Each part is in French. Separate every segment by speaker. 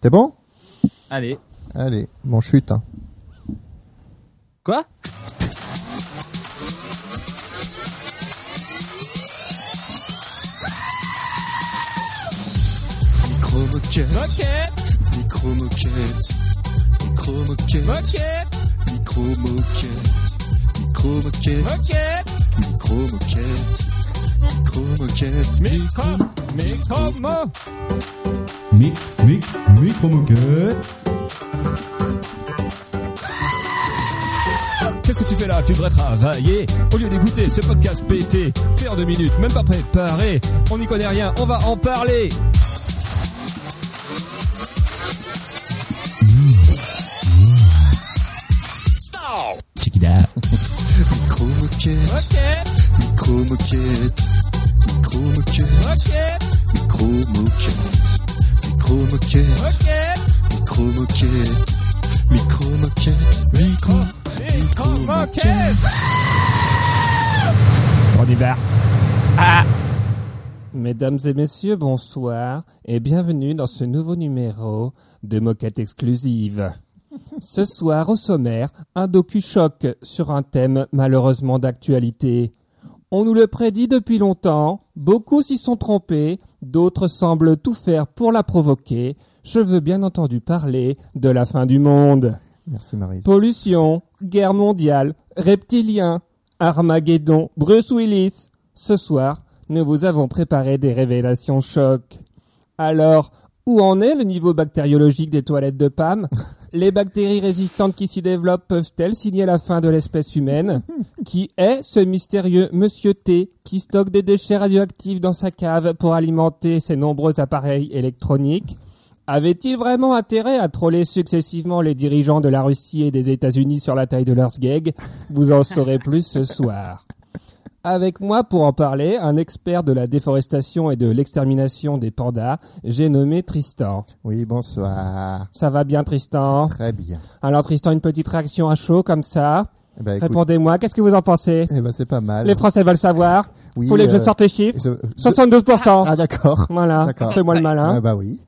Speaker 1: T'es bon
Speaker 2: Allez.
Speaker 1: Allez, bon chute. hein.
Speaker 2: Quoi
Speaker 3: Micro-moquette,
Speaker 2: Moquette
Speaker 3: micro-moquette, micro-moquette,
Speaker 2: Moquette
Speaker 3: micro-moquette, micro-moquette,
Speaker 2: Moquette
Speaker 3: micro-moquette, micro-moquette, micro
Speaker 2: Mais comment
Speaker 4: Mic, mic, micro-moquette.
Speaker 5: Qu'est-ce que tu fais là Tu devrais travailler Au lieu d'écouter ce podcast pété Fait en deux minutes, même pas préparé On n'y connaît rien, on va en parler Check it out.
Speaker 3: micro-moquette,
Speaker 2: Moquette
Speaker 3: micro-moquette, micro-moquette,
Speaker 2: Moquette
Speaker 3: micro-moquette, micro-moquette.
Speaker 2: Moquette
Speaker 3: Micro-moquette, micro-moquette, micro, micro-moquette.
Speaker 6: Ah.
Speaker 5: On y va.
Speaker 6: Mesdames et messieurs, bonsoir et bienvenue dans ce nouveau numéro de Moquette Exclusive. Ce soir, au sommaire, un docu-choc sur un thème malheureusement d'actualité. On nous le prédit depuis longtemps, beaucoup s'y sont trompés, d'autres semblent tout faire pour la provoquer. Je veux bien entendu parler de la fin du monde.
Speaker 1: Merci Marie.
Speaker 6: Pollution, guerre mondiale, reptilien, Armageddon, Bruce Willis. Ce soir, nous vous avons préparé des révélations choc. Alors, où en est le niveau bactériologique des toilettes de PAM Les bactéries résistantes qui s'y développent peuvent-elles signer la fin de l'espèce humaine Qui est ce mystérieux monsieur T qui stocke des déchets radioactifs dans sa cave pour alimenter ses nombreux appareils électroniques avait-il vraiment intérêt à troller successivement les dirigeants de la Russie et des États-Unis sur la taille de leurs gags Vous en saurez plus ce soir. Avec moi pour en parler, un expert de la déforestation et de l'extermination des pandas, j'ai nommé Tristan.
Speaker 1: Oui, bonsoir.
Speaker 6: Ça va bien Tristan
Speaker 1: Très bien.
Speaker 6: Alors Tristan, une petite réaction à chaud comme ça
Speaker 1: Eh ben, écoute,
Speaker 6: Répondez-moi, qu'est-ce que vous en pensez
Speaker 1: eh ben, c'est pas mal.
Speaker 6: Les Français veulent savoir.
Speaker 1: Oui,
Speaker 6: Vous voulez que je
Speaker 1: euh,
Speaker 6: sorte les chiffres
Speaker 1: je-
Speaker 6: 72%
Speaker 1: Ah d'accord.
Speaker 6: Voilà,
Speaker 1: D'accord.
Speaker 6: fais-moi le malin.
Speaker 1: ah bah oui.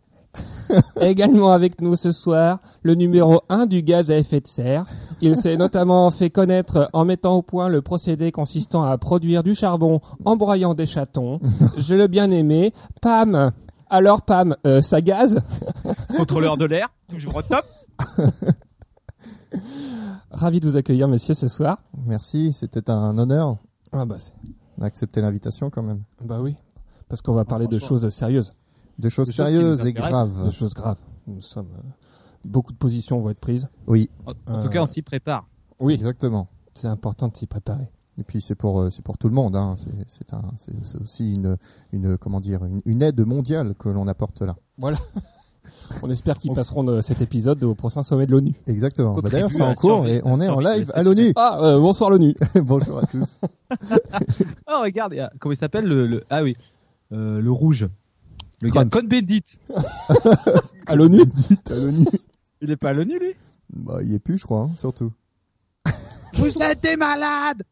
Speaker 6: Également avec nous ce soir, le numéro 1 du gaz à effet de serre. Il s'est notamment fait connaître en mettant au point le procédé consistant à produire du charbon en broyant des chatons. Je l'ai bien aimé. Pam Alors Pam, euh, ça gaze
Speaker 2: Contrôleur de l'air, toujours au top
Speaker 6: Ravi de vous accueillir, messieurs, ce soir.
Speaker 1: Merci, c'était un honneur
Speaker 6: Ah bah, c'est-
Speaker 1: d'accepter l'invitation quand même.
Speaker 6: bah oui, Ah, parce qu'on va parler de
Speaker 2: franchement.
Speaker 6: choses sérieuses,
Speaker 1: Des choses
Speaker 2: Des choses qui
Speaker 1: sérieuses
Speaker 2: nous
Speaker 1: et
Speaker 2: intéressent.
Speaker 6: de
Speaker 1: graves.
Speaker 6: choses graves. Nous sommes... euh, Beaucoup de positions vont être prises.
Speaker 1: Oui,
Speaker 2: En, en tout
Speaker 6: Euh.
Speaker 2: cas, on s'y prépare.
Speaker 6: Oui,
Speaker 1: exactement.
Speaker 6: c'est important de s'y préparer.
Speaker 1: Et puis c'est pour euh, c'est pour tout le monde. Hein. C'est- C'est un c'est c'est aussi une une comment dire une, une aide mondiale que l'on apporte là.
Speaker 6: On espère qu'ils passeront euh, cet épisode au prochain sommet de l'ONU.
Speaker 1: Exactement. Bah,
Speaker 2: Contribue
Speaker 1: D'ailleurs c'est
Speaker 2: à
Speaker 1: en cours
Speaker 2: survivre-
Speaker 1: et on est en
Speaker 2: survivre à
Speaker 1: live
Speaker 2: cette
Speaker 1: à l'ONU.
Speaker 6: Ah, euh, bonsoir l'ONU
Speaker 1: Bonjour à tous.
Speaker 2: Oh, regarde, il y a- comment il s'appelle le, le- Ah oui, euh, le rouge. Le gars,
Speaker 1: Trump.
Speaker 2: Con Bendit.
Speaker 6: À l'ONU
Speaker 1: Dites à l'ONU.
Speaker 2: Il est pas à l'ONU, lui
Speaker 1: Bah il est plus je crois hein, surtout.
Speaker 2: Vous êtes des malades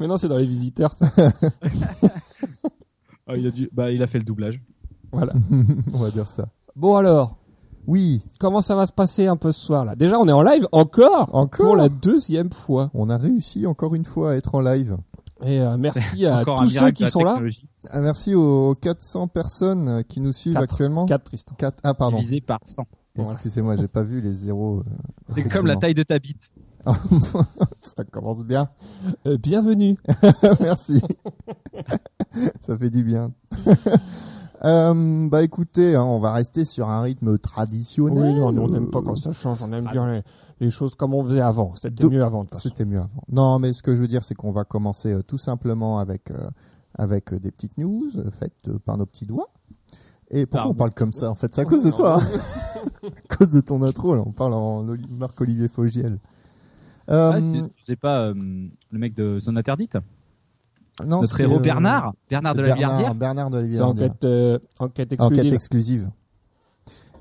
Speaker 6: Mais non, c'est dans les visiteurs, ça.
Speaker 2: Ah, il, a dû... bah, il a fait le doublage.
Speaker 6: Voilà.
Speaker 1: On va dire ça.
Speaker 6: Bon alors,
Speaker 1: Oui,
Speaker 6: comment ça va se passer un peu ce soir là Déjà, on est en live encore pour
Speaker 1: encore.
Speaker 6: la deuxième fois.
Speaker 1: On a réussi encore une fois à être en live.
Speaker 6: Et euh, merci à
Speaker 2: Encore un
Speaker 6: tous ceux
Speaker 2: miracle
Speaker 6: qui
Speaker 2: de la
Speaker 6: sont là.
Speaker 2: technologie
Speaker 1: Ah, merci aux 400 personnes euh, qui nous suivent
Speaker 6: Quatre.
Speaker 1: actuellement.
Speaker 6: 4 Tristan.
Speaker 1: Quatre- Ah pardon.
Speaker 2: divisé par 100.
Speaker 6: Voilà.
Speaker 1: Excusez-moi, j'ai pas vu les zéros. euh,
Speaker 2: C'est comme la
Speaker 1: effectivement.
Speaker 2: taille de ta bite.
Speaker 1: Ça commence bien.
Speaker 6: Euh, bienvenue.
Speaker 1: Merci. Ça fait du bien. Euh, bah écoutez, hein, on va rester sur un rythme traditionnel.
Speaker 6: Oui, non, nous, on n'aime pas quand ça change, on aime bien les, les choses comme on faisait avant. C'était
Speaker 1: De-
Speaker 6: mieux avant. de toute façon.
Speaker 1: C'était mieux avant. Non, mais ce que je veux dire, c'est qu'on va commencer euh, tout simplement avec euh, avec euh, des petites news euh, faites euh, par nos petits doigts. Et pourquoi
Speaker 2: Par
Speaker 1: on
Speaker 2: nos
Speaker 1: parle comme ça En fait, c'est à cause de toi, hein. à cause de ton intro. Là, on parle en Oli- Marc-Olivier Fogiel. Euh,
Speaker 2: Ah, c'est- c'est pas euh, le mec de Zone Interdite
Speaker 1: non,
Speaker 2: Notre
Speaker 1: c'est,
Speaker 2: héros
Speaker 1: euh,
Speaker 2: Bernard Bernard
Speaker 1: c'est
Speaker 2: de la Billardière
Speaker 1: Bernard de la
Speaker 6: C'est
Speaker 1: Billardière.
Speaker 6: enquête, euh, enquête exclusive.
Speaker 1: Enquête exclusive.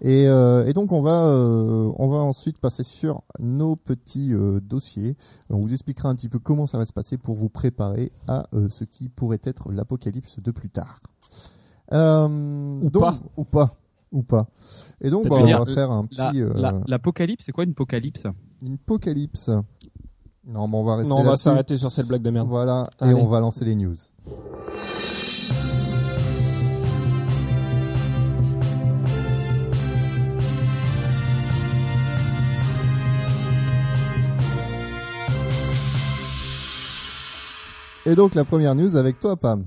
Speaker 1: Et, euh, et donc on va euh, on va ensuite passer sur nos petits euh, dossiers. On vous expliquera un petit peu comment ça va se passer pour vous préparer à euh, ce qui pourrait être l'apocalypse de plus tard. Euh,
Speaker 6: Ou
Speaker 1: donc-
Speaker 6: pas.
Speaker 1: Ou pas. ou pas. Et donc,
Speaker 6: Ça
Speaker 1: bah,
Speaker 6: veut
Speaker 1: on
Speaker 2: dire
Speaker 1: va faire un
Speaker 2: La-
Speaker 1: petit, euh,
Speaker 2: la- L'apocalypse, c'est quoi une apocalypse
Speaker 1: une apocalypse. Non, mais on va rester
Speaker 6: Non, on va
Speaker 1: là-dessus.
Speaker 6: s'arrêter sur cette blague de merde.
Speaker 1: Voilà,
Speaker 6: Allez.
Speaker 1: et on va lancer les news. Et donc la première news avec toi Pam.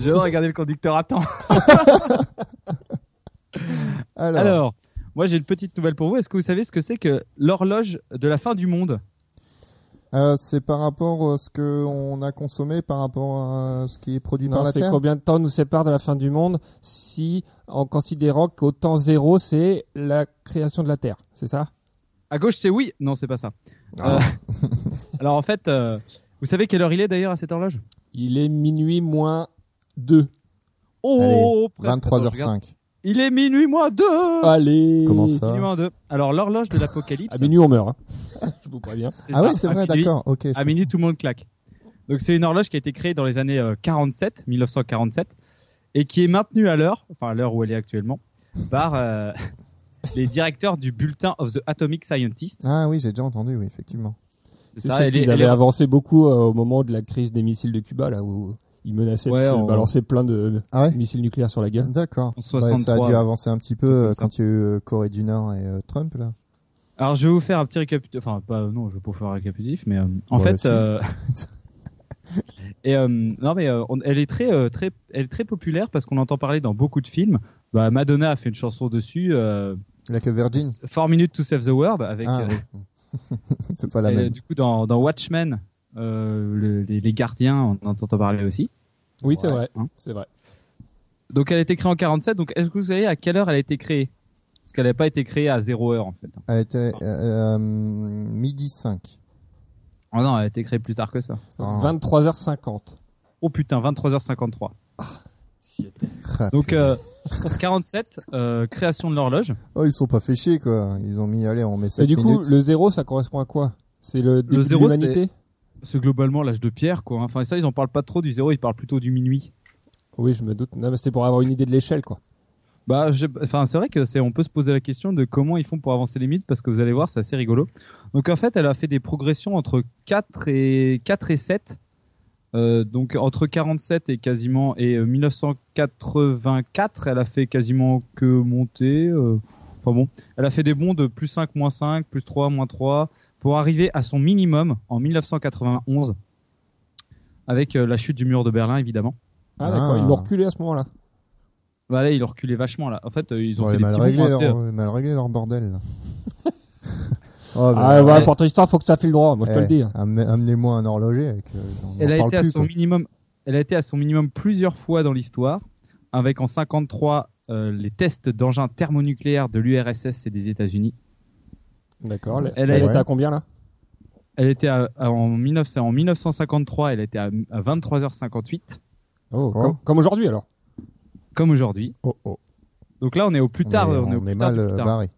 Speaker 2: Je vais regarder le conducteur à temps.
Speaker 1: Alors,
Speaker 2: Alors, moi j'ai une petite nouvelle pour vous. Est-ce que vous savez ce que c'est que l'horloge de la fin du monde
Speaker 1: euh, c'est par rapport à ce que on a consommé, par rapport à ce qui est produit
Speaker 6: Non,
Speaker 1: par la
Speaker 6: c'est
Speaker 1: Terre.
Speaker 6: combien de temps nous sépare de la fin du monde si, en considérant qu'au temps zéro, c'est la création de la Terre, c'est ça
Speaker 2: À gauche, c'est oui. Non, c'est pas ça.
Speaker 6: Ah.
Speaker 2: Euh, alors en fait, euh, vous savez quelle heure il est d'ailleurs à cette horloge
Speaker 6: Il est minuit moins 2.
Speaker 1: Allez,
Speaker 2: Oh, presque. Attends, je regarde.
Speaker 1: 23h05.
Speaker 2: Il est minuit moins 2
Speaker 6: Allez
Speaker 1: Comment ça
Speaker 2: Minuit moins 2. Alors l'horloge de l'apocalypse.
Speaker 6: À minuit, on meurt. hein. Je vous préviens.
Speaker 2: c'est
Speaker 1: Ah
Speaker 2: ça,
Speaker 1: ouais, c'est
Speaker 2: à
Speaker 1: vrai,
Speaker 2: minuit,
Speaker 1: d'accord. OK. je
Speaker 6: Ah.
Speaker 2: À minuit, tout le monde claque. Donc c'est une horloge qui a été créée dans les années euh, 47, 1947, et qui est maintenue à l'heure, enfin à l'heure où elle est actuellement, par euh, les directeurs du Bulletin of the Atomic Scientist.
Speaker 1: Ah oui, j'ai déjà entendu, oui, effectivement.
Speaker 6: C'est ça,
Speaker 2: elle
Speaker 6: qu'ils
Speaker 2: est- elle
Speaker 6: avaient
Speaker 2: est-
Speaker 6: avancé beaucoup euh, au moment de la crise des missiles de Cuba, là, où ils menaçaient
Speaker 2: Ouais,
Speaker 6: de se
Speaker 2: on-
Speaker 6: balancer plein de
Speaker 1: Ah ouais
Speaker 6: missiles nucléaires sur la gueule.
Speaker 1: D'accord.
Speaker 2: en
Speaker 1: Ouais,
Speaker 2: 63.
Speaker 1: ça a dû avancer un petit peu euh,
Speaker 2: Comme ça.
Speaker 1: quand il y a eu euh, Corée du Nord et euh, Trump là.
Speaker 2: Alors je vais vous faire un petit récapitulatif. Enfin, pas, non, je vais pas vous faire un récapitulatif, mais euh, en
Speaker 1: Ouais,
Speaker 2: fait,
Speaker 1: bah, si.
Speaker 2: euh, et euh, non mais euh, on- elle est très, euh, très, elle est très populaire parce qu'on entend parler dans beaucoup de films. Bah, Madonna a fait une chanson dessus, euh,
Speaker 1: Là que Virgin.
Speaker 2: Four Minutes to Save the World, avec
Speaker 1: Ah,
Speaker 2: euh,
Speaker 1: oui. c'est pas la
Speaker 2: et, euh,
Speaker 1: même.
Speaker 2: du coup dans, dans Watchmen, euh, le- les, les gardiens, on en entend parler aussi.
Speaker 6: Oui, c'est
Speaker 1: Ouais.
Speaker 6: vrai.
Speaker 2: Hein
Speaker 6: C'est vrai.
Speaker 2: Donc elle a été créée en 47. Donc est-ce que vous savez à quelle heure elle a été créée Parce qu'elle n'a pas été créée à 0 heure en fait.
Speaker 1: Elle était euh, euh, midi 5.
Speaker 2: Oh non, elle a été créée plus tard que ça.
Speaker 1: Ah.
Speaker 6: 23h50.
Speaker 2: Oh putain, 23h53.
Speaker 1: Ah,
Speaker 2: Donc
Speaker 1: putain.
Speaker 2: euh, 47, euh, création de l'horloge.
Speaker 1: Oh, ils sont pas fait chier quoi. Ils ont mis allez, on met 7
Speaker 6: Et du coup,
Speaker 1: minutes.
Speaker 6: le zéro, ça correspond à quoi C'est le début
Speaker 2: zéro,
Speaker 6: de l'humanité
Speaker 2: C'est globalement l'âge de pierre, quoi. hein. Enfin, ça, ils en parlent pas trop du zéro, ils parlent plutôt du minuit.
Speaker 6: Oui, je me doute. Non, mais c'était pour avoir une idée de l'échelle, quoi.
Speaker 2: Bah, je- enfin, c'est vrai que c'est, on peut se poser la question de comment ils font pour avancer les mythes, parce que vous allez voir, c'est assez rigolo. Donc, en fait, elle a fait des progressions entre 4 et 4 et 7. Euh, donc, entre 47 et quasiment et euh, 1984, elle a fait quasiment que monter. euh, enfin bon, elle a fait des bonds de plus 5, moins 5, plus 3, moins 3, pour arriver à son minimum en 1991, avec euh, la chute du mur de Berlin, évidemment.
Speaker 6: Ah,
Speaker 1: Ah.
Speaker 6: d'accord. Ils l'ont reculé à ce moment-là.
Speaker 2: Voilà, ils ont reculé vachement là. En fait, euh, ils ont
Speaker 1: Ouais,
Speaker 2: fait des
Speaker 1: mal,
Speaker 2: petits
Speaker 1: réglé
Speaker 2: mouvements,
Speaker 1: leur,
Speaker 2: tu sais.
Speaker 1: ouais, mal réglé leur bordel. là. oh, mais,
Speaker 6: Ah, ouais,
Speaker 1: eh,
Speaker 6: pour ton histoire, faut que ça file droit. Moi, je te
Speaker 1: eh,
Speaker 6: le dis. hein.
Speaker 1: am- Amenez-moi un horloger. Avec, euh, on
Speaker 2: Elle
Speaker 1: en
Speaker 2: a
Speaker 1: parle
Speaker 2: été à
Speaker 1: plus,
Speaker 2: son
Speaker 1: quoi.
Speaker 2: minimum. Elle a été à son minimum plusieurs fois dans l'histoire, avec en 53 euh, les tests d'engins thermonucléaires de l'URSS et des États-Unis.
Speaker 6: D'accord. Elle,
Speaker 2: Elle
Speaker 6: elle,
Speaker 2: a-
Speaker 6: était à combien, là
Speaker 2: Elle était à- à- en, 19, en 1953, elle était à, à 23h58,
Speaker 6: Oh,
Speaker 1: Quoi
Speaker 6: comme, comme aujourd'hui, alors.
Speaker 2: comme aujourd'hui.
Speaker 6: Oh, oh.
Speaker 2: Donc là, on est au plus
Speaker 1: On
Speaker 2: tard.
Speaker 1: est-
Speaker 2: on est au
Speaker 1: on est
Speaker 2: plus tard
Speaker 1: mal
Speaker 2: du
Speaker 1: euh,
Speaker 2: plus tard.
Speaker 1: barré.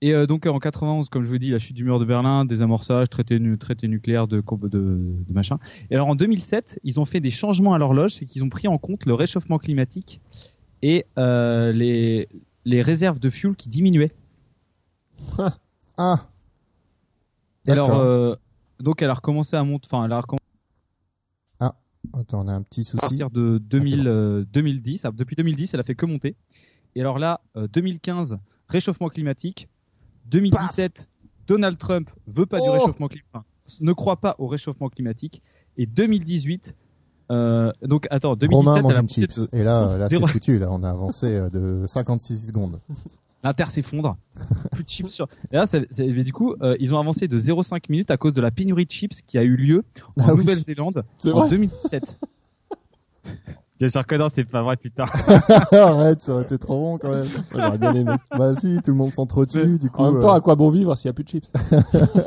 Speaker 2: Et euh, donc euh, en 91, comme je vous dis, la chute du mur de Berlin, désamorçage, traité, nu- traité nucléaire de, com- de, de machin. Et alors en 2007, ils ont fait des changements à l'horloge, c'est qu'ils ont pris en compte le réchauffement climatique et euh, les, les réserves de fuel qui diminuaient.
Speaker 1: Ah.
Speaker 2: Et alors
Speaker 1: D'accord.
Speaker 2: euh, donc elle a recommencé à monter, enfin elle a recommencé
Speaker 1: Attends, on a un petit
Speaker 2: à
Speaker 1: souci.
Speaker 2: partir de 2000,
Speaker 1: Ah, c'est bon.
Speaker 2: euh, 2010. Ah, Depuis 2010, elle a fait que monter. Et alors là, euh, 2015, réchauffement climatique. 2017, Donald Trump veut pas du
Speaker 6: Oh
Speaker 2: réchauffement climatique, ne croit pas au réchauffement climatique. Et 2018, euh, donc attends, 2017,
Speaker 1: Romain
Speaker 2: elle
Speaker 1: mange
Speaker 2: a
Speaker 1: une
Speaker 2: monté de-
Speaker 1: chips. Et là, là c'est
Speaker 2: Zéro.
Speaker 1: foutu. Là, on a avancé euh, de 56 secondes.
Speaker 2: L'inter s'effondre. Plus de chips sur. Et là, c'est- c'est- mais du coup, euh, ils ont avancé de 0,5 minutes à cause de la pénurie de chips qui a eu lieu en
Speaker 1: Ah oui.
Speaker 2: Nouvelle-Zélande
Speaker 6: C'est
Speaker 2: en
Speaker 6: vrai
Speaker 2: 2017. Bien sûr que non, c'est pas vrai, putain.
Speaker 1: Arrête, ça aurait été trop bon quand même.
Speaker 6: Moi, J'aurais bien aimé.
Speaker 1: Bah si, tout le monde s'entretue, du coup.
Speaker 6: En même temps,
Speaker 1: euh,
Speaker 6: à quoi bon vivre s'il n'y a plus de chips Je pense
Speaker 2: Franchement,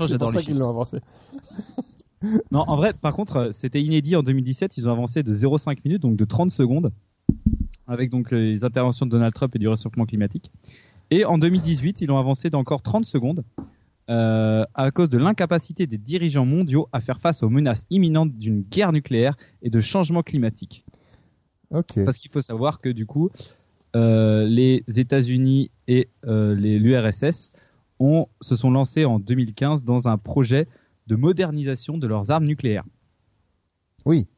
Speaker 6: que C'est
Speaker 2: j'adore
Speaker 6: pour
Speaker 2: les
Speaker 6: ça qu'ils
Speaker 2: chips.
Speaker 6: l'ont avancé.
Speaker 2: Non, en vrai, par contre, euh, c'était inédit en 2017. Ils ont avancé de 0,5 minutes, donc de 30 secondes, avec donc les interventions de Donald Trump et du réchauffement climatique. Et en 2018, ils ont avancé d'encore 30 secondes euh, à cause de l'incapacité des dirigeants mondiaux à faire face aux menaces imminentes d'une guerre nucléaire et de changement climatique.
Speaker 1: euh, Ok.
Speaker 2: Parce qu'il faut savoir que du coup, euh, les États-Unis et euh, les- l'URSS ont- se sont lancés en 2015 dans un projet de modernisation de leurs armes nucléaires.
Speaker 1: Oui,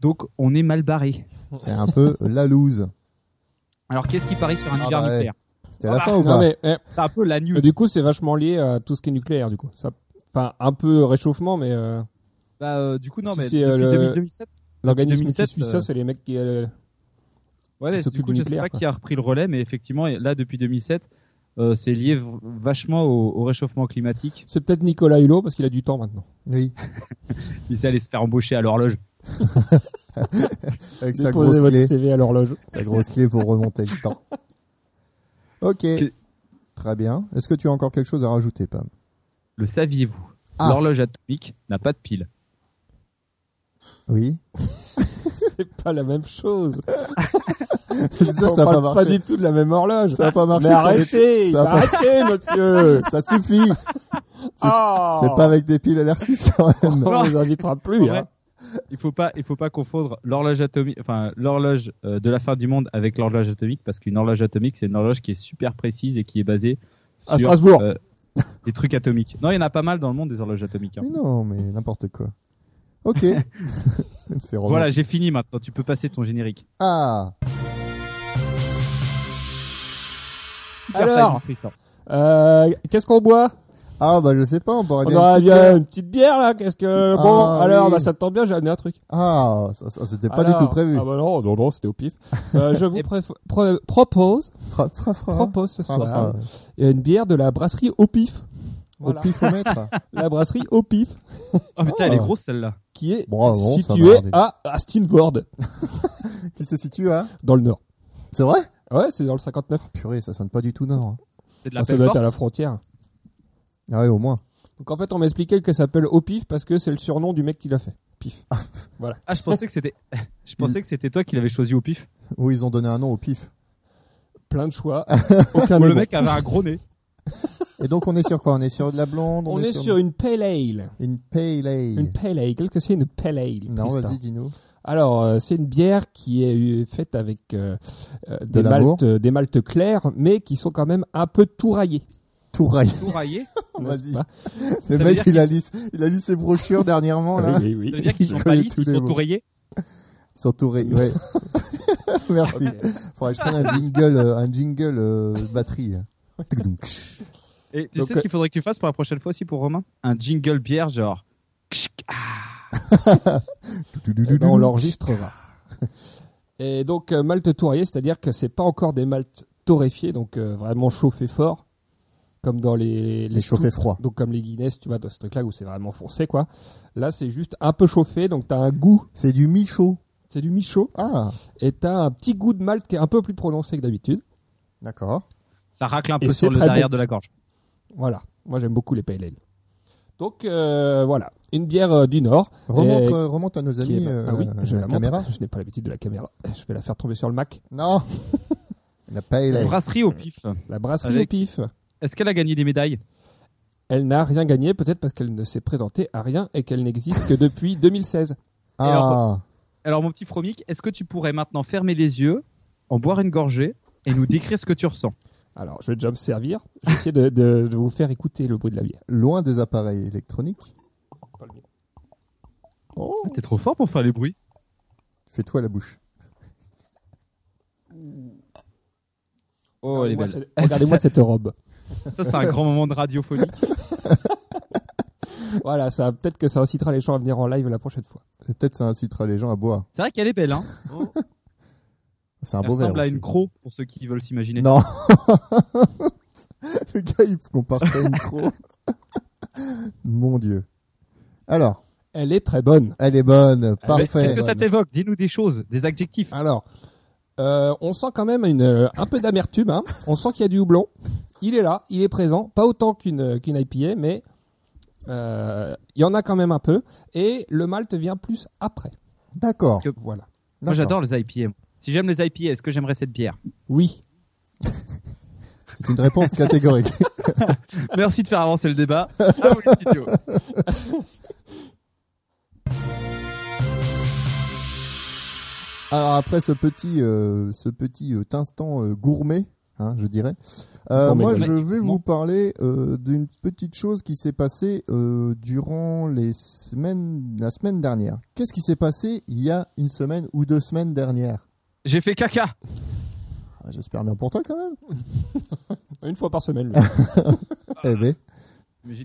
Speaker 2: Donc on est mal barré.
Speaker 1: c'est un peu euh, la loose.
Speaker 2: Alors qu'est-ce qui parie sur un
Speaker 1: Ah
Speaker 2: hiver
Speaker 1: bah ouais.
Speaker 2: nucléaire
Speaker 1: T'es à la fin ou
Speaker 6: Non,
Speaker 1: pas
Speaker 6: mais, eh,
Speaker 2: C'est un peu la news.
Speaker 6: mais du coup, c'est vachement lié à tout ce qui est nucléaire, du coup. Ça, enfin, un peu réchauffement, mais euh,
Speaker 2: Bah, euh, du coup non
Speaker 6: Si
Speaker 2: mais
Speaker 6: c'est, euh,
Speaker 2: depuis
Speaker 6: le-
Speaker 2: 2000- 2007.
Speaker 6: l'organisme qui
Speaker 2: 2007,
Speaker 6: suit ça,
Speaker 2: euh,
Speaker 6: c'est les mecs qui. euh,
Speaker 2: Ouais,
Speaker 6: qui
Speaker 2: mais du
Speaker 6: s'occupe
Speaker 2: coup,
Speaker 6: du
Speaker 2: je sais
Speaker 6: nucléaire,
Speaker 2: pas
Speaker 6: quoi.
Speaker 2: qui a repris le relais, mais effectivement, là, depuis 2007, euh, c'est lié v- vachement au, au réchauffement climatique.
Speaker 6: c'est peut-être Nicolas Hulot parce qu'il a du temps maintenant.
Speaker 1: Oui,
Speaker 2: Il s'est allé se faire embaucher à l'horloge.
Speaker 1: avec sa
Speaker 6: Déposez
Speaker 1: grosse
Speaker 6: votre
Speaker 1: clé.
Speaker 6: CV à l'horloge.
Speaker 1: Sa grosse clé pour remonter le temps. Ok. Très bien. Est-ce que tu as encore quelque chose à rajouter, Pam
Speaker 2: Le saviez-vous
Speaker 1: Ah.
Speaker 2: L'horloge atomique n'a pas de pile.
Speaker 1: Oui.
Speaker 6: C'est pas la même chose.
Speaker 1: ça,
Speaker 6: On
Speaker 1: ça n'a pas
Speaker 6: parle Pas
Speaker 1: marché.
Speaker 6: du tout de la même horloge.
Speaker 1: Ça n'a pas marché.
Speaker 6: mais
Speaker 1: ça dé-
Speaker 6: arrêtez,
Speaker 1: ça a pas-
Speaker 6: arrêtez, monsieur.
Speaker 1: Ça suffit.
Speaker 6: Ah
Speaker 1: C'est pas avec des piles à l'air 6 quand même.
Speaker 6: On vous invitera plus.
Speaker 2: Ouais.
Speaker 6: hein.
Speaker 2: Il faut pas, il faut pas confondre l'horloge atomique, enfin l'horloge euh, de la fin du monde avec l'horloge atomique, parce qu'une horloge atomique, c'est une horloge qui est super précise et qui est basée
Speaker 6: À
Speaker 2: sur
Speaker 6: Strasbourg.
Speaker 2: euh, des trucs atomiques. Non, il y en a pas mal dans le monde des horloges atomiques. hein.
Speaker 1: Mais non, mais n'importe quoi. Ok. C'est romain.
Speaker 2: Voilà, j'ai fini maintenant. Tu peux passer ton générique.
Speaker 1: Ah
Speaker 2: Super
Speaker 6: Alors.
Speaker 2: timing, Tristan.
Speaker 6: Euh, qu'est-ce qu'on boit
Speaker 1: Ah bah je sais pas, on pourrait
Speaker 6: On
Speaker 1: bien.
Speaker 6: a
Speaker 1: une petite
Speaker 6: bien
Speaker 1: bière.
Speaker 6: une petite bière là. Qu'est-ce que
Speaker 1: Ah,
Speaker 6: bon Alors,
Speaker 1: oui.
Speaker 6: bah, ça tombe bien, j'ai amené un truc.
Speaker 1: Ah, ça, ça, c'était pas
Speaker 6: Alors-
Speaker 1: du tout prévu.
Speaker 6: Ah bah non, non, non, c'était au pif. Euh, je vous
Speaker 2: Et-
Speaker 6: préf- pro- propose,
Speaker 1: Fra- fra- fra-
Speaker 6: propose ce
Speaker 1: fra-
Speaker 6: soir
Speaker 1: fra-
Speaker 6: une bière de la brasserie au pif.
Speaker 1: Au
Speaker 6: Voilà.
Speaker 1: pifomètre.
Speaker 6: La brasserie au pif,
Speaker 2: Oh putain,
Speaker 6: Ah.
Speaker 2: elle est grosse celle-là.
Speaker 6: qui est
Speaker 1: Bravo, ah, ça va,
Speaker 6: située
Speaker 1: Hardy.
Speaker 6: à Astinford,
Speaker 1: Qui se situe à
Speaker 6: dans le nord.
Speaker 1: C'est vrai
Speaker 6: Ouais, c'est dans le 59.
Speaker 1: Purée, ça sonne pas du tout nord.
Speaker 2: C'est de la
Speaker 6: Ah, ça
Speaker 2: belle
Speaker 6: doit être
Speaker 2: porte.
Speaker 6: à la frontière.
Speaker 1: Ah ouais, au moins.
Speaker 6: Donc en fait, on m'expliquait qu'elle s'appelle Au Pif parce que c'est le surnom du mec qui l'a fait. Pif.
Speaker 2: Ah, je pensais que c'était, je pensais que c'était toi qui l'avais choisi au pif.
Speaker 1: Où ils ont donné un nom au pif.
Speaker 6: Plein de choix.
Speaker 1: Ah,
Speaker 6: Aucun
Speaker 2: Bon,
Speaker 6: n'est
Speaker 2: le
Speaker 6: bon.
Speaker 2: mec avait un gros nez.
Speaker 1: Et donc on est sur quoi On est sur de la blonde
Speaker 6: On, est sur une pale ale.
Speaker 1: une pale ale.
Speaker 6: Une pale ale. hein. Qu'est-ce que c'est une pale ale
Speaker 1: Non,
Speaker 6: Tristan
Speaker 1: vas-y, dis-nous.
Speaker 6: Alors, euh, c'est une bière qui est euh, faite avec euh, euh, des,
Speaker 1: l'amour.
Speaker 6: maltes, des maltes claires, mais qui sont quand même un peu touraillées.
Speaker 1: Touraille.
Speaker 2: Tout raillé.
Speaker 6: n'est-ce
Speaker 1: Vas-y.
Speaker 6: pas
Speaker 1: Le
Speaker 2: veut
Speaker 1: mec,
Speaker 2: dire
Speaker 1: il a, lu, il a lu ses brochures dernièrement, là.
Speaker 6: Oui,
Speaker 2: Ça
Speaker 6: oui,
Speaker 2: veut
Speaker 6: oui.
Speaker 2: dire qu'ils
Speaker 1: Il
Speaker 2: sont pas
Speaker 1: connaît
Speaker 2: lisses,
Speaker 1: tous
Speaker 2: ils
Speaker 1: les
Speaker 2: sont
Speaker 1: mots.
Speaker 2: tout rayés.
Speaker 1: Sur Touré, ouais. Merci.
Speaker 6: Eh ben,
Speaker 1: Faudrait que je prenne un jingle, euh, un jingle euh, batterie. Tuk-tuk.
Speaker 2: Et tu
Speaker 6: Donc,
Speaker 2: sais
Speaker 6: euh,
Speaker 2: ce qu'il faudrait que tu fasses pour la prochaine fois aussi pour Romain Un jingle bière, genre.
Speaker 6: Eh ben, on l'enregistrera. Et donc, euh, malte tourrier, c'est-à-dire que c'est pas encore des maltes torréfiées, donc euh, vraiment chauffées fort, comme dans les, les,
Speaker 1: Les chauffés
Speaker 6: stouts.
Speaker 1: froids.
Speaker 6: Donc, comme les Guinness, tu vois, dans ce truc-là où c'est vraiment foncé, quoi. Là, c'est juste un peu chauffé, donc t'as un goût,
Speaker 1: C'est du mi-chaud.
Speaker 6: c'est du mi-chaud,
Speaker 1: Ah,
Speaker 6: et t'as un petit goût de malt qui est un peu plus prononcé que d'habitude.
Speaker 1: d'accord.
Speaker 2: Ça racle un
Speaker 6: Et
Speaker 2: peu
Speaker 6: c'est
Speaker 2: sur le
Speaker 6: très
Speaker 2: derrière
Speaker 6: bon.
Speaker 2: de la gorge.
Speaker 6: Voilà. Moi, j'aime beaucoup les pale ale. Donc, euh, voilà. Une bière euh, du Nord.
Speaker 1: Remonte,
Speaker 6: Et-
Speaker 1: euh, remonte à nos
Speaker 6: qui
Speaker 1: amis
Speaker 6: est-
Speaker 1: euh,
Speaker 6: ah oui,
Speaker 1: la,
Speaker 6: je
Speaker 1: la
Speaker 6: la montre.
Speaker 1: caméra.
Speaker 6: Je n'ai pas l'habitude de la caméra. Je vais la faire tomber sur le Mac.
Speaker 1: Non. La pale ale.
Speaker 2: Brasserie au pif.
Speaker 6: La brasserie
Speaker 2: Avec-
Speaker 6: au pif.
Speaker 2: Est-ce qu'elle a gagné des médailles
Speaker 6: Elle n'a rien gagné, peut-être parce qu'elle ne s'est présentée à rien et qu'elle n'existe que depuis 2016.
Speaker 1: Ah,
Speaker 2: Alors, mon petit Fromic, est-ce que tu pourrais maintenant fermer les yeux, en boire une gorgée et nous décrire ce que tu ressens
Speaker 6: Alors, je vais déjà me servir. Je vais essayer de, de- de vous faire écouter le bruit de la bière.
Speaker 1: loin des appareils électroniques. Oh,
Speaker 2: Ah, T'es trop fort pour faire les bruits.
Speaker 1: fais-toi à la bouche.
Speaker 2: Oh, elle est
Speaker 6: Regardez-moi
Speaker 2: belle.
Speaker 6: cette- Ah, Regardez-moi cette robe.
Speaker 2: Ça, c'est un grand moment de radiophonie.
Speaker 6: Voilà, ça peut-être que ça incitera les gens à venir en live la prochaine fois.
Speaker 1: Et Peut-être ça incitera les gens à boire.
Speaker 2: C'est vrai qu'elle est belle, hein
Speaker 1: C'est un
Speaker 2: Elle
Speaker 1: beau verre.
Speaker 2: ressemble à
Speaker 1: aussi.
Speaker 2: une croc, pour ceux qui veulent s'imaginer.
Speaker 1: Non. Le gars, il compare ça à une croc. Mon dieu. Alors,
Speaker 6: Elle est très bonne.
Speaker 1: elle est bonne.
Speaker 2: Mais
Speaker 1: Parfait.
Speaker 2: Qu'est-ce que ça t'évoque Dis-nous des choses, des adjectifs.
Speaker 6: Alors, euh, on sent quand même une, euh, un peu d'amertume. hein. On sent qu'il y a du houblon. Il est là, il est présent. Pas autant qu'une euh, qu'une IPA, mais euh, il y en a quand même un peu. Et le malt vient plus après.
Speaker 1: D'accord.
Speaker 2: Parce que-
Speaker 6: Voilà.
Speaker 1: d'accord.
Speaker 2: Moi, j'adore les IPA. Si j'aime les IPA, est-ce que j'aimerais cette bière
Speaker 6: Oui.
Speaker 1: C'est une réponse catégorique.
Speaker 2: Merci de faire avancer le débat. À vous, les studios.
Speaker 1: Alors après ce petit, euh, ce petit euh, instant euh, gourmet, hein, je dirais, euh,
Speaker 6: Gourmet,
Speaker 1: moi
Speaker 6: gourmet.
Speaker 1: je vais vous parler euh, d'une petite chose qui s'est passée euh, durant les semaines, la semaine dernière. Qu'est-ce qui s'est passé il y a une semaine ou deux semaines dernière
Speaker 2: J'ai fait caca.
Speaker 1: Ah, J'espère bien pour toi quand même.
Speaker 6: Une fois par semaine. Ah.
Speaker 1: Eh ben,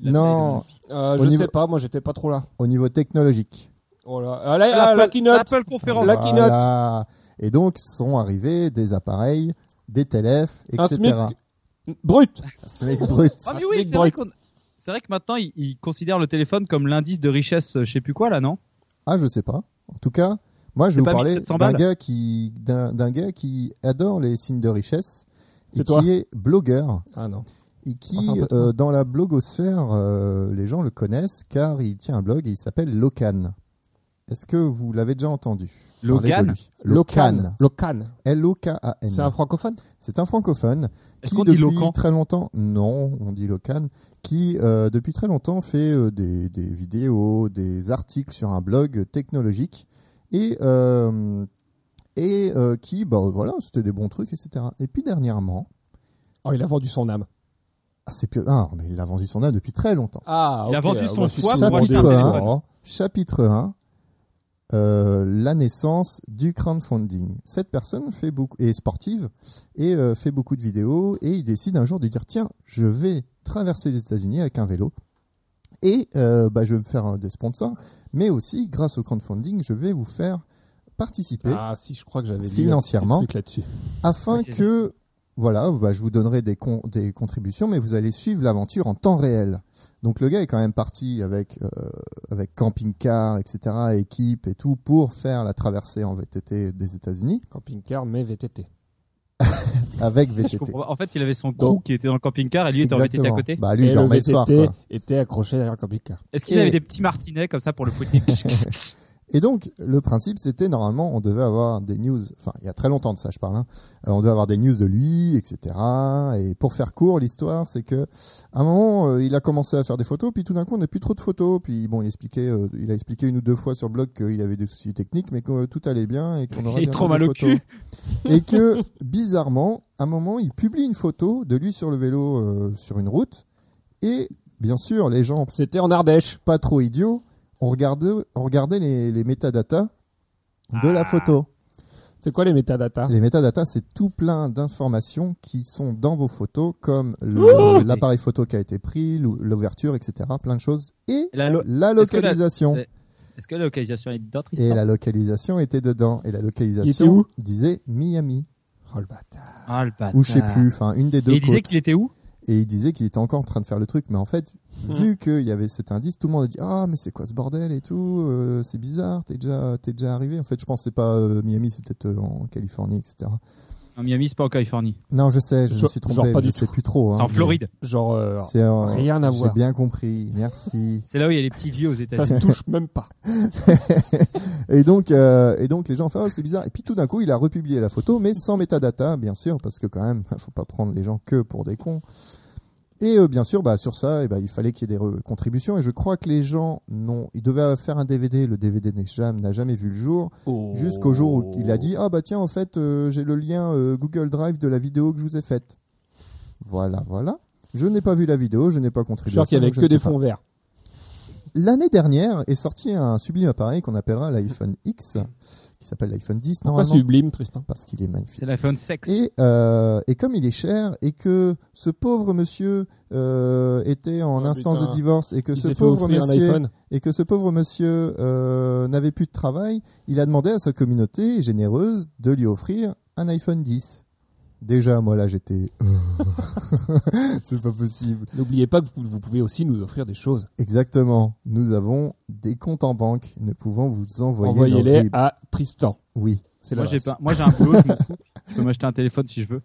Speaker 1: non,
Speaker 6: Euh,
Speaker 1: Au
Speaker 6: je
Speaker 1: niveau-
Speaker 6: sais pas, moi j'étais pas trop là.
Speaker 1: au niveau technologique.
Speaker 6: Oh là. Allez, ah, la keynote
Speaker 2: Apple conférence.
Speaker 6: La keynote.
Speaker 1: Voilà. Et donc sont arrivés des appareils, des téléphes,
Speaker 6: Un
Speaker 1: etc.
Speaker 6: SMIC. brut.
Speaker 1: SMIC brut.
Speaker 2: Ah mais
Speaker 6: Ah,
Speaker 2: oui,
Speaker 6: Slick
Speaker 2: c'est vrai,
Speaker 6: Bright.
Speaker 2: qu'on- c'est vrai que maintenant ils, ils considèrent le téléphone comme l'indice de richesse, euh, je sais plus quoi là, non
Speaker 1: Ah, je sais pas. En tout cas, moi, je vais
Speaker 2: C'est
Speaker 1: vous
Speaker 2: pas
Speaker 1: parler
Speaker 2: 1700
Speaker 1: d'un
Speaker 2: balles.
Speaker 1: gars qui d'un d'un gars qui adore les signes de richesse et
Speaker 6: C'est
Speaker 1: qui
Speaker 6: toi.
Speaker 1: est blogueur
Speaker 6: Ah non.
Speaker 1: et qui
Speaker 6: Enfin, un peu
Speaker 1: euh, dans la blogosphère euh, les gens le connaissent car il tient un blog et il s'appelle Locan. Est-ce que vous l'avez déjà entendu parler de
Speaker 2: Locan
Speaker 1: lui Locan.
Speaker 6: Locan.
Speaker 1: L O K A
Speaker 6: C'est
Speaker 1: N.
Speaker 6: un francophone
Speaker 1: C'est un francophone
Speaker 2: Est-ce
Speaker 1: qui
Speaker 2: qu'on dit
Speaker 1: depuis
Speaker 2: Locan
Speaker 1: très longtemps, non, on dit Locan, qui euh, depuis très longtemps fait euh, des, des vidéos, des articles sur un blog technologique et euh, et euh, qui, bah voilà, c'était des bons trucs, etc. Et puis dernièrement,
Speaker 6: Oh, il a vendu son âme.
Speaker 1: ah, c'est plus, ah, mais il a vendu son âme depuis très longtemps.
Speaker 6: Ah,
Speaker 2: Il a
Speaker 6: ok,
Speaker 2: vendu
Speaker 6: ah,
Speaker 2: son
Speaker 6: moi, je suis
Speaker 2: foie
Speaker 1: pour
Speaker 6: souvent
Speaker 1: acheter un
Speaker 6: déçu.
Speaker 1: téléphone. Chapitre 1 euh, la naissance du crowdfunding. Cette personne fait beaucoup est sportive et euh, fait beaucoup de vidéos et il décide un jour de dire tiens je vais traverser les États-Unis avec un vélo et euh, bah, je vais me faire euh, des sponsors mais aussi grâce au crowdfunding je vais vous faire participer
Speaker 6: Ah, si, je crois que j'avais lu
Speaker 1: Financièrement.
Speaker 6: un petit truc là-dessus.
Speaker 1: afin
Speaker 2: Ok.
Speaker 1: que voilà, bah, je vous donnerai des, con- des contributions, mais vous allez suivre l'aventure en temps réel. Donc le gars est quand même parti avec euh, avec camping-car, etc., équipe et tout pour faire la traversée en VTT des États-Unis
Speaker 6: Camping-car, mais VTT.
Speaker 1: avec
Speaker 2: Je
Speaker 1: VTT.
Speaker 2: comprends pas. En fait, il avait son
Speaker 6: Donc-
Speaker 2: crew qui était dans le camping-car et lui était en VTT à
Speaker 1: Exactement.
Speaker 2: côté.
Speaker 1: Bah lui,
Speaker 6: et
Speaker 1: il
Speaker 6: le
Speaker 1: dormait le soir.
Speaker 6: VTT
Speaker 1: quoi.
Speaker 6: était accroché derrière le camping-car.
Speaker 2: Est-ce qu'ils
Speaker 1: Et-
Speaker 2: avaient des petits martinets comme ça pour le foutre
Speaker 1: Et donc, le principe, c'était normalement, on devait avoir des news, enfin, il y a très longtemps de ça, je parle, hein. Euh, on devait avoir des news de lui, etc. Et pour faire court, l'histoire, c'est que, à un moment, euh, il a commencé à faire des photos, puis tout d'un coup, on n'a plus trop de photos, puis bon, il expliquait, euh, il a expliqué une ou deux fois sur le blog qu'il avait des soucis techniques, mais que euh, tout allait bien et qu'on aurait
Speaker 2: Il est
Speaker 1: bien
Speaker 2: trop
Speaker 1: des
Speaker 2: mal au
Speaker 1: photos.
Speaker 2: cul.
Speaker 1: Et que, bizarrement, à un moment, il publie une photo de lui sur le vélo, euh, sur une route, et, bien sûr, les gens
Speaker 6: C'était en Ardèche.
Speaker 1: pas trop idiot, on regardait, on regardait les, les métadatas de
Speaker 2: Ah.
Speaker 1: la photo.
Speaker 6: C'est quoi les métadatas
Speaker 1: Les métadatas, c'est tout plein d'informations qui sont dans vos photos, comme le- l'appareil photo qui a été pris, l'ou- l'ouverture, etc., plein de choses, et
Speaker 2: La lo-
Speaker 1: la
Speaker 2: est-ce que la-
Speaker 1: localisation.
Speaker 2: euh, Est-ce que la localisation est d'autres
Speaker 1: Et la localisation était dedans. Et la
Speaker 6: était où
Speaker 1: localisation disait Miami,
Speaker 6: Oh le bâtard.
Speaker 2: Ah le bâtard.
Speaker 1: ou je sais plus, enfin une des deux
Speaker 2: Et il disait
Speaker 1: côtes.
Speaker 2: qu'il était où
Speaker 1: Et il disait qu'il était encore en train de faire le truc, mais en fait,
Speaker 6: Mhm.
Speaker 1: vu qu'il y avait cet indice, tout le monde a dit ah mais c'est quoi ce bordel et tout, euh, c'est bizarre, t'es déjà t'es déjà arrivé. En fait, je pense que c'est pas euh, Miami, c'est peut-être euh, en Californie, etc.
Speaker 2: En Miami, c'est pas en Californie.
Speaker 1: Non, je sais, je,
Speaker 6: Je-
Speaker 1: me suis
Speaker 6: genre
Speaker 1: trompé,
Speaker 6: pas
Speaker 1: je
Speaker 6: du
Speaker 1: sais
Speaker 6: tout.
Speaker 1: plus trop. hein.
Speaker 2: C'est en Floride.
Speaker 6: Genre, euh,
Speaker 1: C'est en-
Speaker 6: Rien à voir.
Speaker 1: J'ai bien compris, merci.
Speaker 2: C'est là où il y a les petits vieux aux
Speaker 6: ça
Speaker 2: États-Unis.
Speaker 6: se touche même pas.
Speaker 1: et donc euh, et donc les gens font oh, c'est bizarre. Et puis tout d'un coup, il a republié la photo, mais sans metadata, bien sûr, parce que quand même, faut pas prendre les gens que pour des cons. Et euh, bien sûr, bah, sur ça, eh ben, il fallait qu'il y ait des re- contributions. Et je crois que les gens n'ont, ils devaient faire un DVD. Le DVD n'est jamais- n'a jamais vu le jour.
Speaker 2: Oh.
Speaker 1: Jusqu'au jour où il a dit, ah bah tiens, en fait, euh, j'ai le lien euh, Google Drive de la vidéo que je vous ai faite. Voilà, voilà. Je n'ai pas vu la vidéo, je n'ai pas
Speaker 6: Je suis
Speaker 1: contribué. à
Speaker 6: sûr qu'il y
Speaker 1: ça,
Speaker 6: avait
Speaker 1: donc je
Speaker 6: que
Speaker 1: ne sais
Speaker 6: des
Speaker 1: pas.
Speaker 6: fonds verts.
Speaker 1: L'année dernière est sorti un sublime appareil qu'on appellera l'iPhone X, qui s'appelle l'iPhone 10
Speaker 6: Pourquoi
Speaker 1: normalement,
Speaker 6: sublime, Tristan
Speaker 1: parce qu'il est magnifique.
Speaker 2: C'est l'iPhone sexe.
Speaker 1: Et, euh, et comme il est cher et que ce pauvre monsieur euh, était en
Speaker 6: Oh,
Speaker 1: instance
Speaker 6: putain.
Speaker 1: de divorce et que
Speaker 6: Il
Speaker 1: ce
Speaker 6: s'est fait
Speaker 1: pauvre
Speaker 6: offrir un
Speaker 1: monsieur
Speaker 6: iPhone.
Speaker 1: et que ce pauvre monsieur euh, n'avait plus de travail, il a demandé à sa communauté généreuse de lui offrir un iPhone 10. Déjà, moi là, j'étais, euh, c'est pas possible.
Speaker 6: N'oubliez pas que vous, vous pouvez aussi nous offrir des choses.
Speaker 1: Exactement. Nous avons des comptes en banque. Nous pouvons vous envoyer nos
Speaker 6: Envoyez-les
Speaker 1: RIB.
Speaker 6: à Tristan.
Speaker 1: Oui.
Speaker 6: C'est
Speaker 2: Moi j'ai
Speaker 6: l'adresse.
Speaker 2: pas- moi, j'ai un boulot, je m'en fous. Je peux m'acheter un téléphone si je veux.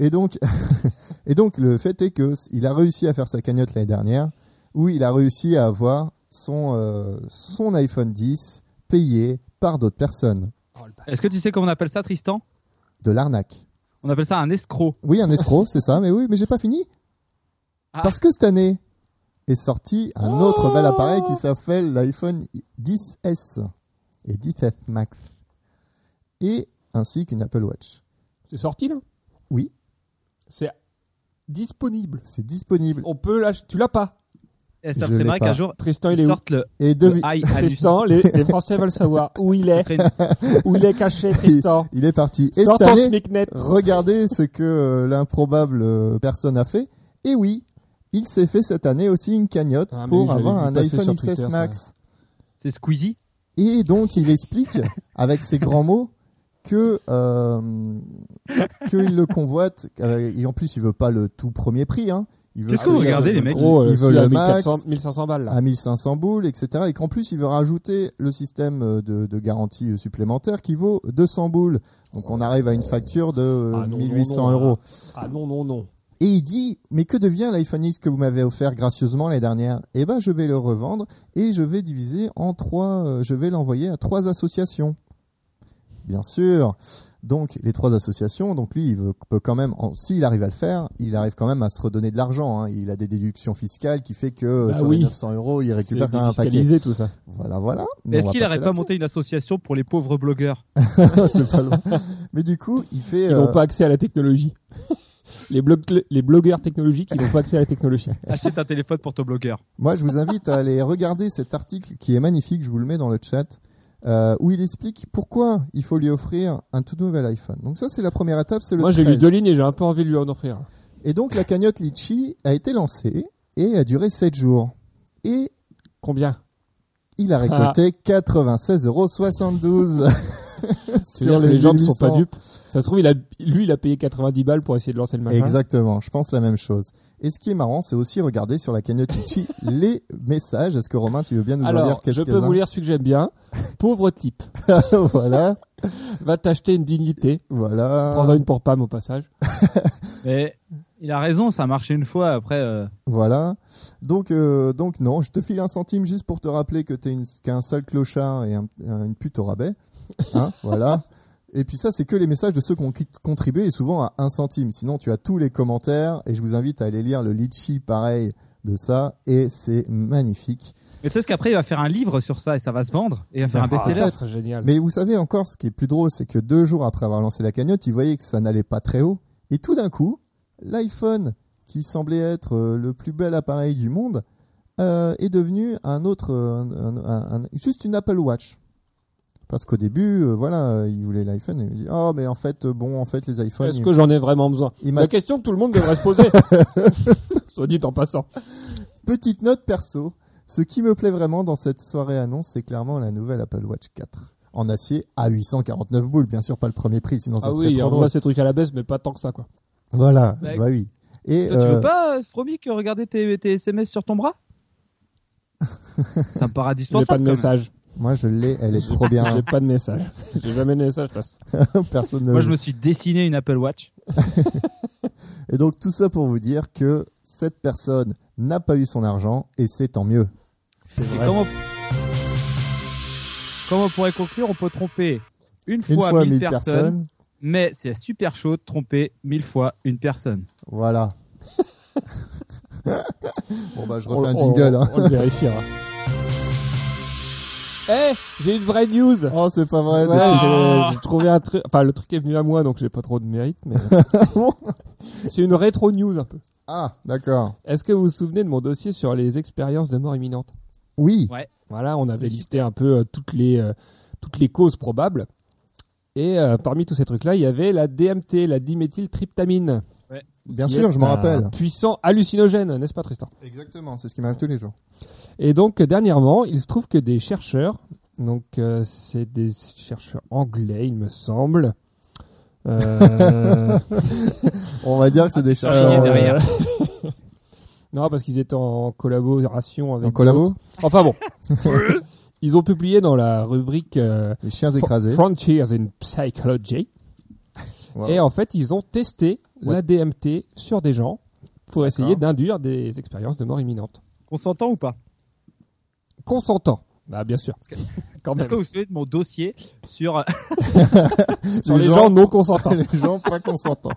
Speaker 1: Et donc, et donc le fait est que s- il a réussi à faire sa cagnotte l'année dernière, où il a réussi à avoir son euh, son iPhone 10 payé par d'autres personnes.
Speaker 6: Oh, le bâtard.
Speaker 2: Est-ce que tu sais comment on appelle ça, Tristan
Speaker 1: De l'arnaque.
Speaker 2: On appelle ça un escroc.
Speaker 1: Oui, un escroc, c'est ça. Mais oui, mais j'ai pas fini
Speaker 2: Ah.
Speaker 1: parce que cette année est sorti un autre bel appareil qui s'appelle l'iPhone 10s et 10s Max. et ainsi qu'une Apple Watch.
Speaker 6: C'est sorti là
Speaker 1: Oui.
Speaker 6: C'est disponible.
Speaker 1: C'est disponible.
Speaker 6: On peut l'acheter. Tu l'as pas.
Speaker 2: Et Eh, ça
Speaker 1: Je
Speaker 2: me ferait
Speaker 1: l'ai
Speaker 2: marrer
Speaker 1: pas.
Speaker 2: qu'un jour,
Speaker 6: Tristan, il
Speaker 2: ils
Speaker 6: est où
Speaker 2: sortent le
Speaker 1: Et
Speaker 2: le
Speaker 1: devi-
Speaker 2: high
Speaker 6: Tristan, les, les Français veulent savoir où il est, où il est caché, Tristan.
Speaker 1: il est parti. Et
Speaker 6: Sors
Speaker 1: cette
Speaker 6: ton
Speaker 1: année,
Speaker 6: SMICnet.
Speaker 1: regardez ce que euh, l'improbable euh, personne a fait. Et oui, il s'est fait cette année aussi une cagnotte
Speaker 6: Ah, mais oui,
Speaker 1: pour
Speaker 6: j'avais
Speaker 1: avoir
Speaker 6: vu
Speaker 1: un
Speaker 6: passer
Speaker 1: iPhone
Speaker 6: sur
Speaker 1: XS
Speaker 6: Twitter, ça.
Speaker 1: Max.
Speaker 2: C'est Squeezie.
Speaker 1: Et donc, il explique, avec ses grands mots, que euh, qu'il le convoite. Euh, Et en plus, il veut pas le tout premier prix. Hein. Il veut
Speaker 2: Qu'est-ce que vous
Speaker 1: celui à
Speaker 2: regardez,
Speaker 1: deux-
Speaker 2: les mecs
Speaker 6: Gros,
Speaker 1: Ils
Speaker 6: euh,
Speaker 1: veulent
Speaker 6: celui à
Speaker 1: le
Speaker 6: 1400,
Speaker 1: max. Euh,
Speaker 6: 1500 balles là.
Speaker 1: à 1500 boules, etc. Et qu'en plus, il veut rajouter le système euh, de, de garantie euh, supplémentaire qui vaut 200 boules. Donc on arrive à une facture de euh,
Speaker 6: Ah non, non,
Speaker 1: 1800
Speaker 6: non,
Speaker 1: euros.
Speaker 6: Ah non, non, non.
Speaker 1: Et il dit, mais que devient l'iPhone X que vous m'avez offert gracieusement l'année dernière Eh ben, je vais le revendre et je vais diviser en trois, euh, je vais l'envoyer à trois associations. Bien sûr. Donc, les trois associations, donc lui, il veut- peut quand même, en- s'il arrive à le faire, il arrive quand même à se redonner de l'argent. hein. Il a des déductions fiscales qui fait que euh,
Speaker 6: Bah
Speaker 1: sur
Speaker 6: oui.
Speaker 1: les 900 euros, il
Speaker 6: C'est
Speaker 1: récupère quand même un paquet.
Speaker 6: défiscalisé tout ça.
Speaker 1: Voilà, voilà. Mais
Speaker 2: Est-ce
Speaker 1: on va
Speaker 2: qu'il
Speaker 1: passer
Speaker 2: n'aurait pas monté une association pour les pauvres blogueurs
Speaker 1: là-dessus. C'est pas loin. Mais du coup, il fait.
Speaker 6: Ils
Speaker 1: euh,
Speaker 6: n'ont pas accès à la technologie. les, blog- les blogueurs technologiques, ils n'ont pas accès à la technologie.
Speaker 2: Achète un téléphone pour ton blogueur.
Speaker 1: Moi, je vous invite à aller regarder cet article qui est magnifique. Je vous le mets dans le chat. euh, où il explique pourquoi il faut lui offrir un tout nouvel iPhone. Donc ça, c'est la première étape, c'est le
Speaker 6: Moi, j'ai
Speaker 1: 13.
Speaker 6: lu deux lignes et j'ai un peu envie de lui en offrir. un.
Speaker 1: Et donc, la cagnotte Litchi a été lancée et a duré 7 jours. Et
Speaker 6: Combien
Speaker 1: il a
Speaker 6: Ah.
Speaker 1: récolté 96,72 sur
Speaker 6: C'est-à-dire que
Speaker 1: les,
Speaker 6: les gens ne sont
Speaker 1: 1800.
Speaker 6: pas dupes. Ça se trouve, il a, lui, il a payé 90 balles pour essayer de lancer le machin.
Speaker 1: Exactement, je pense la même chose. Et ce qui est marrant, c'est aussi regarder sur la cagnotte Litchi les messages. Est-ce que Romain, tu veux bien nous en lire
Speaker 6: Alors, je
Speaker 1: quelques-uns
Speaker 6: peux vous lire celui que j'aime bien. Pauvre type,
Speaker 1: Voilà,
Speaker 6: va t'acheter une dignité.
Speaker 1: voilà.
Speaker 6: Prends-en une pour Pam au passage.
Speaker 2: Mais il a raison, ça a marché une fois. Après, euh,
Speaker 1: Voilà. Donc, euh, donc non, je te file un centime juste pour te rappeler que t'es une- qu'un sale clochard et un- un- une pute au rabais. Hein, voilà. Et puis ça, c'est que les messages de ceux qui ont qui- contribué et souvent à un centime. Sinon, tu as tous les commentaires et je vous invite à aller lire le litchi pareil de ça et c'est magnifique.
Speaker 2: mais tu sais ce qu'après, il va faire un livre sur ça et ça va se vendre et il va faire un
Speaker 1: Ah,
Speaker 2: best-seller.
Speaker 1: peut-être.
Speaker 6: c'est génial.
Speaker 1: Mais vous savez encore, ce qui est plus drôle, c'est que deux jours après avoir lancé la cagnotte, ils voyaient que ça n'allait pas très haut. Et tout d'un coup, l'iPhone, qui semblait être euh, le plus bel appareil du monde, euh, est devenu un autre, euh, un- un- un- juste une Apple Watch. Parce qu'au début, euh, voilà, euh, ils voulaient l'iPhone. et Ils me disaient, oh, mais en fait, euh, bon, en fait, les iPhones,
Speaker 6: Est-ce
Speaker 1: ils-
Speaker 6: que j'en ai vraiment besoin
Speaker 1: ils
Speaker 6: La
Speaker 1: matchent-
Speaker 6: question que tout le monde devrait se poser. Soit dit en passant.
Speaker 1: Petite note perso. Ce qui me plaît vraiment dans cette soirée annonce, c'est clairement la nouvelle Apple Watch 4. En acier à 849 boules, bien sûr pas le premier prix, sinon ça
Speaker 6: Ah
Speaker 1: serait
Speaker 6: oui,
Speaker 1: trop
Speaker 6: on
Speaker 1: drôle.
Speaker 6: voit ces trucs à la baisse, mais pas tant que ça, quoi.
Speaker 1: Voilà,
Speaker 2: Bah,
Speaker 1: bah oui. Et
Speaker 2: Toi, tu
Speaker 1: euh,
Speaker 2: veux pas, euh, Fromic, regarder tes, tes SMS sur ton bras Ça me paraît
Speaker 6: J'ai pas
Speaker 2: indispensable.
Speaker 6: de
Speaker 2: quand même.
Speaker 6: message.
Speaker 1: moi je l'ai, elle est trop bien.
Speaker 6: J'ai pas de message. J'ai jamais de message. parce-
Speaker 1: Personne ne-
Speaker 2: Moi, je me suis dessiné une Apple Watch.
Speaker 1: Et donc tout ça pour vous dire que cette personne n'a pas eu son argent et c'est tant mieux.
Speaker 6: C'est
Speaker 2: Et
Speaker 6: vrai.
Speaker 2: comment... comment on pourrait conclure On peut tromper une
Speaker 1: Une
Speaker 2: fois,
Speaker 1: fois
Speaker 2: 1000
Speaker 1: mille
Speaker 2: personnes,
Speaker 1: personnes,
Speaker 2: mais c'est super chaud de tromper mille fois une personne.
Speaker 1: voilà. bon bah je
Speaker 6: On-
Speaker 2: Oh,
Speaker 1: refais un
Speaker 6: on-
Speaker 1: jingle. hein.
Speaker 6: On, le vérifiera. Eh, j'ai une vraie news.
Speaker 1: Oh c'est pas vrai.
Speaker 6: Ouais,
Speaker 1: depuis-
Speaker 2: Ah.
Speaker 6: j'ai- j'ai trouvé un truc. Enfin, le truc est venu à moi, donc j'ai pas trop de mérite. Mais c'est une rétro news un peu.
Speaker 1: Ah d'accord.
Speaker 6: Est-ce que vous vous souvenez de mon dossier sur les expériences de mort imminente
Speaker 1: Oui.
Speaker 2: Ouais.
Speaker 6: Voilà, on avait listé un peu euh, toutes les euh, toutes les causes probables. Et euh, parmi tous ces trucs-là, il y avait la DMT, la diméthyltryptamine.
Speaker 1: Bien
Speaker 6: qui
Speaker 1: sûr,
Speaker 6: est
Speaker 1: je m'en
Speaker 6: un
Speaker 1: rappelle.
Speaker 6: Puissant hallucinogène, n'est-ce pas, Tristan
Speaker 1: Exactement, c'est ce qui m'arrive tous les jours.
Speaker 6: Et donc, euh, dernièrement, il se trouve que des chercheurs, donc euh, c'est des chercheurs anglais, il me semble. Euh,
Speaker 1: On va dire que c'est des
Speaker 2: il y
Speaker 1: chercheurs
Speaker 2: a derrière.
Speaker 1: euh,
Speaker 6: non, parce qu'ils étaient en collaboration avec.
Speaker 1: en collabo,
Speaker 6: d'autres. Enfin bon. Ils ont publié dans la rubrique euh,
Speaker 1: les chiens
Speaker 6: Fr-
Speaker 1: écrasés.
Speaker 6: Frontiers in Psychology.
Speaker 1: Wow.
Speaker 6: Et en fait, ils ont testé
Speaker 1: Ouais.
Speaker 6: la DMT sur des gens pour essayer
Speaker 1: D'accord.
Speaker 6: d'induire des expériences de mort imminente.
Speaker 2: On s'entend ou pas
Speaker 6: Consentant. Bah, bien sûr. Quand
Speaker 2: Est-ce
Speaker 6: même.
Speaker 2: que vous souvenez de mon dossier sur euh,
Speaker 6: Sur les gens non consentants.
Speaker 1: les gens pas consentants.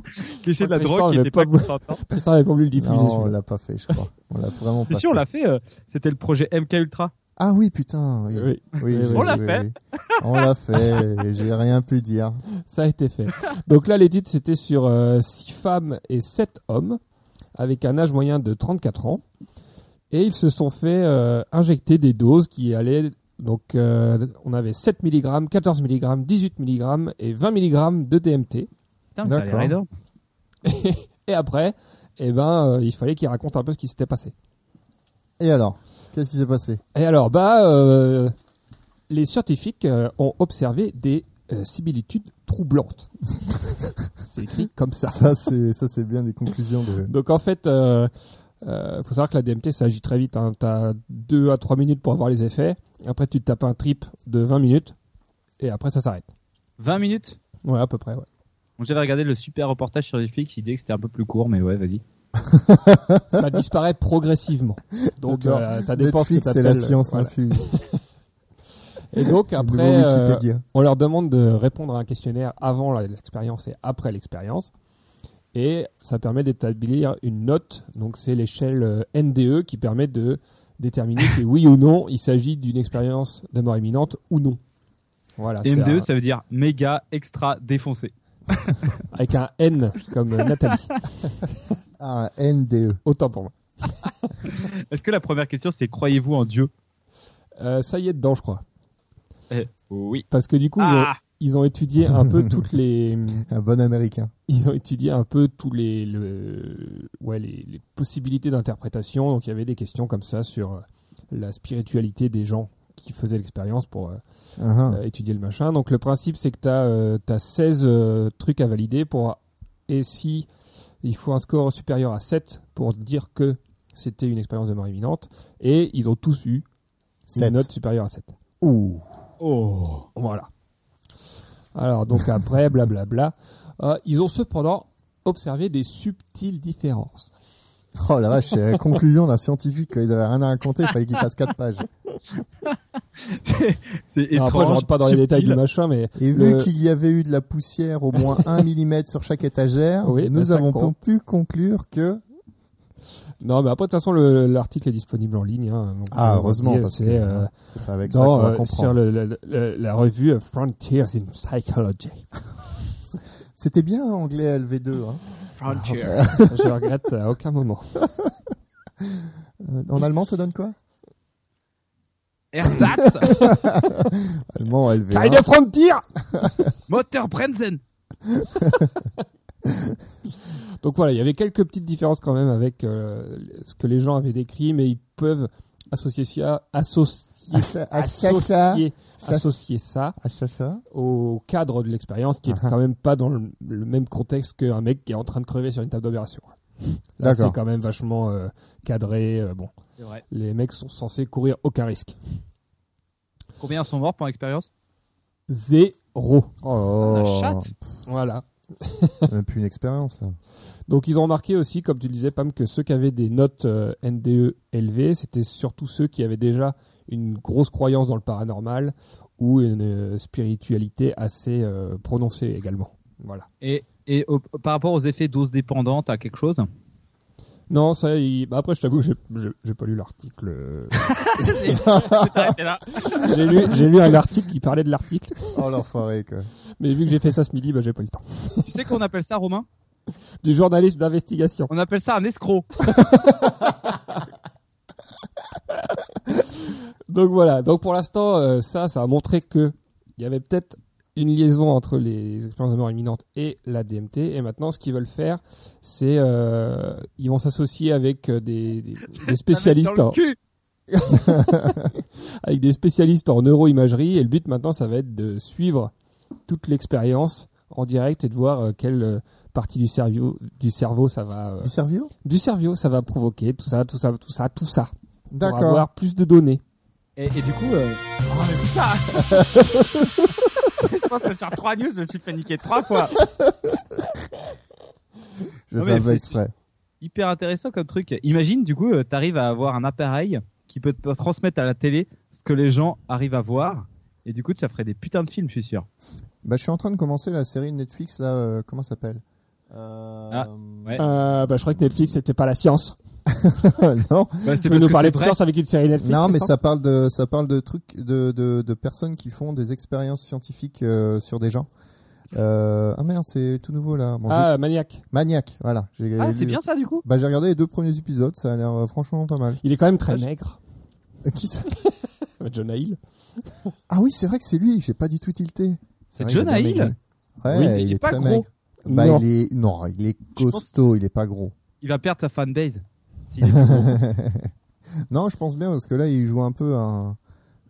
Speaker 2: l'essai de la
Speaker 6: Tristan
Speaker 2: drogue qui
Speaker 6: avait
Speaker 2: n'était
Speaker 6: pas
Speaker 2: pas
Speaker 6: voulu-
Speaker 2: consentant
Speaker 6: Tristan avait pas voulu le diffuser.
Speaker 1: Non, on
Speaker 6: celui-là.
Speaker 1: l'a pas fait, je crois. On l'a vraiment pas.
Speaker 2: Mais si, on
Speaker 1: fait.
Speaker 2: l'a fait. euh, C'était le projet MK Ultra.
Speaker 1: Ah oui, putain. Oui,
Speaker 6: Oui,
Speaker 1: Oui,
Speaker 6: oui,
Speaker 1: oui,
Speaker 2: On
Speaker 1: oui,
Speaker 2: l'a
Speaker 1: oui,
Speaker 2: fait.
Speaker 1: oui. On l'a fait. et J'ai rien pu dire.
Speaker 6: ça a été fait. Donc là, l'étude, c'était sur 6 femmes et 7 hommes, avec un âge moyen de 34 ans. Et ils se sont fait euh, injecter des doses qui allaient. Donc, euh, on avait 7 mg, 14 mg, 18 mg et 20 mg de DMT.
Speaker 2: Putain, ça a l'air
Speaker 1: D'accord.
Speaker 2: énorme.
Speaker 6: Et après, eh ben, euh, il fallait qu'ils racontent un peu ce qui s'était passé.
Speaker 1: Et alors Qu'est-ce qui s'est passé
Speaker 6: Et alors, bah, euh, les scientifiques euh, ont observé des euh, similitudes troublantes. C'est écrit comme ça.
Speaker 1: Ça, c'est ça, c'est bien des conclusions de.
Speaker 6: Donc en fait, euh, euh, faut savoir que la DMT, ça agit très vite. Hein. T'as 2 à 3 minutes pour avoir les effets. Après, tu te tapes un trip de 20 minutes. Et après, ça s'arrête.
Speaker 2: 20 minutes
Speaker 6: Ouais, à peu près. Ouais.
Speaker 2: Bon, J'avais regardé le super reportage sur Netflix, il disait que c'était un peu plus court, mais ouais, vas-y.
Speaker 6: Ça disparaît progressivement. Donc
Speaker 1: J'adore.
Speaker 6: euh, ça dépend
Speaker 1: Netflix,
Speaker 6: ce que
Speaker 1: c'est la
Speaker 6: t'appelles,
Speaker 1: science
Speaker 6: voilà.
Speaker 1: infuse.
Speaker 6: Et donc
Speaker 1: Le
Speaker 6: après,
Speaker 1: nouveau
Speaker 6: euh,
Speaker 1: Wikipédia.
Speaker 6: on leur demande de répondre à un questionnaire avant la- l'expérience et après l'expérience. Et ça permet d'établir une note. Donc c'est l'échelle euh, NDE qui permet de déterminer si oui ou non il s'agit d'une expérience de mort imminente ou non. Voilà, Ah, c'est
Speaker 2: MDE,
Speaker 6: un-
Speaker 2: E, ça veut dire méga extra défoncé.
Speaker 6: avec un N comme euh, Nathalie.
Speaker 1: Ah, NDE.
Speaker 6: Autant pour moi.
Speaker 2: Est-ce que la première question, c'est croyez-vous en Dieu
Speaker 6: Euh, ça y est dedans, je crois.
Speaker 2: Oui.
Speaker 6: Parce que du coup, ils, ont,
Speaker 2: Ah
Speaker 6: ils ont étudié un peu toutes les,
Speaker 1: Un bon américain.
Speaker 6: ils ont étudié un peu tous les, le- ouais, les, les possibilités d'interprétation. Donc il y avait des questions comme ça sur euh, la spiritualité des gens qui faisaient l'expérience pour euh,
Speaker 1: Ah, ah.
Speaker 6: euh, étudier le machin. Donc le principe c'est que tu as, 16 euh, trucs à valider pour et si il faut un score supérieur à 7 pour dire que c'était une expérience de mort imminente et ils ont tous eu
Speaker 1: Sept.
Speaker 6: une note supérieure à 7.
Speaker 1: Ouh.
Speaker 2: Oh
Speaker 6: Voilà. Alors, donc après, blablabla. Euh, ils ont cependant observé des subtiles différences.
Speaker 1: Oh la vache, c'est la conclusion d'un scientifique. Ils avaient rien à raconter, il fallait qu'il fasse 4 pages.
Speaker 2: C'est c'est
Speaker 6: Alors
Speaker 2: étrange.
Speaker 6: après, je rentre pas dans les détails
Speaker 2: subtil.
Speaker 6: du machin, mais
Speaker 1: Et vu
Speaker 6: Le-
Speaker 1: qu'il y avait eu de la poussière au moins 1 mm sur chaque étagère,
Speaker 6: Oui, ben
Speaker 1: nous
Speaker 6: ça
Speaker 1: avons
Speaker 6: compte.
Speaker 1: pu conclure que
Speaker 6: non, mais après, de toute façon, le- l'article est disponible en ligne. hein, donc,
Speaker 1: Ah,
Speaker 6: euh,
Speaker 1: heureusement,
Speaker 6: c'est,
Speaker 1: parce que-
Speaker 6: euh,
Speaker 1: c'est pas avec ça
Speaker 6: dans,
Speaker 1: qu'on va
Speaker 6: euh,
Speaker 1: comprendre.
Speaker 6: sur le- le- le- la revue euh, Frontiers in Psychology.
Speaker 1: C'était bien anglais LV2. Hein.
Speaker 6: je regrette à aucun moment.
Speaker 1: Euh, en allemand, ça donne quoi
Speaker 2: Ersatz
Speaker 1: Allemand LV1.
Speaker 6: Keine Frontier
Speaker 2: Moteur Bremsen
Speaker 6: Donc voilà, il y avait quelques petites différences quand même avec euh, ce que les gens avaient décrit, mais ils peuvent associer ça, associer,
Speaker 1: Assa-
Speaker 6: associer,
Speaker 1: ça-
Speaker 6: associer ça
Speaker 1: Ah, ça, ça
Speaker 6: au cadre de l'expérience qui est quand même pas dans le, le même contexte qu'un mec qui est en train de crever sur une table d'opération. Là,
Speaker 1: D'accord.
Speaker 6: c'est quand même vachement euh, cadré. euh, bon,
Speaker 2: C'est vrai.
Speaker 6: les mecs sont censés courir aucun risque.
Speaker 2: Combien sont morts pour l'expérience
Speaker 6: Zéro.
Speaker 1: Oh,
Speaker 2: Un chat
Speaker 6: Voilà.
Speaker 1: même plus une expérience. hein. là.
Speaker 6: Donc, ils ont remarqué aussi, comme tu le disais, Pam, que ceux qui avaient des notes euh, NDE élevées, c'était surtout ceux qui avaient déjà une grosse croyance dans le paranormal ou une euh, spiritualité assez euh, prononcée également. Voilà.
Speaker 2: Et, et au- par rapport aux effets dose dépendante à quelque chose
Speaker 6: Non, ça, il- bah, après, je t'avoue que j'ai- j'ai j'ai pas lu l'article. euh, J'ai lu, j'ai lu un article qui parlait de l'article,
Speaker 1: Oh l'enfoiré quoi.
Speaker 6: mais vu que j'ai fait ça ce midi, bah, j'ai pas eu le temps.
Speaker 2: Tu sais qu'on appelle ça, Romain
Speaker 6: Du journalisme d'investigation.
Speaker 2: On appelle ça un escroc.
Speaker 6: Donc voilà, donc pour l'instant, euh, ça, ça a montré que il y avait peut-être une liaison entre les expériences de mort imminente et la DMT. Et maintenant, ce qu'ils veulent faire, c'est euh, ils vont s'associer avec euh, des, des- des spécialistes,
Speaker 2: Dans le
Speaker 6: en,
Speaker 2: cul.
Speaker 6: avec des spécialistes en neuroimagerie. Et le but maintenant, ça va être de suivre toute l'expérience en direct et de voir euh, quelle euh, partie du cerveau, du cerveau ça va euh,
Speaker 1: Du cerveau
Speaker 6: du cerveau, ça va provoquer tout ça, tout ça, tout ça, tout ça. Pour
Speaker 1: D'accord.
Speaker 6: avoir plus de données.
Speaker 2: Et, et du coup. euh, Oh, mais putain Je pense que sur 3 news, je me suis fait niquer 3 fois.
Speaker 1: Je
Speaker 2: Non,
Speaker 1: fais
Speaker 2: mais
Speaker 1: pas
Speaker 2: c'est-
Speaker 1: exprès.
Speaker 2: Hyper intéressant comme truc. Imagine, du coup, euh, t'arrives à avoir un appareil qui peut te transmettre à la télé ce que les gens arrivent à voir. Et du coup, ça ferait des putains de films, je suis sûr.
Speaker 1: Bah je suis en train de commencer la série de Netflix là. euh, comment ça s'appelle Euh,
Speaker 2: Ah, ouais.
Speaker 6: Euh, bah, je crois que Netflix, c'était pas la science.
Speaker 1: non,
Speaker 2: Bah, c'est
Speaker 6: Tu veux
Speaker 2: parce
Speaker 6: nous
Speaker 2: que
Speaker 6: parler
Speaker 2: c'est
Speaker 6: de
Speaker 2: vrai.
Speaker 6: science avec une série Netflix
Speaker 1: non, mais
Speaker 6: Christophe
Speaker 1: ça parle de ça parle de trucs de de, de personnes qui font des expériences scientifiques euh, sur des gens. Euh, ah merde, c'est tout nouveau là. Bon,
Speaker 6: Ah, Maniac.
Speaker 1: j'ai- Maniac, voilà. J'ai
Speaker 2: Ah,
Speaker 1: lu-
Speaker 2: c'est bien ça du coup
Speaker 1: Bah j'ai regardé les deux premiers épisodes, ça a l'air euh, franchement pas mal.
Speaker 6: Il est quand même très
Speaker 2: Ah, je-
Speaker 6: maigre.
Speaker 1: Qui ça
Speaker 6: John Hill.
Speaker 1: Ah oui, c'est vrai que c'est lui. J'ai pas du tout tilté.
Speaker 2: C'est
Speaker 1: vrai,
Speaker 2: John
Speaker 1: il a bien
Speaker 2: Hill
Speaker 1: maigri. Ouais,
Speaker 6: Oui,
Speaker 1: il,
Speaker 6: mais
Speaker 1: est,
Speaker 6: il est pas
Speaker 1: très
Speaker 6: gros.
Speaker 1: maigre. Bah
Speaker 6: Non.
Speaker 1: il est non, il est
Speaker 2: pense-
Speaker 1: costaud, il est pas gros.
Speaker 2: Il va perdre sa fanbase. Si.
Speaker 1: non, je pense bien parce que là, il joue un peu un,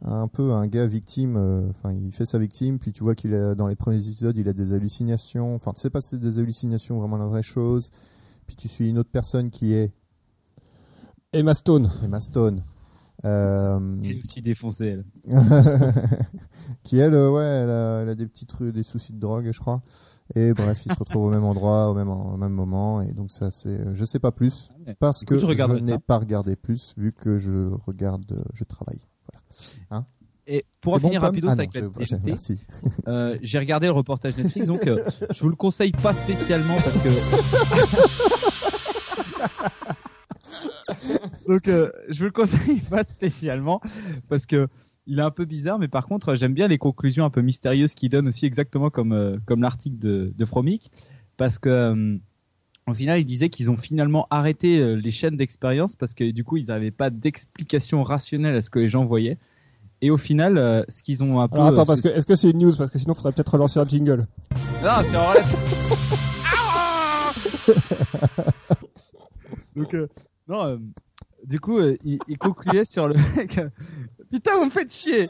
Speaker 1: un peu un gars victime. euh, Enfin, il fait sa victime, puis tu vois qu'il a dans les premiers épisodes, il a des hallucinations. Enfin, tu sais pas si c'est des hallucinations vraiment la vraie chose. Puis tu suis une autre personne qui est
Speaker 6: Emma Stone.
Speaker 1: Emma Stone, euh,
Speaker 2: Il est aussi défoncé. elle.
Speaker 1: qui elle, euh, ouais, elle a, elle a des petits trucs, des soucis de drogue, je crois. Et bref, ils se retrouvent au même endroit, au même au même moment, et donc ça, c'est, euh, je sais pas plus
Speaker 2: Ouais.
Speaker 1: parce
Speaker 2: Écoute,
Speaker 1: que
Speaker 2: je regarderai
Speaker 1: je
Speaker 2: ça.
Speaker 1: n'ai pas regardé plus vu que je regarde, euh, je travaille.
Speaker 2: Et pour
Speaker 1: C'est
Speaker 2: en finir
Speaker 1: Pam
Speaker 2: rapidos
Speaker 1: Ah
Speaker 2: avec
Speaker 1: non,
Speaker 2: la
Speaker 1: je-
Speaker 2: TNT,
Speaker 1: Merci.
Speaker 2: euh, j'ai regardé le reportage Netflix, donc euh, je vous le conseille pas spécialement parce que. donc euh, je vous le conseille pas spécialement parce que il est un peu bizarre, mais par contre j'aime bien les conclusions un peu mystérieuses qu'il donne aussi exactement comme euh, comme l'article de, de Fromic, parce que. euh, au final, il disait qu'ils ont finalement arrêté euh, les chaînes d'expérience parce que du coup, ils n'avaient pas d'explication rationnelle à ce que les gens voyaient. Et au final, euh, ce qu'ils ont un peu.
Speaker 6: Alors
Speaker 2: euh,
Speaker 6: attends, parce
Speaker 2: c'est-
Speaker 6: que est-ce que c'est une news Parce que sinon, faudrait peut-être relancer un jingle.
Speaker 2: non, c'est en relation. Ah Donc, euh, non, euh, du coup, euh, il, il concluait sur le mec. euh, Putain, vous me faites chier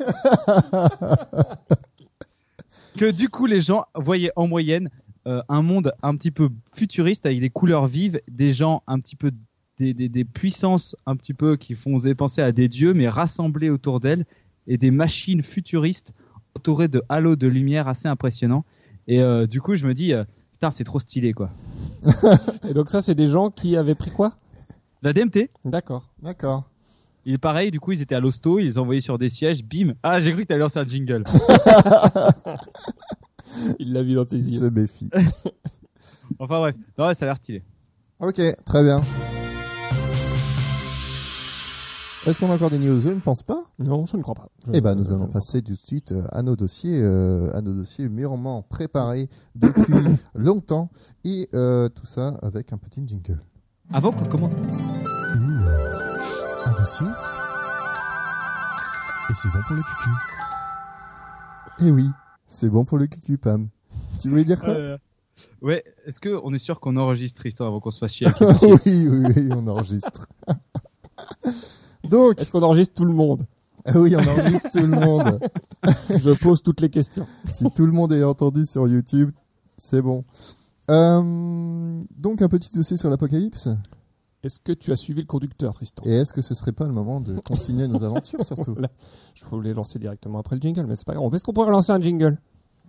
Speaker 2: Que du coup, les gens voyaient en moyenne euh, un monde un petit peu futuriste avec des couleurs vives, des gens un petit peu. Des, des, des puissances un petit peu qui font faisaient penser à des dieux, mais rassemblés autour d'elles, et des machines futuristes entourées de halos de lumière assez impressionnants. Et euh, du coup, je me dis, euh, putain, c'est trop stylé, quoi.
Speaker 6: Et donc ça, c'est des gens qui avaient pris quoi
Speaker 2: La DMT,
Speaker 6: D'accord.
Speaker 1: D'accord.
Speaker 2: il est pareil, du coup, ils étaient à l'hosto, ils les envoyaient sur des sièges, bim. Ah, j'ai cru que t'allais lancer un jingle.
Speaker 6: Il l'a vu dans tes
Speaker 1: Il
Speaker 6: yeux.
Speaker 1: se méfie.
Speaker 2: Enfin, bref. Non, ouais, ça a l'air stylé.
Speaker 1: Ok, très bien. Est-ce qu'on a encore des news Je ne pense pas.
Speaker 6: Non, je ne crois pas. Je-
Speaker 1: Eh ben, nous allons
Speaker 6: je-
Speaker 1: passer tout de suite euh, à nos dossiers, euh, à nos dossiers mûrement préparés depuis longtemps, et euh, tout ça avec un petit jingle.
Speaker 2: Avant qu'on commence.
Speaker 3: Un dossier Et c'est bon pour le cucu.
Speaker 1: Eh oui, c'est bon pour le cucu, Pam. Tu voulais dire quoi
Speaker 2: Euh, ouais, est-ce qu'on est sûr qu'on enregistre, Tristan, avant qu'on se fasse chier
Speaker 1: oui, oui, oui, on enregistre. Donc,
Speaker 6: Est-ce qu'on enregistre tout le monde
Speaker 1: ah oui, on enregistre tout le monde.
Speaker 6: Je pose toutes les questions.
Speaker 1: si tout le monde est entendu sur YouTube, c'est bon. Euh, donc un petit dossier sur l'apocalypse.
Speaker 6: Est-ce que tu as suivi le conducteur, Tristan
Speaker 1: Et est-ce que ce serait pas le moment de continuer nos aventures surtout
Speaker 6: Voilà. Je voulais lancer directement après le jingle, mais c'est pas grave. Est-ce qu'on pourrait lancer un jingle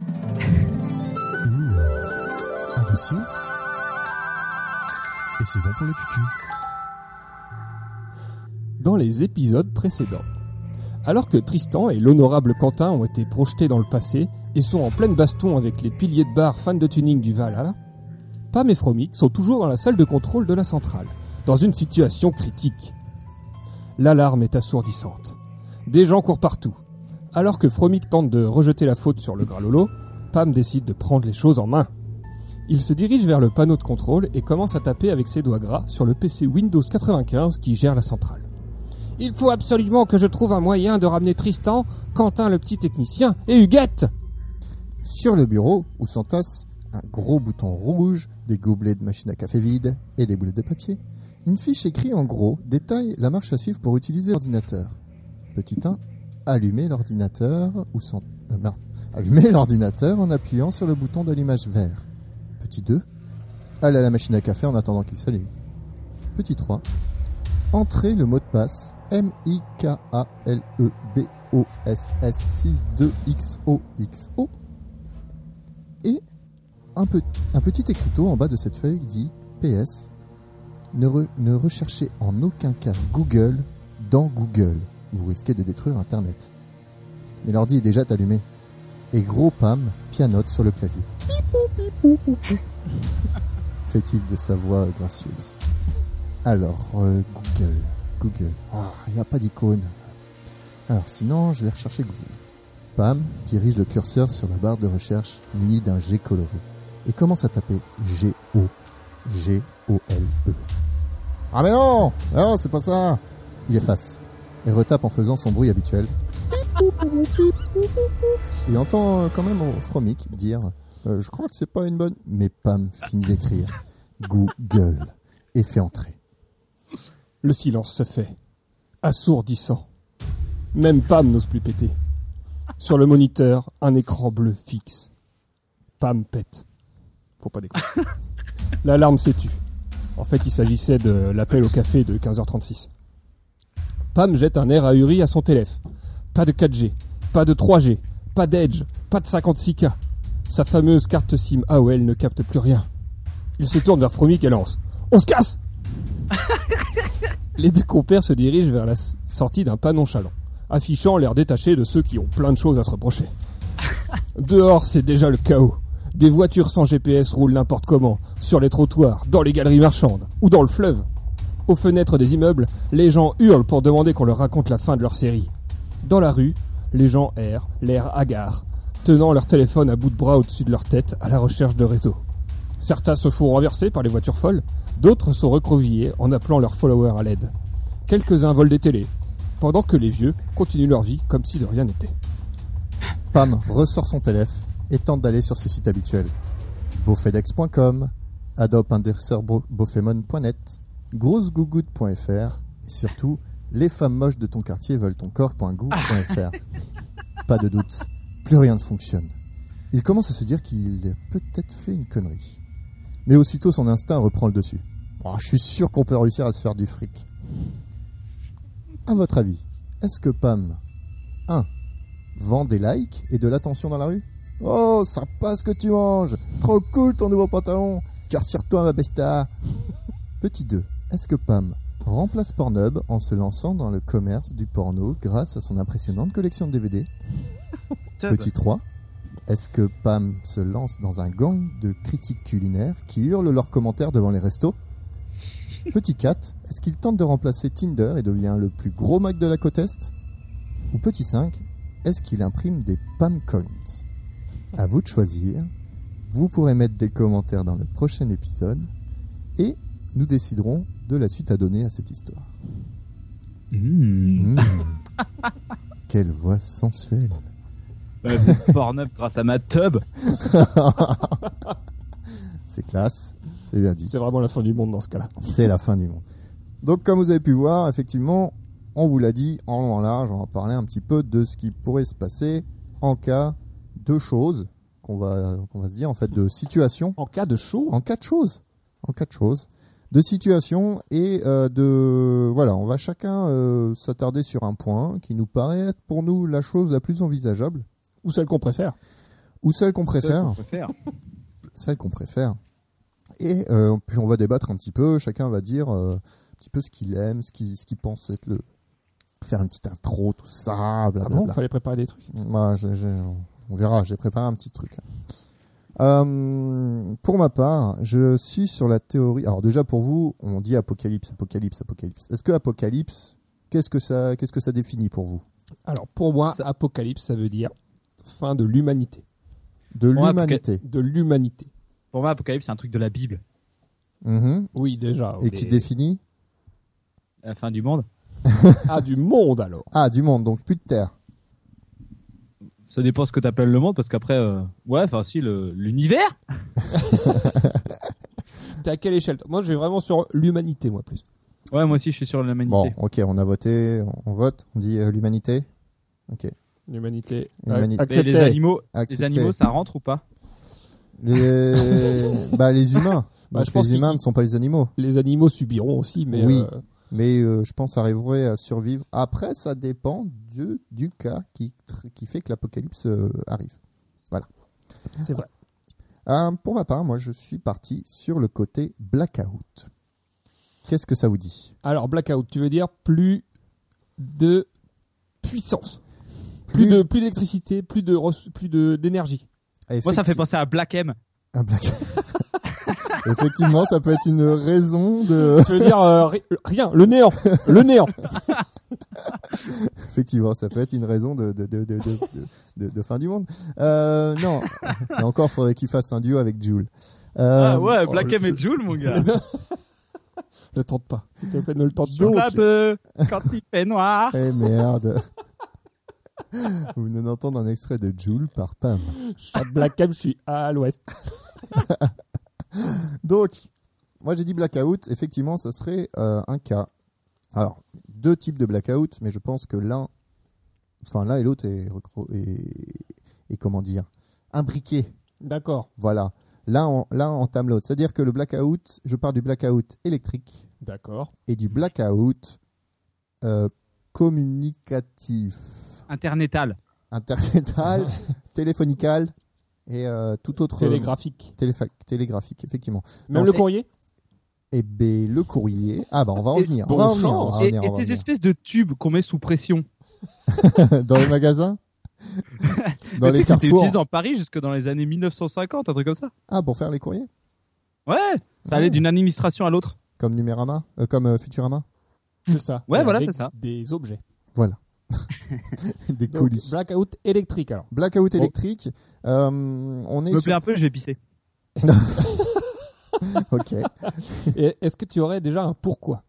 Speaker 3: Un dossier Et c'est bon pour le cucu.
Speaker 6: dans les épisodes précédents. Alors que Tristan et l'honorable Quentin ont été projetés dans le passé et sont en pleine baston avec les piliers de bar fans de tuning du Valhalla, Pam et Fromic sont toujours dans la salle de contrôle de la centrale, dans une situation critique. L'alarme est assourdissante. Des gens courent partout. Alors que Fromic tente de rejeter la faute sur le Gralolo, Pam décide de prendre les choses en main. Il se dirige vers le panneau de contrôle et commence à taper avec ses doigts gras sur le PC Windows 95 qui gère la centrale. Il faut absolument que je trouve un moyen de ramener Tristan, Quentin le petit technicien et Huguette.
Speaker 1: Sur le bureau, où s'entasse un gros bouton rouge, des gobelets de machine à café vide et des boulettes de papier, une fiche écrite en gros détaille la marche à suivre pour utiliser l'ordinateur. Petit 1, allumer l'ordinateur ou s'en- euh, non, allumer l'ordinateur en appuyant sur le bouton d'allumage vert. Petit 2, aller à la machine à café en attendant qu'il s'allume. Petit 3, entrer le mot de passe M I K A L E B O S S 6 2 X O X O et un, pe- un petit écriteau en bas de cette feuille dit PS ne, re- ne recherchez en aucun cas Google dans Google. Vous risquez de détruire Internet. Mais l'ordi est déjà allumé. Et gros Pam pianote sur le clavier. Pipou, pipou, pou, pou. Fait-il de sa voix gracieuse. Alors, euh, Google. Google. Ah, il n'y a pas d'icône. Alors, sinon, je vais rechercher Google. Pam dirige le curseur sur la barre de recherche munie d'un G coloré et commence à taper G-O. G-O-L-E. E. Ah, mais non Non, c'est pas ça Il efface et retape en faisant son bruit habituel. Il entend euh, quand même euh, Fromic dire euh, Je crois que c'est pas une bonne. Mais Pam finit d'écrire Google et fait entrer.
Speaker 6: Le silence se fait, assourdissant. Même Pam n'ose plus péter. Sur le moniteur, un écran bleu fixe. Pam pète. Faut pas déconner. L'alarme s'étue. En fait, il s'agissait de l'appel au café de 15h36. Pam jette un air ahuri à son téléphone. Pas de 4G, pas de 3G, pas d'Edge, pas de 56K. Sa fameuse carte SIM AOL ne capte plus rien. Il se tourne vers Fromic et lance On se casse les deux compères se dirigent vers la s- sortie d'un pas nonchalant, affichant l'air détaché de ceux qui ont plein de choses à se reprocher. Dehors, c'est déjà le chaos. Des voitures sans GPS roulent n'importe comment, sur les trottoirs, dans les galeries marchandes, ou dans le fleuve. Aux fenêtres des immeubles, les gens hurlent pour demander qu'on leur raconte la fin de leur série. Dans la rue, les gens errent, l'air hagard, tenant leur téléphone à bout de bras au-dessus de leur tête à la recherche de réseaux. Certains se font renverser par les voitures folles, d'autres sont recroviés en appelant leurs followers à l'aide. Quelques-uns volent des télés, pendant que les vieux continuent leur vie comme si de rien n'était.
Speaker 1: Pam ressort son téléphone et tente d'aller sur ses sites habituels. Beaufedex.com, adobe-beaufemon.net, grossegougoud.fr et surtout les femmes moches de ton quartier veulent ton corps.gouv.fr. Pas de doute, plus rien ne fonctionne. Il commence à se dire qu'il a peut-être fait une connerie. Mais aussitôt son instinct reprend le dessus. Oh, je suis sûr qu'on peut réussir à se faire du fric. À votre avis, est-ce que Pam vend des likes et de l'attention dans la rue Oh, sympa ce que tu manges Trop cool ton nouveau pantalon Car sur toi ma besta Petit 2. Est-ce que Pam remplace Pornhub en se lançant dans le commerce du porno grâce à son impressionnante collection de DVD Petit 3. Est-ce que Pam se lance dans un gang de critiques culinaires qui hurlent leurs commentaires devant les restos Petit 4. Est-ce qu'il tente de remplacer Tinder et devient le plus gros Mac de la côte Est Ou petit 5 est-ce qu'il imprime des Pam Coins À vous de choisir. Vous pourrez mettre des commentaires dans le prochain épisode et nous déciderons de la suite à donner à cette histoire.
Speaker 2: Mmh.
Speaker 1: Mmh. Quelle voix sensuelle
Speaker 2: Euh, du Pornhub grâce à ma tub.
Speaker 1: C'est classe, c'est bien dit.
Speaker 6: C'est vraiment la fin du monde dans ce cas-là.
Speaker 1: C'est la fin du monde. Donc, comme vous avez pu voir, effectivement, on vous l'a dit en long en large, on va parler un petit peu de ce qui pourrait se passer en cas de choses qu'on va, qu'on va se dire, en fait, de situations
Speaker 6: En cas de show,
Speaker 1: en quatre choses. En quatre choses. De situation et euh, de. Voilà, on va chacun euh, s'attarder sur un point qui nous paraît être pour nous la chose la plus envisageable,
Speaker 6: ou celle qu'on préfère.
Speaker 1: ou celle qu'on préfère,
Speaker 2: Faut faire.
Speaker 1: celle qu'on préfère. Et euh, puis on va débattre un petit peu, chacun va dire euh, un petit peu ce qu'il aime, ce qu'il ce qu'il pense être le. faire une petite intro, tout ça,
Speaker 6: Ah bon,
Speaker 1: blablabla.
Speaker 6: fallait préparer des trucs.
Speaker 1: Moi, je- je- on verra, j'ai préparé un petit truc. Euh, pour ma part, je suis sur la théorie. Alors déjà pour vous, on dit apocalypse, apocalypse, apocalypse. Est-ce que apocalypse, qu'est-ce que ça, qu'est-ce que ça définit pour vous
Speaker 6: Alors pour moi,
Speaker 2: Ça-
Speaker 6: apocalypse, ça veut dire fin de l'humanité.
Speaker 1: De
Speaker 2: Ouais,
Speaker 1: l'humanité.
Speaker 6: De l'humanité.
Speaker 2: Pour moi, Apocalypse, c'est un truc de la Bible.
Speaker 1: Mhm.
Speaker 6: Oui, déjà.
Speaker 1: Et
Speaker 6: oui.
Speaker 1: qui
Speaker 2: mais-
Speaker 1: définit
Speaker 2: La fin du monde.
Speaker 6: Ah, du monde alors.
Speaker 1: Ah, du monde, donc plus de terre.
Speaker 2: Ça dépend ce que t'appelles le monde, parce qu'après, euh, ouais, enfin si, le- l'univers.
Speaker 6: T'es à quelle échelle Moi, je vais vraiment sur l'humanité, moi, plus.
Speaker 2: Ouais, moi aussi, je suis sur l'humanité.
Speaker 1: Bon, ok, on a voté, on vote, on dit euh, l'humanité.
Speaker 6: L'humanité.
Speaker 1: L'humanité.
Speaker 2: Mais les
Speaker 6: Accepter.
Speaker 2: animaux, les
Speaker 1: Accepté.
Speaker 2: animaux, ça rentre ou pas
Speaker 1: Les, bah, les humains.
Speaker 6: Bah,
Speaker 1: Donc,
Speaker 6: je pense
Speaker 1: les
Speaker 6: qu'il-
Speaker 1: humains ne sont pas les animaux.
Speaker 6: Les animaux subiront aussi, mais
Speaker 1: Oui.
Speaker 6: euh,
Speaker 1: mais euh, je pense arriverait à survivre. Après, ça dépend du, du cas qui, tr- qui fait que l'apocalypse euh, arrive.
Speaker 6: c'est vrai.
Speaker 1: Euh, pour ma part, moi, je suis parti sur le côté blackout. Qu'est-ce que ça vous dit
Speaker 6: Alors, blackout, tu veux dire plus de puissance. Plus, de plus d'électricité, plus de rece- plus de d'énergie.
Speaker 2: Moi, ça me fait penser à Black M.
Speaker 1: Un black- Effectivement, ça peut être une raison de.
Speaker 6: Tu veux dire euh, ri- rien, le néant, le néant.
Speaker 1: Effectivement, ça peut être une raison de, de, de, de, de, de- de- de fin du monde. Euh, non. Et encore, faudrait qu'il fasse un duo avec Jules. Euh,
Speaker 2: Ah ouais,
Speaker 1: oh,
Speaker 2: Black
Speaker 1: le-
Speaker 2: M et Jules, mon gars.
Speaker 6: Ne tente pas, s'il te plaît, ne le tente pas.
Speaker 1: Donc-
Speaker 2: Blabe, quand il fait noir.
Speaker 1: Eh merde. Vous venez d'entendre un extrait de Jules par Pam.
Speaker 6: Je suis à Black Cam, je suis à l'ouest.
Speaker 1: Donc, moi j'ai dit blackout, effectivement, ça serait euh, un cas. Alors, deux types de blackout, mais je pense que l'un, enfin l'un et l'autre est, recro- est- est, comment dire, imbriqué.
Speaker 6: D'accord,
Speaker 1: Voilà. L'un en- l'un entame l'autre. C'est-à-dire que le blackout, je pars du blackout électrique
Speaker 6: d'accord.
Speaker 1: et du blackout euh, communicatif,
Speaker 2: Internetal.
Speaker 1: internetal, téléphonical et euh, tout autre
Speaker 6: Télégraphique.
Speaker 1: téléfa- télégraphique, effectivement.
Speaker 6: Même
Speaker 1: Non,
Speaker 6: le
Speaker 1: c'est-
Speaker 6: courrier
Speaker 1: Eh ben, le courrier. Ah, bah, on va en
Speaker 2: Et-
Speaker 1: venir. on
Speaker 6: bonne
Speaker 1: va en venir. Ah, on
Speaker 6: chance.
Speaker 1: va en
Speaker 2: Et,
Speaker 1: venir,
Speaker 2: et
Speaker 1: on va en
Speaker 2: ces
Speaker 1: venir.
Speaker 2: espèces de tubes qu'on met sous pression.
Speaker 1: Dans les magasins Dans
Speaker 2: Mais tu
Speaker 1: les
Speaker 2: sais que C'était
Speaker 1: carrefours
Speaker 2: utilisé dans Paris jusque dans les années 1950, un truc comme ça.
Speaker 1: Ah, pour faire les courriers
Speaker 2: Ouais, ça allait
Speaker 1: Ouais.
Speaker 2: d'une administration à l'autre.
Speaker 1: Comme Numérama euh, Comme euh, Futurama
Speaker 6: C'est ça.
Speaker 2: Ouais,
Speaker 6: Et
Speaker 2: voilà,
Speaker 6: avec
Speaker 2: c'est ça.
Speaker 6: Des objets.
Speaker 1: Des
Speaker 6: Donc,
Speaker 1: colis.
Speaker 6: blackout électrique alors.
Speaker 1: Blackout
Speaker 2: Oh.
Speaker 6: Bon.
Speaker 1: électrique. Euh, on est
Speaker 2: Me
Speaker 1: sur-
Speaker 2: plaît un peu, je vais pisser.
Speaker 1: Ok.
Speaker 6: Et Est-ce que tu aurais déjà un pourquoi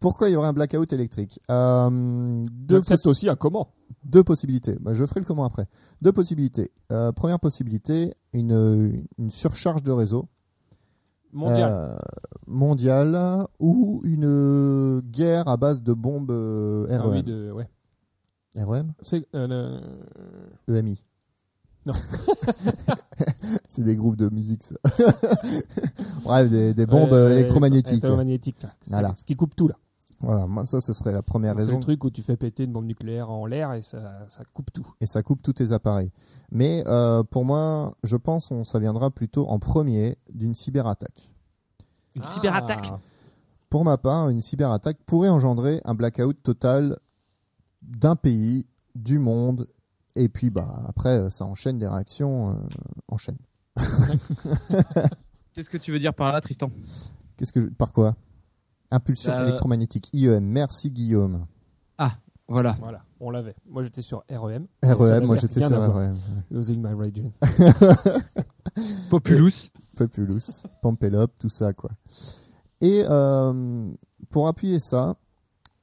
Speaker 1: Pourquoi il y aurait un blackout électrique Euh, deux,
Speaker 6: J'accepte
Speaker 1: possi-
Speaker 6: aussi un comment.
Speaker 1: deux possibilités. Bah, je ferai le comment après. Deux possibilités. Euh, première possibilité, une, une surcharge de réseau
Speaker 6: Mondial.
Speaker 1: euh, mondiale ou une guerre à base de bombes euh,
Speaker 6: Ah oui,
Speaker 1: REM.
Speaker 6: de- ouais.
Speaker 1: REM
Speaker 6: C'est euh, le-
Speaker 1: EMI.
Speaker 6: Non.
Speaker 1: c'est des groupes de musique, ça. Bref, des, des bombes
Speaker 6: Ouais,
Speaker 1: euh,
Speaker 6: ouais,
Speaker 1: électromagnétiques.
Speaker 6: électromagnétiques, là. C'est
Speaker 1: Voilà.
Speaker 6: Ce qui coupe tout là.
Speaker 1: Voilà, moi, ça, ce serait la première
Speaker 6: C'est
Speaker 1: raison.
Speaker 6: le truc où tu fais péter une bombe nucléaire en l'air et ça, ça coupe tout.
Speaker 1: Et ça coupe tous tes appareils. Mais euh, pour moi, je pense on ça viendra plutôt en premier d'une cyberattaque.
Speaker 2: Une cyberattaque.
Speaker 1: Ah.
Speaker 6: Ah,
Speaker 1: Pour ma part, une cyberattaque pourrait engendrer un blackout total d'un pays, du monde, et puis bah après, euh, ça enchaîne des réactions, euh, enchaîne.
Speaker 2: Qu'est-ce que tu veux dire par là, Tristan
Speaker 1: Qu'est-ce que je- par quoi Impulsion
Speaker 2: Euh,
Speaker 1: électromagnétique IEM. Merci Guillaume.
Speaker 2: Voilà.
Speaker 6: Voilà, on l'avait. Moi j'étais sur REM. Ça
Speaker 1: REM,
Speaker 6: veut
Speaker 1: E moi
Speaker 6: dire
Speaker 1: j'étais
Speaker 6: rien
Speaker 1: sur
Speaker 6: à voir.
Speaker 1: REM.
Speaker 6: Losing my religion.
Speaker 2: Populus.
Speaker 1: Populus, Pampelop, tout ça quoi. Et euh, pour appuyer ça,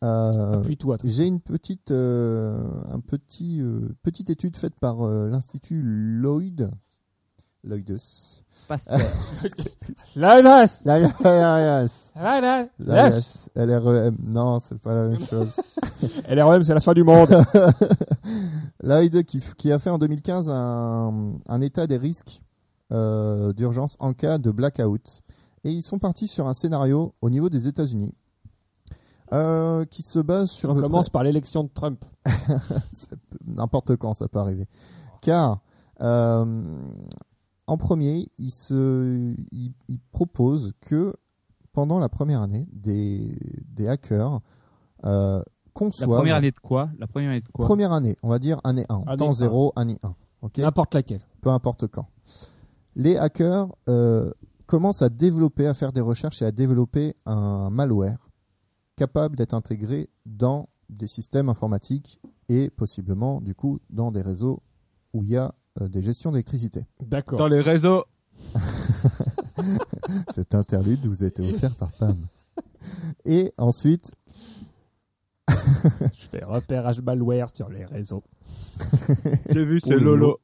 Speaker 1: euh,
Speaker 6: Appuie-toi. toi.
Speaker 1: j'ai une petite, euh, un petit, euh, petite étude faite par euh, l'institut Lloyd. Lloydus.
Speaker 2: Pasteur.
Speaker 6: Là, là,
Speaker 1: La- la- la- la-
Speaker 6: là, là,
Speaker 1: la-
Speaker 6: là.
Speaker 1: la- LREM. E Non, c'est pas la même chose.
Speaker 6: LREM, E c'est la fin du monde.
Speaker 1: Lloyd qui, f- qui a fait en 2015 un, un état des risques euh, d'urgence en cas de blackout. Et ils sont partis sur un scénario au niveau des États-Unis euh, qui se base sur un
Speaker 6: On commence par l'élection de Trump.
Speaker 1: n'importe quand ça peut arriver. Car euh, en premier, il, se, il, il propose que pendant la première année, des, des hackers euh,
Speaker 2: La
Speaker 1: conçoivent
Speaker 2: première année de quoi La première année de quoi
Speaker 1: première année, on va dire année 1,
Speaker 6: Année
Speaker 1: temps
Speaker 6: un.
Speaker 1: 0, année 1. ok
Speaker 6: N'importe laquelle.
Speaker 1: peu importe quand. Les hackers euh, commencent à développer, à faire des recherches et à développer un malware capable d'être intégré dans des systèmes informatiques et possiblement, du coup, dans des réseaux où il y a euh, des gestions d'électricité.
Speaker 6: D'accord.
Speaker 2: les réseaux.
Speaker 1: Cet interlude vous a été offert par Pam. Et ensuite,
Speaker 6: Je fais repérage malware sur les réseaux.
Speaker 2: J'ai vu,
Speaker 1: c'est Lolo.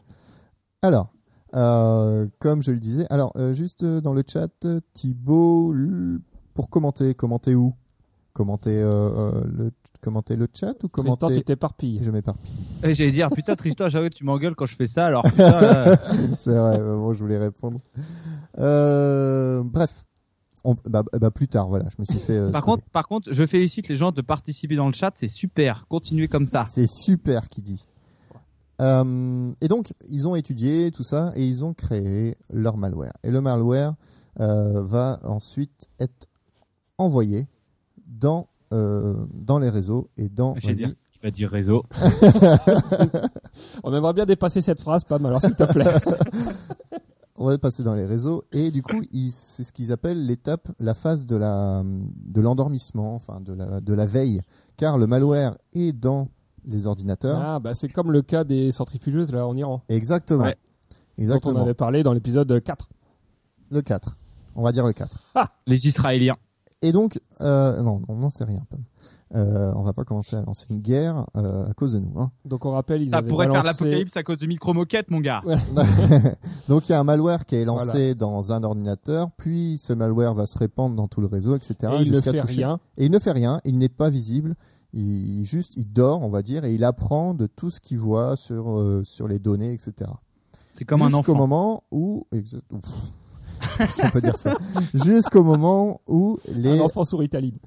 Speaker 1: Alors, euh, comme je le disais, alors euh, juste euh, dans le chat, euh, Thibaut, l- pour commenter, commenter où Commenter euh, euh, le commenter le chat ou
Speaker 6: Tristan, tu
Speaker 1: commenter
Speaker 6: t'éparpilles.
Speaker 1: Je m'éparpille.
Speaker 2: Et Eh, j'allais dire, putain, Tristan, j'avoue, tu m'engueules quand je fais ça, alors putain, là,
Speaker 1: C'est vrai. euh, bon, je voulais répondre. Euh, bref, on, bah, bah, plus tard, voilà. Je me suis fait. euh,
Speaker 2: Par contre, par contre, je félicite les gens de participer dans le chat, c'est super. Continuez comme ça.
Speaker 1: C'est super qui dit. Euh, et donc, ils ont étudié tout ça et ils ont créé leur malware. Et le malware euh, va ensuite être envoyé dans, euh, dans les réseaux et dans.
Speaker 2: J'allais
Speaker 1: vas-y.
Speaker 2: dire, tu vas dire réseau.
Speaker 6: On aimerait bien dépasser cette phrase, Pam, alors s'il te plaît.
Speaker 1: on va passer dans les réseaux et du coup, ils- c'est ce qu'ils appellent l'étape, la phase de la de l'endormissement, enfin de la de la veille, car le malware est dans les ordinateurs.
Speaker 6: Ah, bah, c'est comme le cas des centrifugeuses là en Iran,
Speaker 1: Exactement.
Speaker 2: Ouais.
Speaker 6: dont on
Speaker 1: Exactement.
Speaker 6: avait parlé dans l'épisode 4.
Speaker 1: Le 4. On va dire le 4.
Speaker 2: Les Israéliens.
Speaker 1: Et donc, euh, non, on n'en sait rien. Pam. Euh, on va pas commencer à lancer une guerre euh, à cause de nous. Hein.
Speaker 6: Donc on rappelle, ils
Speaker 2: Ça
Speaker 6: avaient
Speaker 2: pourrait faire
Speaker 6: balancé-
Speaker 2: l'apocalypse à cause de micro-moquettes, mon gars.
Speaker 1: donc il y a un malware qui est lancé
Speaker 6: Voilà.
Speaker 1: dans un ordinateur, puis ce malware va se répandre dans tout le réseau, etc.
Speaker 6: Et il ne
Speaker 1: Hein, jusqu'à
Speaker 6: fait
Speaker 1: toucher-
Speaker 6: rien.
Speaker 1: Et il ne fait rien, il n'est pas visible. Il, il juste, il dort, on va dire, et il apprend de tout ce qu'il voit sur euh, sur les données, etc.
Speaker 2: C'est comme un
Speaker 1: Jusqu'au
Speaker 2: enfant.
Speaker 1: moment où, exact- Pff, je peux dire ça. Jusqu'au moment où les
Speaker 6: Un enfant sous Ritaline.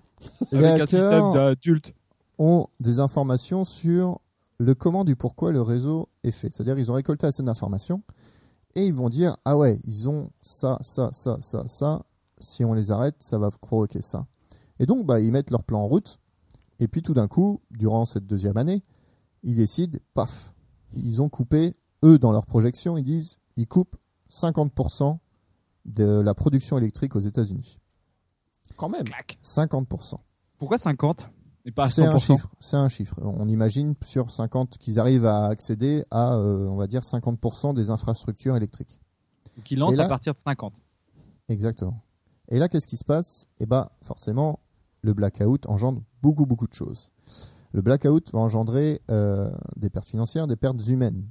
Speaker 2: Avec
Speaker 1: les
Speaker 2: un système
Speaker 1: hackers-
Speaker 2: d'adulte.
Speaker 1: ont des informations sur le comment du pourquoi le réseau est fait. C'est-à-dire ils ont récolté assez d'informations et ils vont dire ah ouais ils ont ça ça ça ça ça. Si on les arrête, ça va provoquer ça. Et donc bah ils mettent leur plan en route et puis tout d'un coup durant cette deuxième année ils décident paf ils ont coupé eux dans leur projection ils disent ils coupent 50% de la production électrique aux États-Unis.
Speaker 6: Quand même.
Speaker 2: Clac.
Speaker 1: 50%.
Speaker 2: Pourquoi 50 et pas à 100%
Speaker 1: C'est un chiffre. C'est un chiffre. On imagine sur 50 qu'ils arrivent à accéder à, euh, on va dire, 50% des infrastructures électriques.
Speaker 2: Qui lance
Speaker 1: Et là-
Speaker 2: à partir de 50.
Speaker 1: Exactement. Et là, qu'est-ce qui se passe Eh ben, forcément, le blackout engendre beaucoup, beaucoup de choses. Le blackout va engendrer euh, des pertes financières, des pertes humaines.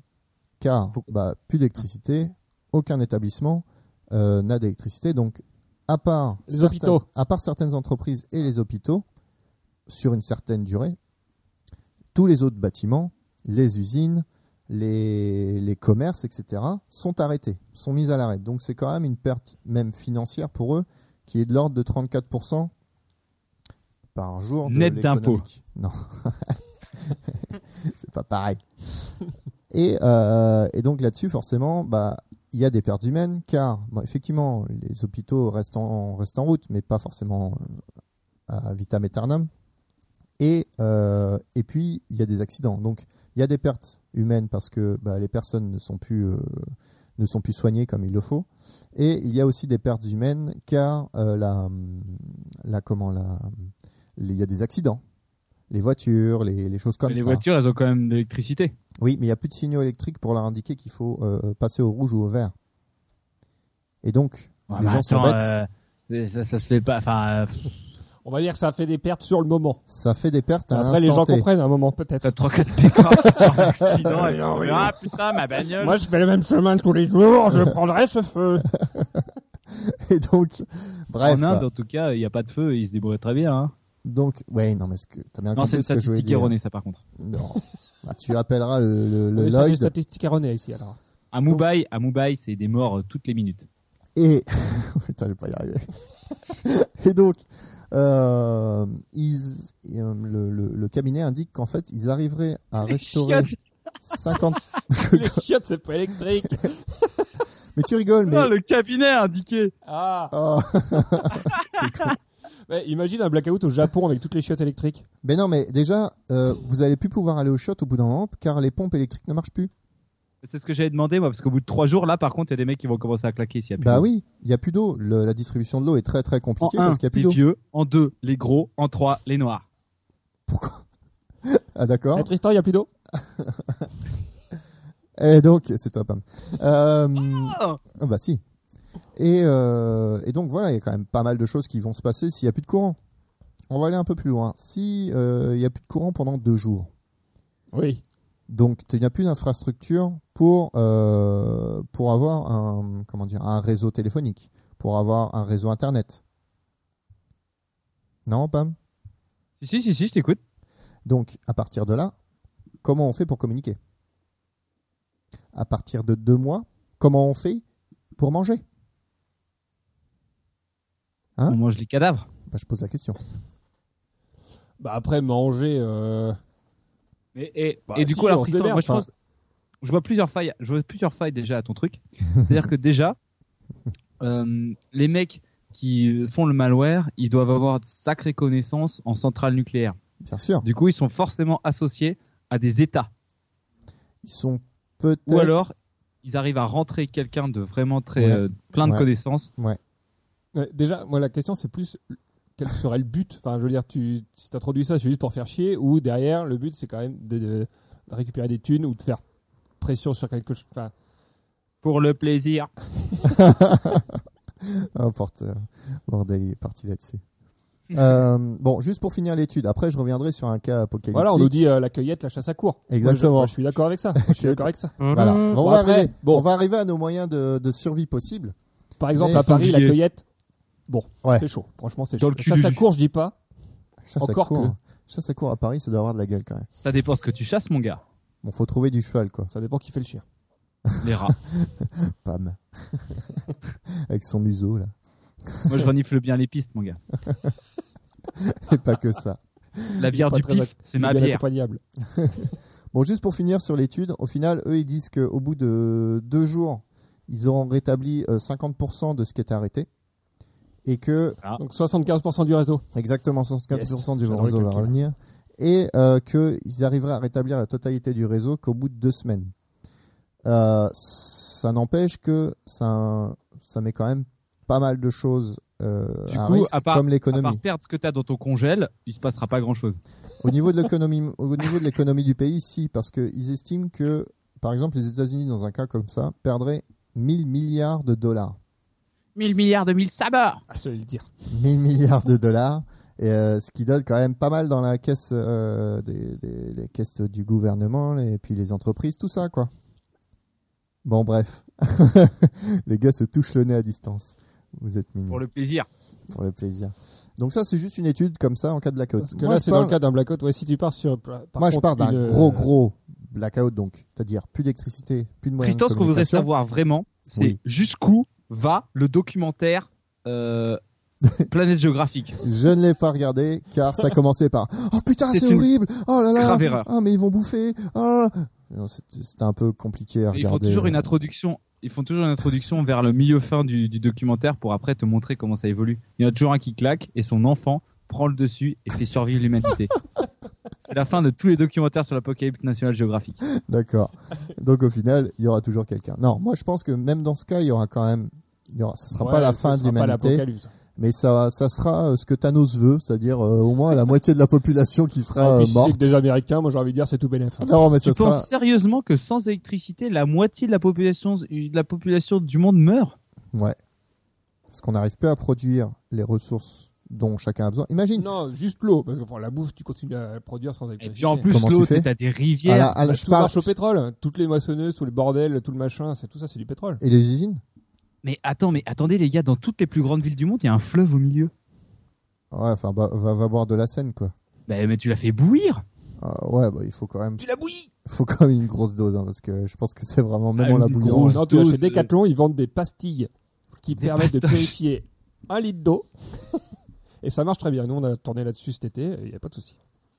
Speaker 1: Car, bah, plus d'électricité, aucun établissement euh, n'a d'électricité. Donc, à part,
Speaker 6: Les
Speaker 1: certains-
Speaker 6: hôpitaux.
Speaker 1: à part certaines entreprises et les hôpitaux, sur une certaine durée, tous les autres bâtiments, les usines, les, les commerces, etc., sont arrêtés, sont mis à l'arrêt. Donc c'est quand même une perte, même financière pour eux, qui est de l'ordre de 34% par jour. de
Speaker 2: Net d'impôts.
Speaker 1: l'économique. Non. c'est pas pareil. Et, euh, et donc là-dessus, forcément, bah, il y a des pertes humaines, car bon, effectivement, les hôpitaux restent en, restent en route, mais pas forcément euh, à vitam aeternam. Et, euh, et puis, il y a des accidents. Donc, il y a des pertes humaines parce que bah, les personnes ne sont plus euh, ne sont plus soignées comme il le faut. Et il y a aussi des pertes humaines car euh, la, la comment la il y a des accidents, les voitures, les, les choses comme
Speaker 2: les
Speaker 1: ça.
Speaker 2: voitures, elles ont quand même de l'électricité.
Speaker 1: Oui, mais il n'y a plus de signaux électriques pour leur indiquer qu'il faut euh, passer au rouge ou au vert. Et donc les
Speaker 2: bah,
Speaker 1: gens sont bêtes.
Speaker 2: euh, ça, se fait pas. Enfin, euh,
Speaker 6: On va dire que ça fait des pertes sur le moment.
Speaker 1: Ça fait des pertes à
Speaker 6: Après, les gens
Speaker 1: l'instant T.
Speaker 6: comprennent à un moment, peut-être.
Speaker 2: t'as 3 4 pétards, accident, et tu fais, ah putain, ma bagnole.
Speaker 6: Moi, je fais le même chemin tous les jours, je prendrai ce feu.
Speaker 1: Et donc, bref.
Speaker 2: en Inde, en tout cas, il n'y a pas de feu, ils se débrouillent très bien. hein.
Speaker 1: Donc, ouais, non, mais ce que- t'as bien
Speaker 2: Non,
Speaker 1: compris
Speaker 2: c'est une
Speaker 1: ce que je voulais
Speaker 2: statistique
Speaker 1: dire.
Speaker 2: erronée, ça, par contre.
Speaker 1: Non. Bah, tu appelleras le, le, le
Speaker 6: On est sur des
Speaker 1: Lloyd.
Speaker 6: statistiques erronées ici, alors.
Speaker 2: À Mumbai, à Mumbai, c'est des morts euh, toutes les minutes.
Speaker 1: Et putain, je vais pas y arriver. et donc, euh, ils- et, euh, le, le- le cabinet indique qu'en fait, ils arriveraient à restaurer 50.
Speaker 6: Les chiottes, c'est pas électrique.
Speaker 1: mais tu rigoles, mais
Speaker 2: Non, le cabinet indiqué.
Speaker 6: Ah.
Speaker 1: Oh.
Speaker 6: Ouais, imagine un blackout au Japon avec toutes les chiottes électriques.
Speaker 1: mais non, mais déjà, euh, vous allez plus pouvoir aller aux chiottes au bout d'un moment, car les pompes électriques ne marchent plus.
Speaker 2: C'est ce que j'avais demandé, moi, parce qu'au bout de 3 jours, là, par contre, il y a des mecs qui vont commencer à claquer s'il y a plus
Speaker 1: Bah
Speaker 2: d'eau.
Speaker 1: oui, il y a plus d'eau. Le- La distribution de l'eau est très très
Speaker 2: En
Speaker 1: compliquée
Speaker 2: 1,
Speaker 1: parce qu'il y a plus
Speaker 2: les
Speaker 1: d'eau.
Speaker 2: vieux. En 2, les gros. En 3, les noirs.
Speaker 1: Ah d'accord.
Speaker 6: Eh, Tristan, il y a plus d'eau.
Speaker 1: Et Eh, donc, c'est toi, Pam. Euh, ah bah si. Et, euh, et donc voilà, il y a quand même pas mal de choses qui vont se passer s'il n'y a plus de courant. On va aller un peu plus loin. Si euh, il n'y a plus de courant pendant deux jours,
Speaker 6: Oui.
Speaker 1: donc tu n'as plus d'infrastructure pour euh, pour avoir un comment dire un réseau téléphonique, pour avoir un réseau internet. Non, Pam.
Speaker 2: Si, si, si, si, je t'écoute.
Speaker 1: Donc, à partir de là, comment on fait pour communiquer À partir de deux mois, comment on fait pour manger Hein
Speaker 2: On mange les cadavres.
Speaker 1: Bah, Je pose la question.
Speaker 6: Bah après manger. euh,
Speaker 2: Mais- et,
Speaker 6: Bah,
Speaker 2: et du
Speaker 6: si,
Speaker 2: coup, alors,
Speaker 6: on se
Speaker 2: Tristan,
Speaker 6: démerde,
Speaker 2: moi, je
Speaker 6: enfin.
Speaker 2: pense, je vois plusieurs failles, je vois plusieurs failles déjà à ton truc. C'est-à-dire que déjà, euh, les mecs qui font le malware, ils doivent avoir de sacrées connaissances en centrale nucléaire.
Speaker 1: Bien sûr,
Speaker 2: Du coup, ils sont forcément associés à des États.
Speaker 1: ils sont peut-être.
Speaker 2: Ou alors, ils arrivent à rentrer quelqu'un de vraiment très
Speaker 1: Ouais.
Speaker 2: euh, plein de
Speaker 1: Ouais.
Speaker 2: connaissances.
Speaker 6: Ouais, déjà, moi, la question, c'est plus quel serait le but Enfin, je veux dire, tu, si t'introduis ça, c'est juste pour faire chier, ou derrière, le but, c'est quand même de, de récupérer des thunes ou de faire pression sur quelque chose. Enfin,
Speaker 2: Pour le plaisir.
Speaker 1: Oh, porteur. Bordel, il est parti là-dessus. Euh, bon, juste pour finir l'étude, après je reviendrai sur un cas apocalyptique.
Speaker 6: voilà, on nous dit euh, la cueillette, la chasse à court.
Speaker 1: Exactement.
Speaker 6: Moi, je, moi, je suis d'accord avec ça. Moi, je suis d'accord avec ça.
Speaker 1: Voilà. On,
Speaker 6: Bon,
Speaker 1: va
Speaker 6: après,
Speaker 1: arriver,
Speaker 6: bon.
Speaker 1: on va arriver à nos moyens de, de survie possibles.
Speaker 6: Par exemple,
Speaker 1: Mais
Speaker 6: à Paris, la
Speaker 2: sanglier.
Speaker 6: cueillette, bon,
Speaker 1: Ouais.
Speaker 6: c'est chaud. Franchement, c'est
Speaker 2: Dans
Speaker 6: chaud.
Speaker 2: le
Speaker 6: La
Speaker 2: cul
Speaker 6: chasse
Speaker 2: du-
Speaker 6: à court, je dis pas.
Speaker 1: Chasse
Speaker 6: Encore
Speaker 1: à court.
Speaker 6: que.
Speaker 1: Chasse à court à Paris, ça doit avoir de la gueule quand même.
Speaker 2: Ça dépend ce que tu chasses, mon gars.
Speaker 1: Bon, faut trouver du cheval quoi.
Speaker 6: Ça dépend qui fait le chien.
Speaker 2: Les rats.
Speaker 1: Pam. Avec son museau là.
Speaker 2: Moi, je renifle bien les pistes, mon gars.
Speaker 1: Et pas que ça.
Speaker 2: La bière
Speaker 6: Pas
Speaker 2: du
Speaker 6: très
Speaker 2: pif,
Speaker 6: ac-
Speaker 2: c'est ma
Speaker 6: Bien
Speaker 2: bière.
Speaker 6: accompagnable.
Speaker 1: Bon, juste pour finir sur l'étude, au final, eux, ils disent qu'au bout de deux jours, ils auront rétabli euh, 50% de ce qui était arrêté. Et que,
Speaker 6: Donc 75% du réseau.
Speaker 1: exactement 75% du
Speaker 6: j'adore
Speaker 1: réseau
Speaker 6: le
Speaker 1: va
Speaker 6: calcul.
Speaker 1: revenir. Et euh, qu'ils arriveraient à rétablir la totalité du réseau qu'au bout de deux semaines. Euh, ça n'empêche que ça, ça met quand même pas mal de choses euh,
Speaker 2: Du
Speaker 1: à
Speaker 2: coup,
Speaker 1: risque,
Speaker 2: à part-
Speaker 1: comme
Speaker 2: À
Speaker 1: l'économie.
Speaker 2: part perdre ce que t'as dans ton congèle, il se passera pas grand chose.
Speaker 1: Au niveau de l'économie, au niveau de l'économie du pays, si, parce qu'ils estiment que, par exemple, les États-Unis, dans un cas comme ça, perdraient 1000 milliards de dollars.
Speaker 2: 1000 milliards de 1000 sabords.
Speaker 6: Ah, j'allais le dire.
Speaker 1: 1000 milliards de dollars, et, euh, ce qui donne quand même pas mal dans la caisse euh, des, des- les caisses du gouvernement et puis les entreprises, tout ça, quoi. Bon, bref, les gars se touchent le nez à distance. Vous êtes mignons
Speaker 2: Pour
Speaker 1: pour le,
Speaker 2: le plaisir.
Speaker 1: plaisir. Donc ça, c'est juste une étude comme ça en cas de la côte.
Speaker 6: Parce que là, c'est dans le
Speaker 1: parle-
Speaker 6: cas d'un blackout. Ouais, si tu pars sur. par
Speaker 1: Moi, je
Speaker 6: contre, euh,
Speaker 1: pars d'un
Speaker 6: une-
Speaker 1: gros, gros blackout, donc, c'est-à-dire plus d'électricité, plus de moyens
Speaker 2: Tristan,
Speaker 1: de
Speaker 2: ce qu'on voudrait
Speaker 1: communication.
Speaker 2: savoir vraiment, c'est
Speaker 1: Oui.
Speaker 2: jusqu'où va le documentaire euh, Planète Géographique
Speaker 1: Je ne l'ai pas regardé car ça commençait par Oh putain,
Speaker 2: C'est
Speaker 1: c'est
Speaker 2: une
Speaker 1: horrible Oh là
Speaker 2: grave
Speaker 1: là
Speaker 2: erreur.
Speaker 1: Ah, mais ils vont bouffer Ah Non, c'est- C'était un peu compliqué à
Speaker 2: Ils font
Speaker 1: regarder. euh,
Speaker 2: toujours une introduction. Ils font toujours une introduction vers le milieu fin du, du documentaire pour après te montrer comment ça évolue. Il y en a toujours un qui claque et son enfant prend le dessus et fait survivre l'humanité. C'est la fin de tous les documentaires sur l'apocalypse nationale géographique.
Speaker 1: D'accord. Donc, au final, il y aura toujours quelqu'un. Non, moi, je pense que même dans ce cas, il y aura quand même. Il y aura... Ce sera
Speaker 6: Ouais,
Speaker 1: pas la
Speaker 6: ce
Speaker 1: fin de
Speaker 6: sera pas
Speaker 1: l'humanité,
Speaker 6: l'apocalypse.
Speaker 1: mais ça, ça sera euh, ce que Thanos veut, c'est-à-dire euh, au moins la moitié de la population qui
Speaker 6: Ah,
Speaker 1: sera
Speaker 6: et
Speaker 1: euh,
Speaker 6: puis, si c'est
Speaker 1: morte. Ah,
Speaker 6: que des Américains, moi j'ai envie de dire c'est tout bénef.
Speaker 1: Non, mais
Speaker 2: Tu
Speaker 1: ça sera.
Speaker 2: penses sérieusement que sans électricité, la moitié de la population, de la population du monde meurt
Speaker 1: Ouais. Parce qu'on n'arrive plus à produire les ressources dont chacun a besoin. Imagine.
Speaker 6: Non, juste l'eau, parce que enfin, la bouffe, tu continues à la produire sans
Speaker 2: Et
Speaker 6: électricité.
Speaker 2: puis en plus,
Speaker 1: Eh Comment tu
Speaker 2: l'eau,
Speaker 1: fais
Speaker 2: t'as des
Speaker 1: à
Speaker 2: rivières.
Speaker 1: la- à la- Ah,
Speaker 6: Bah,
Speaker 1: je
Speaker 6: tout
Speaker 1: parle-
Speaker 6: marche au pétrole. Toutes les moissonneuses, tout le bordel, tout le machin, c'est tout ça, c'est du pétrole.
Speaker 1: Et les usines
Speaker 2: Mais attends, mais attendez les gars, dans toutes les plus grandes villes du monde, il y a un fleuve au milieu.
Speaker 1: Ouais, enfin, bah, va, va boire de la Seine, quoi.
Speaker 2: Bah, mais tu l'as fait bouillir.
Speaker 1: Ah, ouais, bah, il faut quand même,
Speaker 6: Tu la bouillis
Speaker 1: faut quand même une grosse dose, hein, parce que je pense que c'est vraiment, même
Speaker 2: Ah,
Speaker 1: en la
Speaker 2: une
Speaker 1: bouillant.
Speaker 2: grosse-
Speaker 1: hein.
Speaker 6: Non, tu vas
Speaker 2: dose,
Speaker 6: chez
Speaker 2: euh,
Speaker 6: Decathlon, ils vendent des pastilles qui
Speaker 2: Des
Speaker 6: permettent de
Speaker 2: pastoches.
Speaker 6: purifier un litre d'eau. Et ça marche très bien. Nous, on a tourné là-dessus cet été, il n'y a pas de souci.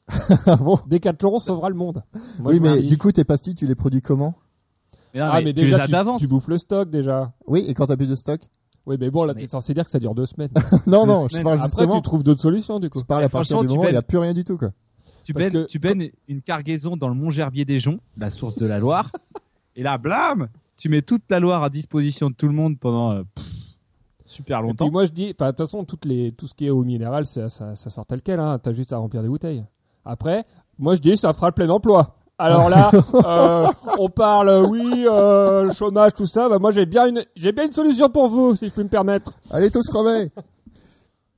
Speaker 1: Ah bon
Speaker 6: Decathlon sauvera le monde. Moi,
Speaker 1: Oui,
Speaker 6: je vous
Speaker 1: mais
Speaker 6: dis-
Speaker 1: du coup, tes pastilles, tu les produis comment
Speaker 2: Mais non,
Speaker 6: ah, mais,
Speaker 2: mais tu les
Speaker 6: déjà,
Speaker 2: as
Speaker 6: tu,
Speaker 2: d'avance.
Speaker 6: tu bouffes le stock déjà.
Speaker 1: Oui, et quand t'as plus de stock
Speaker 6: Oui, mais bon, là, t'es
Speaker 2: Mais-
Speaker 6: censé dire que ça dure deux semaines.
Speaker 1: Non,
Speaker 2: Deux
Speaker 1: non, je
Speaker 2: semaines.
Speaker 1: parle
Speaker 6: Après,
Speaker 1: justement.
Speaker 6: tu trouves d'autres solutions du coup.
Speaker 1: Je parle à partir
Speaker 2: Franchement,
Speaker 1: du
Speaker 2: tu
Speaker 1: moment où il n'y a
Speaker 2: baignes.
Speaker 1: plus rien du tout, quoi.
Speaker 2: Tu
Speaker 6: Parce
Speaker 2: baignes,
Speaker 6: que-
Speaker 2: tu baignes une cargaison dans le Mont Gerbier des Joncs, la source de la Loire, et là, blâme, tu mets toute la Loire à disposition de tout le monde pendant euh, pff, super
Speaker 6: Et
Speaker 2: longtemps.
Speaker 6: puis moi je dis, enfin, de toute façon, toutes les, tout ce qui est eau minérale, ça, ça, ça sort tel quel. Hein. T'as juste à remplir des bouteilles. Après, moi je dis, ça fera le plein emploi. Alors là, euh, on parle, euh, oui, euh, le chômage, tout ça. Bah moi j'ai bien une, j'ai bien une solution pour vous, si je peux me permettre.
Speaker 1: Allez, tous crever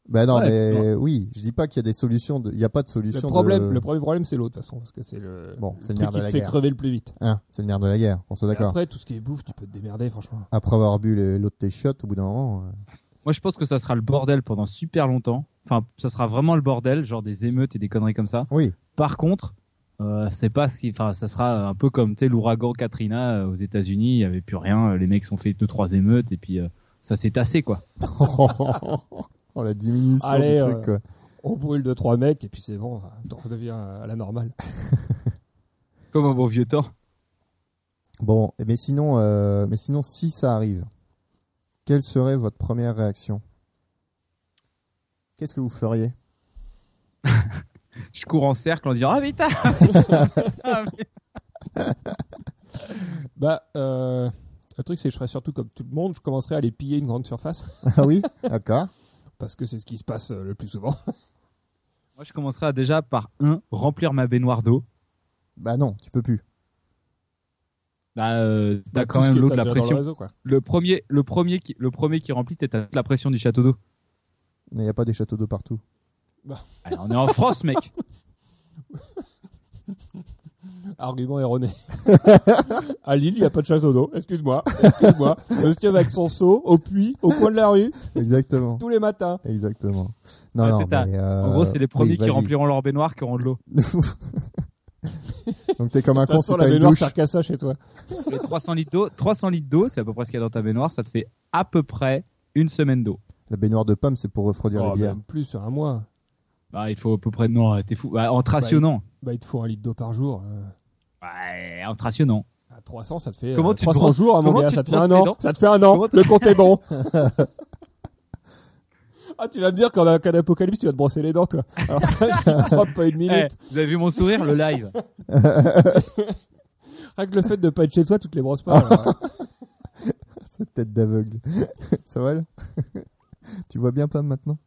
Speaker 1: Ben non,
Speaker 2: Ouais,
Speaker 1: mais oui, je dis pas qu'il y a des solutions, de- il n'y a pas de
Speaker 6: Le
Speaker 1: solution.
Speaker 6: problème,
Speaker 1: de...
Speaker 6: le premier problème, c'est l'eau de toute façon, parce que c'est le,
Speaker 1: Bon, c'est
Speaker 6: le
Speaker 1: le nerf
Speaker 6: truc qui
Speaker 1: de
Speaker 6: te
Speaker 1: la
Speaker 6: fait
Speaker 1: guerre.
Speaker 6: crever le plus vite.
Speaker 1: Hein, c'est le nerf de la guerre, on soit
Speaker 6: Et
Speaker 1: d'accord.
Speaker 6: Après, tout ce qui est bouffe, tu peux te démerder, franchement.
Speaker 1: Après avoir bu les- l'eau de tes chiottes, au bout d'un moment. euh,
Speaker 2: Moi, je pense que ça sera le bordel pendant super longtemps. Enfin, ça sera vraiment le bordel, genre des émeutes et des conneries comme ça.
Speaker 1: Oui.
Speaker 2: Par contre, euh, c'est pas ce qui, enfin, ça sera un peu comme tu sais, l'ouragan Katrina euh, aux États-Unis. Il y avait plus rien. euh, Les mecs ont fait deux trois émeutes et puis euh, ça s'est tassé quoi.
Speaker 1: oh, la diminution
Speaker 6: Allez,
Speaker 1: du
Speaker 6: euh,
Speaker 1: truc, quoi.
Speaker 6: On brûle deux trois mecs et puis c'est bon, ça- on redevient euh, à la normale.
Speaker 2: Comme un bon vieux temps.
Speaker 1: Bon, eh, mais sinon, euh, mais sinon, si ça arrive, quelle serait votre première réaction Qu'est-ce que vous feriez
Speaker 2: Je cours en cercle en disant ah putain. Ah, mais-
Speaker 6: Bah, euh, Le truc, c'est que je ferais surtout comme tout le monde, je commencerai à aller piller une grande surface,
Speaker 1: Ah oui, d'accord.
Speaker 6: parce que c'est ce qui se passe euh, le plus souvent.
Speaker 2: Moi, je commencerai à déjà par un remplir ma baignoire d'eau.
Speaker 1: Bah non, tu peux plus.
Speaker 2: Bah, euh, t'as
Speaker 6: Tout
Speaker 2: quand
Speaker 6: ce
Speaker 2: même
Speaker 6: qui est
Speaker 2: l'eau de la
Speaker 6: déjà dans
Speaker 2: pression.
Speaker 6: Le réseau, quoi.
Speaker 2: Le premier, le premier qui, le premier qui remplit, t'es à la pression du château d'eau.
Speaker 1: Mais il n'y a pas des châteaux d'eau partout.
Speaker 2: Allez, on est en France, mec.
Speaker 6: Argument erroné. à Lille, il n'y a pas de château d'eau. Excuse-moi, excuse-moi. Monsieur avec son seau, au puits, au coin de la rue,
Speaker 1: Exactement.
Speaker 6: tous les matins.
Speaker 1: Exactement. Non,
Speaker 2: Ouais,
Speaker 1: non,
Speaker 2: Ah, c'est ça.
Speaker 1: mais, euh,
Speaker 2: En gros, c'est les premiers
Speaker 1: oui,
Speaker 2: qui
Speaker 1: vas-y.
Speaker 2: rempliront leur baignoire qui auront de l'eau.
Speaker 1: Donc t'es comme un
Speaker 6: De toute
Speaker 1: con
Speaker 6: façon,
Speaker 1: si
Speaker 6: la
Speaker 1: t'as une
Speaker 6: baignoire
Speaker 1: douche.
Speaker 6: sert qu'à ça chez toi.
Speaker 2: Les 300 litres d'eau, 300 litres d'eau, c'est à peu près ce qu'il y a dans ta baignoire. Ça te fait à peu près une semaine d'eau.
Speaker 1: La baignoire de pomme, c'est pour refroidir
Speaker 6: Oh,
Speaker 1: les bières.
Speaker 6: même plus sur un mois.
Speaker 2: Bah, il faut à peu près non, t'es fou. Bah, en trationnant.
Speaker 6: Bah, il te faut un litre d'eau par jour. Euh,
Speaker 2: Ouais, en trationnant.
Speaker 6: À 300, ça te fait euh,
Speaker 2: Comment tu te
Speaker 6: 300
Speaker 2: brosses-
Speaker 6: jours, hein, mon
Speaker 2: comment
Speaker 6: gars.
Speaker 2: tu
Speaker 6: Ça
Speaker 2: te
Speaker 6: te fait un
Speaker 2: brosses les
Speaker 6: an.
Speaker 2: dents
Speaker 6: Ça te fait un an.
Speaker 2: Comment
Speaker 6: Le compte est bon. ah, tu vas me dire qu'en un qu'un apocalypse, tu vas te brosser les dents, toi. Alors ça, je n'y crois pas une minute.
Speaker 2: Eh, vous avez vu mon sourire, le live. Eh.
Speaker 6: Rien que le fait de pas être chez toi, tu te les brosses pas. alors, hein.
Speaker 1: Cette tête d'aveugle. ça va là Tu vois bien pomme maintenant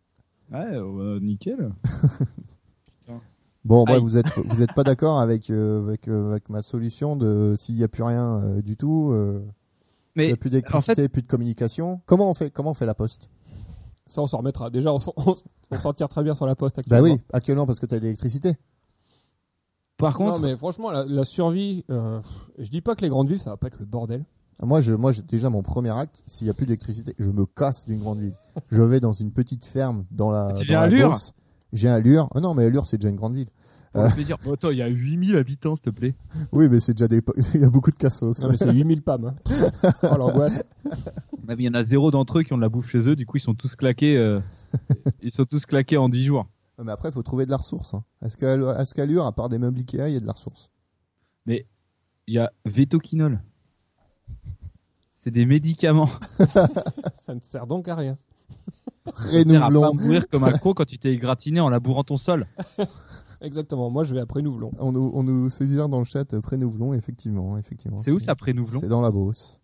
Speaker 2: Ouais, euh, nickel.
Speaker 1: Bon, bref,
Speaker 2: Aïe.
Speaker 1: vous êtes vous êtes pas d'accord avec euh, avec euh, avec ma solution de s'il y a plus rien euh, du tout, euh, il y
Speaker 2: Mais
Speaker 1: a plus d'électricité, plus de communication. Comment on fait Comment on fait la poste
Speaker 6: Ça, on s'en remettra. Déjà, on s'en- on s- on s'en tire très bien sur la poste
Speaker 1: Bah
Speaker 6: actuellement.
Speaker 1: oui, actuellement parce que t'as de l'électricité.
Speaker 2: par contre,
Speaker 6: Non, mais franchement, la, la survie, euh, pff, je dis pas que les grandes villes, ça va pas être le bordel.
Speaker 1: Moi, je moi j'ai déjà mon premier acte. S'il y a plus d'électricité, je me casse d'une grande ville. Je vais dans une petite ferme dans la.
Speaker 2: Ah, Tu
Speaker 1: dans
Speaker 2: viens à
Speaker 1: la
Speaker 2: Lure
Speaker 1: Beauce. J'ai un Lure. Ah non, mais Lure c'est déjà une grande ville.
Speaker 2: pour le plaisir. Bon, attends, il y a 8000 habitants, s'il te plaît.
Speaker 1: Oui, mais c'est déjà des. Il y a beaucoup de cassos.
Speaker 6: Non, mais c'est 8000 PAM. Hein. Oh, l'angoisse.
Speaker 2: Même il y en a zéro d'entre eux qui ont de la bouffe chez eux. Du coup, ils sont tous claqués. euh, ils sont tous claqués en 10 jours.
Speaker 1: Mais après, il faut trouver de la ressource. hein. Est-ce qu'à est-ce qu'à Lure, à part des meubles Ikea, il y a de la ressource
Speaker 2: Il y a Vétoquinol. C'est des médicaments.
Speaker 6: Ça ne sert donc à rien.
Speaker 2: sert à pas
Speaker 1: Renouvelons.
Speaker 2: mourir comme un con quand tu t'es égratigné en labourant ton sol.
Speaker 6: Exactement. Moi, je vais après Nouvelon.
Speaker 1: On nous, on nous suggère dans le chat euh, Prénouvelons, effectivement. effectivement
Speaker 2: C'est où ça, Prénouvelon
Speaker 1: Oh, C'est dans la Beauce.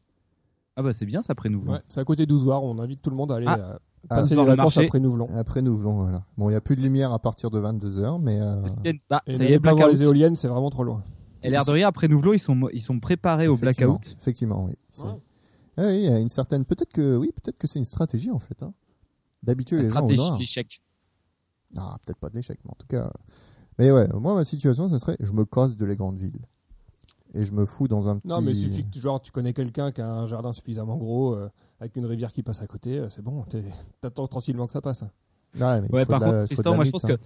Speaker 2: Ah bah c'est bien ça, Prénouvelon.
Speaker 6: Ouais, c'est à côté d'Ouzoir. On invite tout le monde à aller
Speaker 2: Ah.
Speaker 6: euh,
Speaker 1: Mm. Ah,
Speaker 6: passer
Speaker 2: Ouzoir
Speaker 6: les
Speaker 2: le
Speaker 6: vacances
Speaker 2: marché.
Speaker 6: après Nouvelon.
Speaker 1: Après Nouvelon, Euh, voilà. Bon, il n'y a plus de lumière à partir de 22h, mais. euh,
Speaker 2: Est-ce qu'il y a une- bah,
Speaker 6: Et
Speaker 2: ça y est,
Speaker 6: n'allez pas voir les
Speaker 2: blackout.
Speaker 6: éoliennes, c'est vraiment trop loin.
Speaker 2: Et l'air de rien, après Nouvelon, ils sont, mo- ils sont préparés au
Speaker 1: effectivement,
Speaker 2: blackout.
Speaker 1: Effectivement, oui. C'est-
Speaker 6: Ouais.
Speaker 1: Ah oui, il y a une certaine. Peut-être que, oui, peut-être que c'est une stratégie, en fait. hein, D'habituer
Speaker 2: La
Speaker 1: les gens hein. au
Speaker 2: stratégie
Speaker 1: noir.
Speaker 2: d'échec.
Speaker 1: Ah, peut-être pas de l'échec, mais en tout cas. euh, Mais ouais, moi, ma situation, ça serait je me casse de les grandes villes. Et je me fous dans un petit.
Speaker 6: Non, mais il suffit que tu- genre, tu connais quelqu'un qui a un jardin suffisamment gros, euh, avec une rivière qui passe à côté, euh, c'est bon. t'es- T'attends tranquillement que ça passe. hein.
Speaker 1: Mm. Ouais, mais il
Speaker 2: Ouais,
Speaker 1: faut
Speaker 2: par
Speaker 1: de la-
Speaker 2: contre,
Speaker 1: faut de
Speaker 2: Tristan,
Speaker 1: la
Speaker 2: moi je
Speaker 1: lutte,
Speaker 2: pense
Speaker 1: hein.
Speaker 2: que.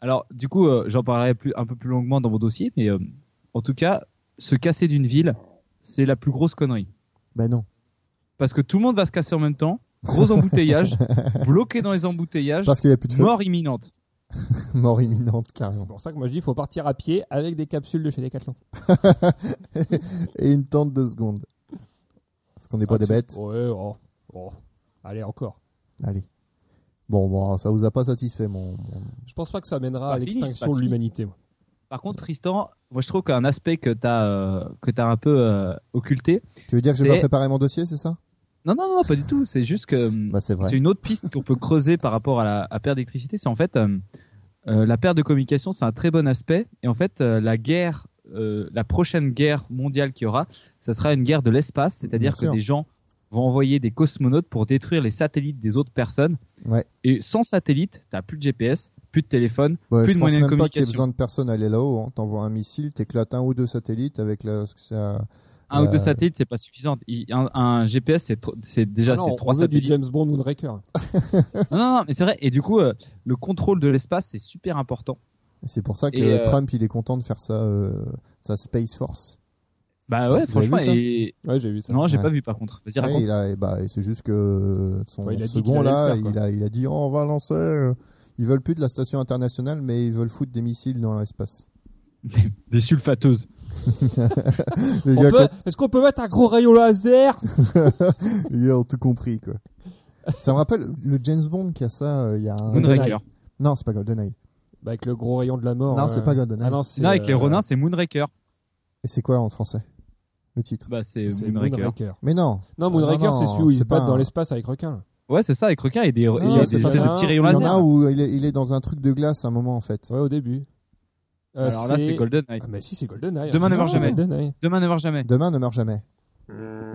Speaker 2: Alors, du coup, euh, j'en parlerai plus, un peu plus longuement dans mon dossier, mais euh, en tout cas, se casser d'une ville, c'est la plus grosse connerie.
Speaker 1: Bah non.
Speaker 2: Parce que tout le monde va se casser en même temps, gros embouteillage, bloqué dans les embouteillages,
Speaker 1: Parce qu'il n'y a plus de feu.
Speaker 2: mort imminente.
Speaker 1: Mort imminente,
Speaker 6: C'est
Speaker 1: carrément.
Speaker 6: pour ça que moi, je dis, il faut partir à pied avec des capsules de chez Decathlon.
Speaker 1: Et une tente de secondes. Parce qu'on n'est pas
Speaker 6: Ah,
Speaker 1: des
Speaker 6: c'est-
Speaker 1: bêtes.
Speaker 6: Ouais, oh, oh. Allez, encore.
Speaker 1: Allez. Bon, bon, ça vous a pas satisfait, mon. mon-
Speaker 6: Je pense pas que ça
Speaker 2: C'est
Speaker 6: mènera
Speaker 2: pas
Speaker 6: à
Speaker 2: fini, c'est
Speaker 6: l'extinction
Speaker 2: pas
Speaker 6: de
Speaker 2: fini.
Speaker 6: l'humanité. moi.
Speaker 2: Par contre, Tristan, moi je trouve qu'un aspect que t'as euh, que t'as un peu euh, occulté.
Speaker 1: Tu veux dire que j'ai pas
Speaker 2: C'est-
Speaker 1: préparé mon dossier, c'est ça
Speaker 2: Non, non, non, pas du tout. C'est juste que hum,
Speaker 1: Bah, c'est vrai.
Speaker 2: c'est une autre piste qu'on peut creuser par rapport à la à perte d'électricité. C'est en fait euh, euh, la perte de communication, c'est un très bon aspect. Et en fait, euh, la guerre, euh, la prochaine guerre mondiale qu'il y aura, ça sera une guerre de l'espace, c'est-à-dire
Speaker 1: Bien
Speaker 2: que
Speaker 1: sûr.
Speaker 2: des gens vont envoyer des cosmonautes pour détruire les satellites des autres personnes.
Speaker 1: Ouais.
Speaker 2: Et sans satellite, t'as plus de GPS, plus de téléphone.
Speaker 1: Ouais,
Speaker 2: plus
Speaker 1: je
Speaker 2: de
Speaker 1: pense
Speaker 2: moyens de
Speaker 1: même pas qu'il y ait
Speaker 2: communication.
Speaker 1: besoin de personne à aller là-haut. hein. T'envoies un missile, t'éclates un ou deux satellites avec la. ce que ça-
Speaker 2: Un ou
Speaker 1: Euh,
Speaker 2: deux satellites, c'est pas suffisant. Il- un, un GPS, c'est tro- c'est déjà
Speaker 6: Ah non,
Speaker 2: c'est
Speaker 6: on
Speaker 2: trois
Speaker 6: veut du
Speaker 2: satellites.
Speaker 6: James Bond Moonraker.
Speaker 2: Non, non, non, mais c'est vrai. Et du coup, euh, le contrôle de l'espace, c'est super important.
Speaker 1: Et C'est pour ça que
Speaker 2: Et, euh,
Speaker 1: Trump, il est content de faire ça, euh, sa Space Force.
Speaker 2: Bah ouais,
Speaker 1: Vous avez
Speaker 2: franchement.
Speaker 1: vu ça
Speaker 2: Et...
Speaker 6: Ouais, j'ai vu ça.
Speaker 2: Non, j'ai
Speaker 1: Ouais.
Speaker 2: pas vu par contre. Vas-y,
Speaker 1: Ouais,
Speaker 2: raconte.
Speaker 1: il a, et bah, et c'est juste que euh, son
Speaker 6: Ouais, il a dit
Speaker 1: second
Speaker 6: qu'il allait
Speaker 1: là,
Speaker 6: le faire,
Speaker 1: il,
Speaker 6: quoi.
Speaker 1: a, il a dit oh, on va lancer. euh, Ils veulent plus de la station internationale, mais ils veulent foutre des missiles dans l'espace.
Speaker 2: Des, des sulfateuses.
Speaker 1: Les
Speaker 6: On
Speaker 1: gars,
Speaker 6: peut- Est-ce qu'on peut mettre un gros rayon laser
Speaker 1: quoi, les gars ont tout compris quoi. Ça me rappelle le James Bond qui a ça. euh, Il y a un...
Speaker 2: Moonraker.
Speaker 1: Non, c'est pas GoldenEye.
Speaker 6: Bah, Avec le gros rayon de la mort.
Speaker 1: non,
Speaker 6: euh.
Speaker 1: c'est pas GoldenEye.
Speaker 6: Ah non, c'est,
Speaker 2: Non, avec les
Speaker 6: euh,
Speaker 2: renards, c'est Moonraker.
Speaker 1: Et c'est quoi en français le titre.
Speaker 2: Bah, c'est
Speaker 6: C'est
Speaker 2: Moonraker.
Speaker 6: Moonraker.
Speaker 1: Mais non.
Speaker 6: Non,
Speaker 1: Ah,
Speaker 6: Moonraker,
Speaker 1: non,
Speaker 6: c'est celui où il
Speaker 1: c'est
Speaker 6: se
Speaker 1: pas
Speaker 6: battent dans
Speaker 1: un-
Speaker 6: l'espace avec requin.
Speaker 2: Ouais, c'est ça, avec requin et des,
Speaker 1: Non,
Speaker 2: et il y a
Speaker 1: c'est
Speaker 2: des
Speaker 1: pas
Speaker 2: espèces
Speaker 6: ça.
Speaker 2: de petits rayons
Speaker 1: Il y en
Speaker 2: laser.
Speaker 1: a où il est, il est dans un truc de glace à un moment en fait.
Speaker 6: Ouais, au début. Euh,
Speaker 2: Alors là, c'est GoldenEye.
Speaker 6: Ah, mais si, c'est GoldenEye.
Speaker 2: Demain,
Speaker 6: Ah,
Speaker 2: ne
Speaker 1: meurt
Speaker 6: c'est
Speaker 1: jamais.
Speaker 6: GoldenEye.
Speaker 2: Demain ne meurt jamais.
Speaker 1: Demain ne meurt jamais.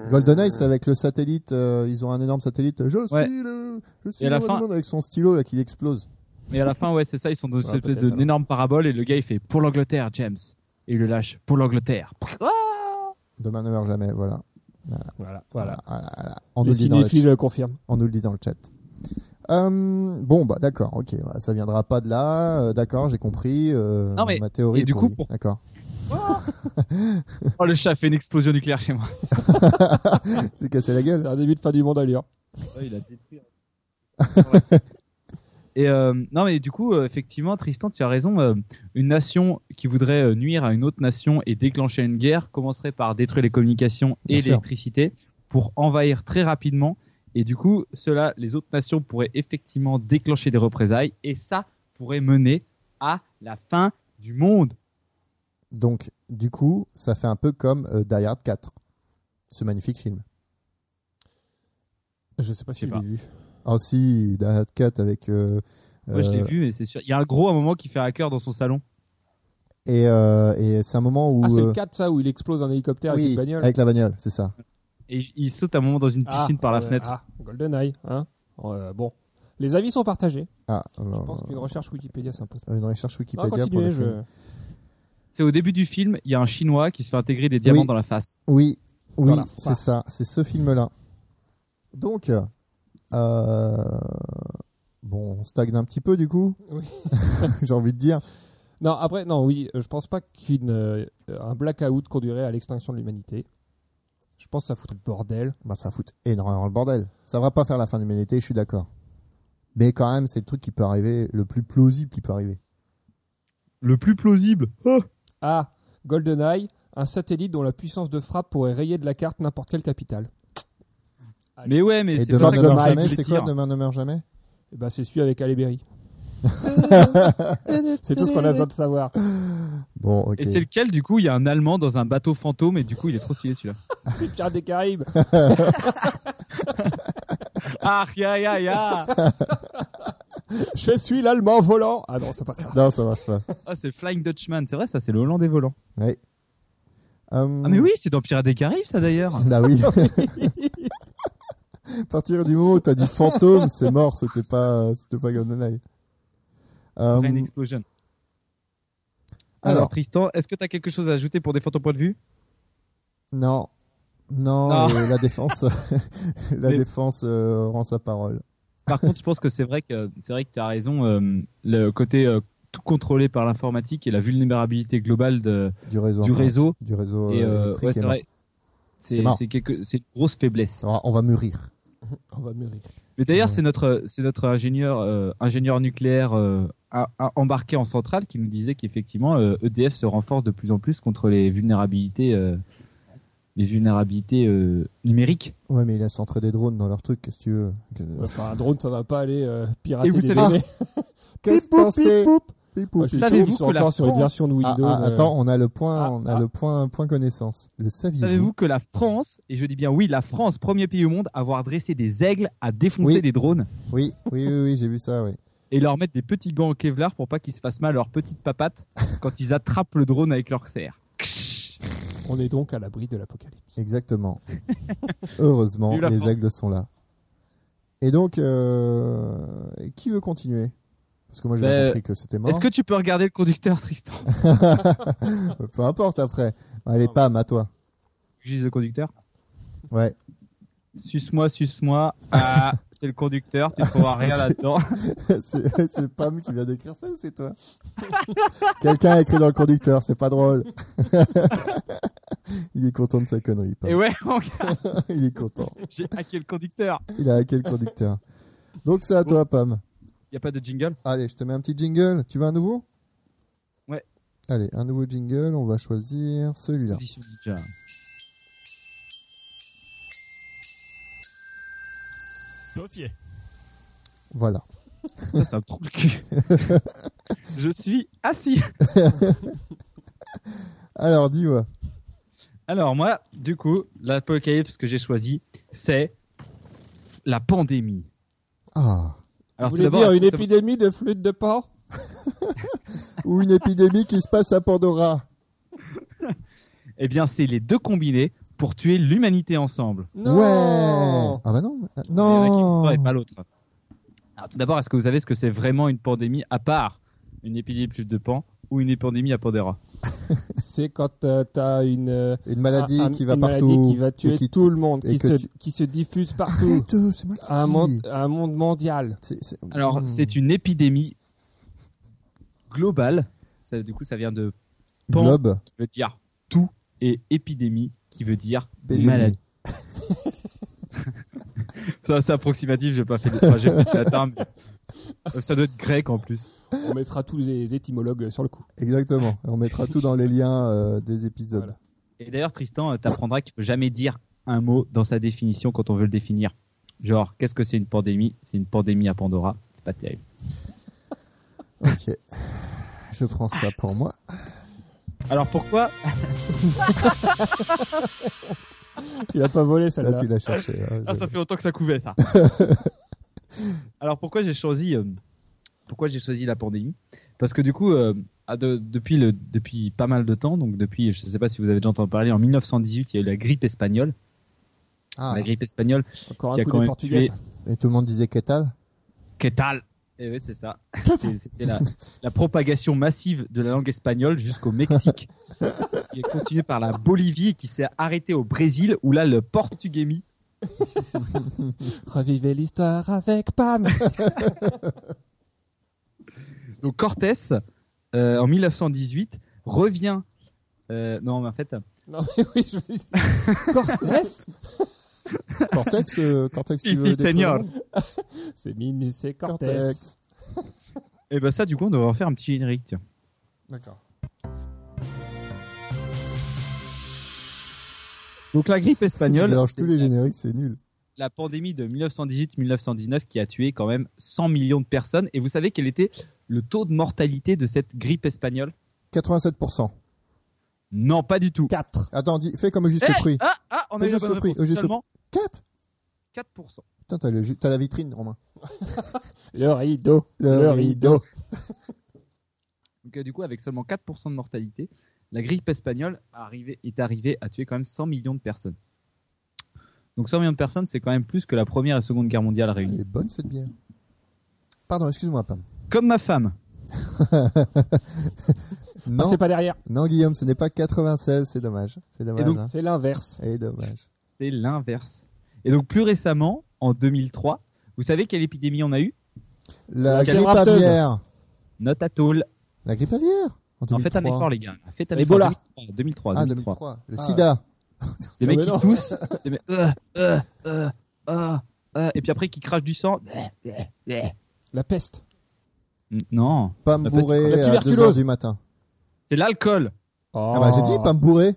Speaker 1: GoldenEye, c'est avec le satellite. euh, ils ont un énorme satellite. Je
Speaker 2: Ouais.
Speaker 1: suis le, je suis
Speaker 2: Et à la
Speaker 1: le
Speaker 2: fin-
Speaker 1: monde avec son stylo là qui explose.
Speaker 2: Mais à la fin, ouais, c'est ça, ils sont dans
Speaker 6: Ouais,
Speaker 2: une espèce
Speaker 6: peut-être,
Speaker 2: de-
Speaker 6: alors.
Speaker 2: d'énorme parabole et le gars il fait pour l'Angleterre, James. Et il le lâche pour l'Angleterre.
Speaker 1: Demain ne meurt jamais. Voilà.
Speaker 6: Voilà, voilà.
Speaker 1: Voilà, voilà. Ah, On, nous
Speaker 6: Les
Speaker 1: le dit dans le
Speaker 6: cinéphiles
Speaker 1: chat.
Speaker 6: le confirment.
Speaker 1: On nous le dit dans le chat. Euh, bon bah d'accord. Ok. voilà, ça viendra pas de là. euh, d'accord. J'ai compris. euh,
Speaker 2: Non, mais-
Speaker 1: ma théorie.
Speaker 2: et du
Speaker 1: est
Speaker 2: coup,
Speaker 1: pourrie,
Speaker 2: pour-
Speaker 1: D'accord.
Speaker 2: Oh, le chat fait une explosion nucléaire chez moi.
Speaker 1: C'est cassé la
Speaker 6: C'est
Speaker 1: gueule.
Speaker 6: un début de fin du monde à l'heure.
Speaker 2: Et euh, non, mais du coup, euh, effectivement, Tristan, tu as raison. euh, une nation qui voudrait euh, nuire à une autre nation et déclencher une guerre commencerait par détruire les communications
Speaker 1: Bien
Speaker 2: et
Speaker 1: sûr.
Speaker 2: l'électricité pour envahir très rapidement. Et du coup, cela, les autres nations pourraient effectivement déclencher des représailles et ça pourrait mener à la fin du monde.
Speaker 1: Donc du coup, ça fait un peu comme euh, Die Hard 4. Ce magnifique film.
Speaker 6: Je sais pas
Speaker 2: Je
Speaker 6: si
Speaker 2: sais
Speaker 6: je l'ai
Speaker 2: pas.
Speaker 6: vu.
Speaker 1: Ah si, Die Hard 4 avec. euh,
Speaker 2: Moi, je l'ai
Speaker 1: euh,
Speaker 2: vu, mais c'est sûr. Il y a un gros à un moment qui fait hacker dans son salon.
Speaker 1: Et, euh, et c'est un moment où.
Speaker 6: Ah, c'est
Speaker 1: euh,
Speaker 6: le 4, ça, où il explose un hélicoptère avec
Speaker 1: oui,
Speaker 6: une bagnole.
Speaker 1: avec la bagnole, c'est ça.
Speaker 2: Et j- il saute à un moment dans une
Speaker 6: Ah,
Speaker 2: piscine par la
Speaker 6: euh,
Speaker 2: fenêtre.
Speaker 6: Ah, GoldenEye, hein. Euh, bon. Les avis sont partagés.
Speaker 1: Ah,
Speaker 6: Je
Speaker 1: euh,
Speaker 6: pense qu'une recherche Wikipédia s'impose.
Speaker 1: une recherche
Speaker 6: Non,
Speaker 1: Wikipédia pour le
Speaker 6: continuez, je...
Speaker 1: film.
Speaker 2: C'est au début du film, il y a un chinois qui se fait intégrer des diamants
Speaker 1: Oui.
Speaker 2: dans la face.
Speaker 1: Oui, oui,
Speaker 6: Dans la
Speaker 1: c'est
Speaker 6: face.
Speaker 1: ça, c'est ce film-là. Donc, euh, bon, on stagne un petit peu du coup.
Speaker 6: Oui.
Speaker 1: J'ai envie de dire.
Speaker 6: Non, après, non, oui, euh, je pense pas qu'un blackout conduirait à l'extinction de l'humanité. Je pense que ça foutrait le bordel.
Speaker 1: Bah, ça fout énormément le bordel. Ça va pas faire la fin de l'humanité, je suis d'accord. Mais quand même, c'est le truc qui peut arriver, le plus plausible qui peut arriver.
Speaker 2: Le plus plausible.
Speaker 6: Ah, GoldenEye, un satellite dont la puissance de frappe pourrait rayer de la carte n'importe quelle capitale.
Speaker 2: Mais ouais, mais
Speaker 1: Et
Speaker 2: c'est
Speaker 1: demain ne
Speaker 2: pas comme
Speaker 1: meurt
Speaker 2: ça
Speaker 1: jamais,
Speaker 2: qu'il
Speaker 1: c'est
Speaker 2: tire.
Speaker 1: quoi demain ne meurt jamais
Speaker 6: Eh ben, c'est celui avec Halle Berry. c'est tout ce qu'on a besoin de savoir.
Speaker 1: Bon, ok.
Speaker 2: Et c'est lequel, du coup, il y a un Allemand dans un bateau fantôme et du coup, il est trop stylé celui-là.
Speaker 6: C'est Pierre des Caraïbes.
Speaker 2: Ah, ya, ya, ya
Speaker 6: Je suis l'Allemand volant. Ah non, c'est pas ça.
Speaker 1: Non, ça marche pas.
Speaker 2: Ah, c'est Flying Dutchman, c'est vrai, ça, c'est le Hollandais volant.
Speaker 1: Ouais. Euh,
Speaker 2: Ah, mais oui, c'est dans Pirates des Caraïbes, ça d'ailleurs.
Speaker 1: Bah oui. à partir du moment où t'as dit fantôme, c'est mort, c'était pas, c'était pas GoldenEye. Euh,
Speaker 2: Brain Explosion. Alors,
Speaker 1: alors,
Speaker 2: Tristan, est-ce que t'as quelque chose à ajouter pour défendre ton point de vue
Speaker 1: non, non,
Speaker 2: Non.
Speaker 1: euh, la défense, la
Speaker 2: Mais-
Speaker 1: défense euh, rend sa parole.
Speaker 2: Par contre, je pense que c'est vrai que c'est vrai que tu as raison. euh, le côté euh, tout contrôlé par l'informatique et la vulnérabilité globale de,
Speaker 1: Du réseau,
Speaker 2: du
Speaker 1: enfin,
Speaker 2: réseau.
Speaker 1: du réseau
Speaker 2: et
Speaker 1: euh,
Speaker 2: euh,
Speaker 1: électrique
Speaker 2: ouais,
Speaker 1: est
Speaker 2: c'est
Speaker 1: mort.
Speaker 2: vrai.
Speaker 1: C'est
Speaker 2: C'est
Speaker 1: mort.
Speaker 2: c'est quelque- c'est une grosse faiblesse.
Speaker 1: Ça va, On va mûrir.
Speaker 6: On va mûrir.
Speaker 2: Mais d'ailleurs,
Speaker 1: Ouais.
Speaker 2: c'est notre c'est notre ingénieur euh, ingénieur nucléaire euh, a- a- embarqué en centrale qui nous disait qu'effectivement euh, EDF se renforce de plus en plus contre les vulnérabilités euh, les vulnérabilités euh, numériques.
Speaker 1: Ouais, mais il a centré des drones dans leur truc, qu'est-ce que tu veux Que-
Speaker 6: Enfin, un drone, ça va pas aller euh, pirater
Speaker 2: Et vous
Speaker 6: des
Speaker 2: savez-
Speaker 6: données.
Speaker 1: Qu'est-ce que t'en
Speaker 6: Pip, poup, pip,
Speaker 1: sais
Speaker 6: poup.
Speaker 1: Pip,
Speaker 6: Ah,
Speaker 1: poup,
Speaker 6: je suis
Speaker 1: pip.
Speaker 6: sûr
Speaker 2: Savez-vous
Speaker 6: qu'ils sont
Speaker 2: que la
Speaker 6: encore sur une
Speaker 2: France-
Speaker 6: version de
Speaker 1: Ah,
Speaker 6: Windows.
Speaker 1: ah,
Speaker 6: euh,
Speaker 1: attends, on a le point,
Speaker 6: Ah,
Speaker 1: on a
Speaker 6: ah.
Speaker 1: le point, point connaissance. Le saviez-vous
Speaker 2: Savez-vous que la France, et je dis bien oui, la France, premier pays au monde à avoir dressé des aigles à défoncer
Speaker 1: Oui.
Speaker 2: des drones
Speaker 1: Oui, oui, oui, oui j'ai vu ça, oui.
Speaker 2: et leur mettre des petits gants en Kevlar pour pas qu'ils se fassent mal leurs petites papates quand ils attrapent le drone avec leur serre.
Speaker 6: On est donc à l'abri de l'apocalypse.
Speaker 1: Exactement. Heureusement,
Speaker 2: Vive la
Speaker 1: les
Speaker 2: France.
Speaker 1: aigles sont là. Et donc, euh, qui veut continuer Parce que moi, j'ai
Speaker 2: Ben,
Speaker 1: compris que c'était mort.
Speaker 2: Est-ce que tu peux regarder le conducteur, Tristan
Speaker 1: Euh, Peu importe après. Bah,
Speaker 2: Ah
Speaker 1: Allez, Pam, à toi.
Speaker 2: Je dis le conducteur.
Speaker 1: Ouais.
Speaker 2: Suce-moi, suce-moi. Ah, c'est le conducteur, tu ne trouveras rien là-dedans.
Speaker 1: c'est c'est Pam qui vient d'écrire ça ou c'est toi Quelqu'un a écrit dans le conducteur, c'est pas drôle. Il est content de sa connerie. Pam.
Speaker 2: Et ouais, mon gars,
Speaker 1: Il est content.
Speaker 2: j'ai hacké le conducteur.
Speaker 1: Il a hacké le conducteur. Donc, c'est à toi, Pam.
Speaker 2: Il n'y a pas de jingle
Speaker 1: Allez, je te mets un petit jingle. Tu veux un nouveau
Speaker 2: Ouais.
Speaker 1: Allez, un nouveau jingle. On va choisir celui-là.
Speaker 2: Position ninja.
Speaker 5: Dossier.
Speaker 1: Voilà.
Speaker 2: Ça, ça me trouve le cul. Je suis assis.
Speaker 1: Alors, dis-moi.
Speaker 2: Alors moi, du coup, l'apocalypse que j'ai choisi, c'est la pandémie.
Speaker 1: Ah.
Speaker 2: Alors
Speaker 6: Vous
Speaker 2: tout
Speaker 6: voulez
Speaker 2: d'abord,
Speaker 6: dire une
Speaker 2: est-ce que ça-
Speaker 6: épidémie de flûte de porc
Speaker 1: Ou une épidémie qui se passe à Pandora.
Speaker 2: Eh bien, c'est les deux combinés pour tuer l'humanité ensemble.
Speaker 6: Non
Speaker 1: ouais. Ah bah non. euh,
Speaker 2: Il y en
Speaker 1: Non.
Speaker 2: a qui- ouais, pas l'autre. Alors tout d'abord, est-ce que vous savez ce que c'est vraiment une pandémie à part une épidémie de de pan ou une épidémie à Pandora
Speaker 6: C'est quand euh, t'as une, euh,
Speaker 1: Une maladie
Speaker 2: Ah,
Speaker 6: un-
Speaker 1: qui va
Speaker 6: une
Speaker 1: partout.
Speaker 6: maladie qui va
Speaker 1: et
Speaker 6: tuer
Speaker 1: qui-
Speaker 6: tout le monde,
Speaker 1: et
Speaker 6: qui
Speaker 1: que
Speaker 6: se,
Speaker 1: tu-
Speaker 6: qui se diffuse partout,
Speaker 1: Arrête, euh, c'est moi qui
Speaker 6: à un,
Speaker 1: dis.
Speaker 6: monde, à un monde mondial.
Speaker 1: C'est- c'est-
Speaker 2: Ah, Alors
Speaker 1: Hmm.
Speaker 2: c'est une épidémie globale. Ça, du coup, ça vient de pan
Speaker 1: Globe.
Speaker 2: qui veut dire tout et épidémie qui veut dire
Speaker 1: Pandémie.
Speaker 2: maladie. Ça, c'est approximatif. J'ai pas fait de trajet latin. mais- Euh, Ça doit être grec en plus.
Speaker 6: On mettra tous les étymologues sur le coup.
Speaker 1: Exactement. On mettra tout dans les liens euh, des épisodes.
Speaker 6: Voilà.
Speaker 2: Et d'ailleurs, Tristan, euh, t'apprendras qu'il faut jamais dire un mot dans sa définition quand on veut le définir. Genre, qu'est-ce que c'est une pandémie C'est une pandémie à Pandora. C'est pas terrible.
Speaker 1: Ok. Je prends ça pour moi.
Speaker 2: Ah, Alors pourquoi
Speaker 6: Tu l'as pas volé
Speaker 1: Là,
Speaker 6: celle-là.
Speaker 1: tu l'as cherché. hein,
Speaker 2: Ah,
Speaker 1: je-
Speaker 2: ça fait longtemps que ça couvait ça. Alors pourquoi j'ai choisi euh, pourquoi j'ai choisi la pandémie Parce que du coup euh, à de- depuis le depuis pas mal de temps donc depuis je sais pas si vous avez déjà entendu parler en 1918 il y a eu la grippe espagnole
Speaker 1: Ah.
Speaker 2: la grippe espagnole
Speaker 6: Encore
Speaker 2: qui
Speaker 6: un
Speaker 2: a
Speaker 6: coup
Speaker 2: quand
Speaker 6: des
Speaker 2: même
Speaker 6: portugais.
Speaker 2: tué-
Speaker 6: ça.
Speaker 1: Et tout le monde disait Ketal.
Speaker 2: que tal et Eh oui c'est ça C'est- c'était la, la propagation massive de la langue espagnole jusqu'au Mexique qui est continuée par la Bolivie et qui s'est arrêtée au Brésil où là le portugais
Speaker 6: Revivez l'histoire avec Pam.
Speaker 2: Donc Cortés, euh, en 1918, revient. euh, non, mais en fait,
Speaker 6: non mais oui, je veux dire. Cortés
Speaker 1: Cortex, euh, Cortex qui
Speaker 2: Il
Speaker 1: veut
Speaker 2: dit Seigneur.
Speaker 1: détruire. le monde
Speaker 6: C'est Minus, c'est Cortés.
Speaker 1: Cortex.
Speaker 2: et ben ça, du coup, on devrait en faire un petit générique. tiens.
Speaker 1: D'accord.
Speaker 2: Donc la grippe
Speaker 1: Tu
Speaker 2: espagnole,
Speaker 1: mélanges tous les génériques, c'est nul.
Speaker 2: la pandémie de 1918-1919 qui a tué quand même 100 millions de personnes. Et vous savez quel était le taux de mortalité de cette grippe espagnole
Speaker 1: 87%.
Speaker 2: Non, pas du tout.
Speaker 6: 4.
Speaker 1: Attends, dis, fais comme juste
Speaker 2: Eh,
Speaker 1: prix.
Speaker 2: Ah, ah, on
Speaker 1: Fais
Speaker 2: a eu la
Speaker 1: juste
Speaker 2: bonne
Speaker 1: le prix,
Speaker 2: réponse.
Speaker 1: juste le-
Speaker 2: Seulement
Speaker 1: 4
Speaker 2: 4%.
Speaker 1: Putain, t'as, le ju- t'as la vitrine, Romain.
Speaker 6: Le rideau.
Speaker 1: Le rideau.
Speaker 2: Donc euh, du coup, avec seulement 4% de mortalité, la grippe espagnole arrivée- est arrivée à tuer quand même 100 millions de personnes. Donc 100 millions de personnes, c'est quand même plus que la première et seconde guerre mondiale réunies.
Speaker 1: Elle est bonne cette bière. Pardon, excuse-moi, Pam.
Speaker 2: Comme ma femme.
Speaker 6: Ah,
Speaker 1: Non,
Speaker 6: c'est pas derrière.
Speaker 1: non, Guillaume, ce n'est pas 96, c'est dommage. C'est dommage.
Speaker 2: donc,
Speaker 1: hein.
Speaker 6: C'est l'inverse.
Speaker 1: Et dommage.
Speaker 2: C'est l'inverse. Et donc plus récemment, en 2003, vous savez quelle épidémie on a eu
Speaker 1: La,
Speaker 6: La
Speaker 1: grippe
Speaker 6: fièvre apteuse.
Speaker 1: aviaire.
Speaker 2: Note à tôle.
Speaker 1: La grippe aviaire en,
Speaker 2: En fait, un
Speaker 1: 2003.
Speaker 2: effort, les gars. Faites un
Speaker 6: Ebola.
Speaker 2: effort. 2003. 2003.
Speaker 1: Ah,
Speaker 2: 2003.
Speaker 1: 2003. Le
Speaker 6: Ah,
Speaker 1: sida.
Speaker 2: Des
Speaker 6: Ah,
Speaker 2: mecs
Speaker 6: mais
Speaker 2: qui
Speaker 6: non.
Speaker 2: toussent. des mecs, euh, euh, euh, euh, euh, et puis après, qui crachent du sang.
Speaker 6: La peste.
Speaker 2: Mm, Non.
Speaker 1: Pam
Speaker 2: La
Speaker 1: bourré à 2
Speaker 6: tuberculose.
Speaker 1: euh, heures du matin.
Speaker 2: C'est l'alcool.
Speaker 6: Oh.
Speaker 1: Ah bah, j'ai dit Pam bourré.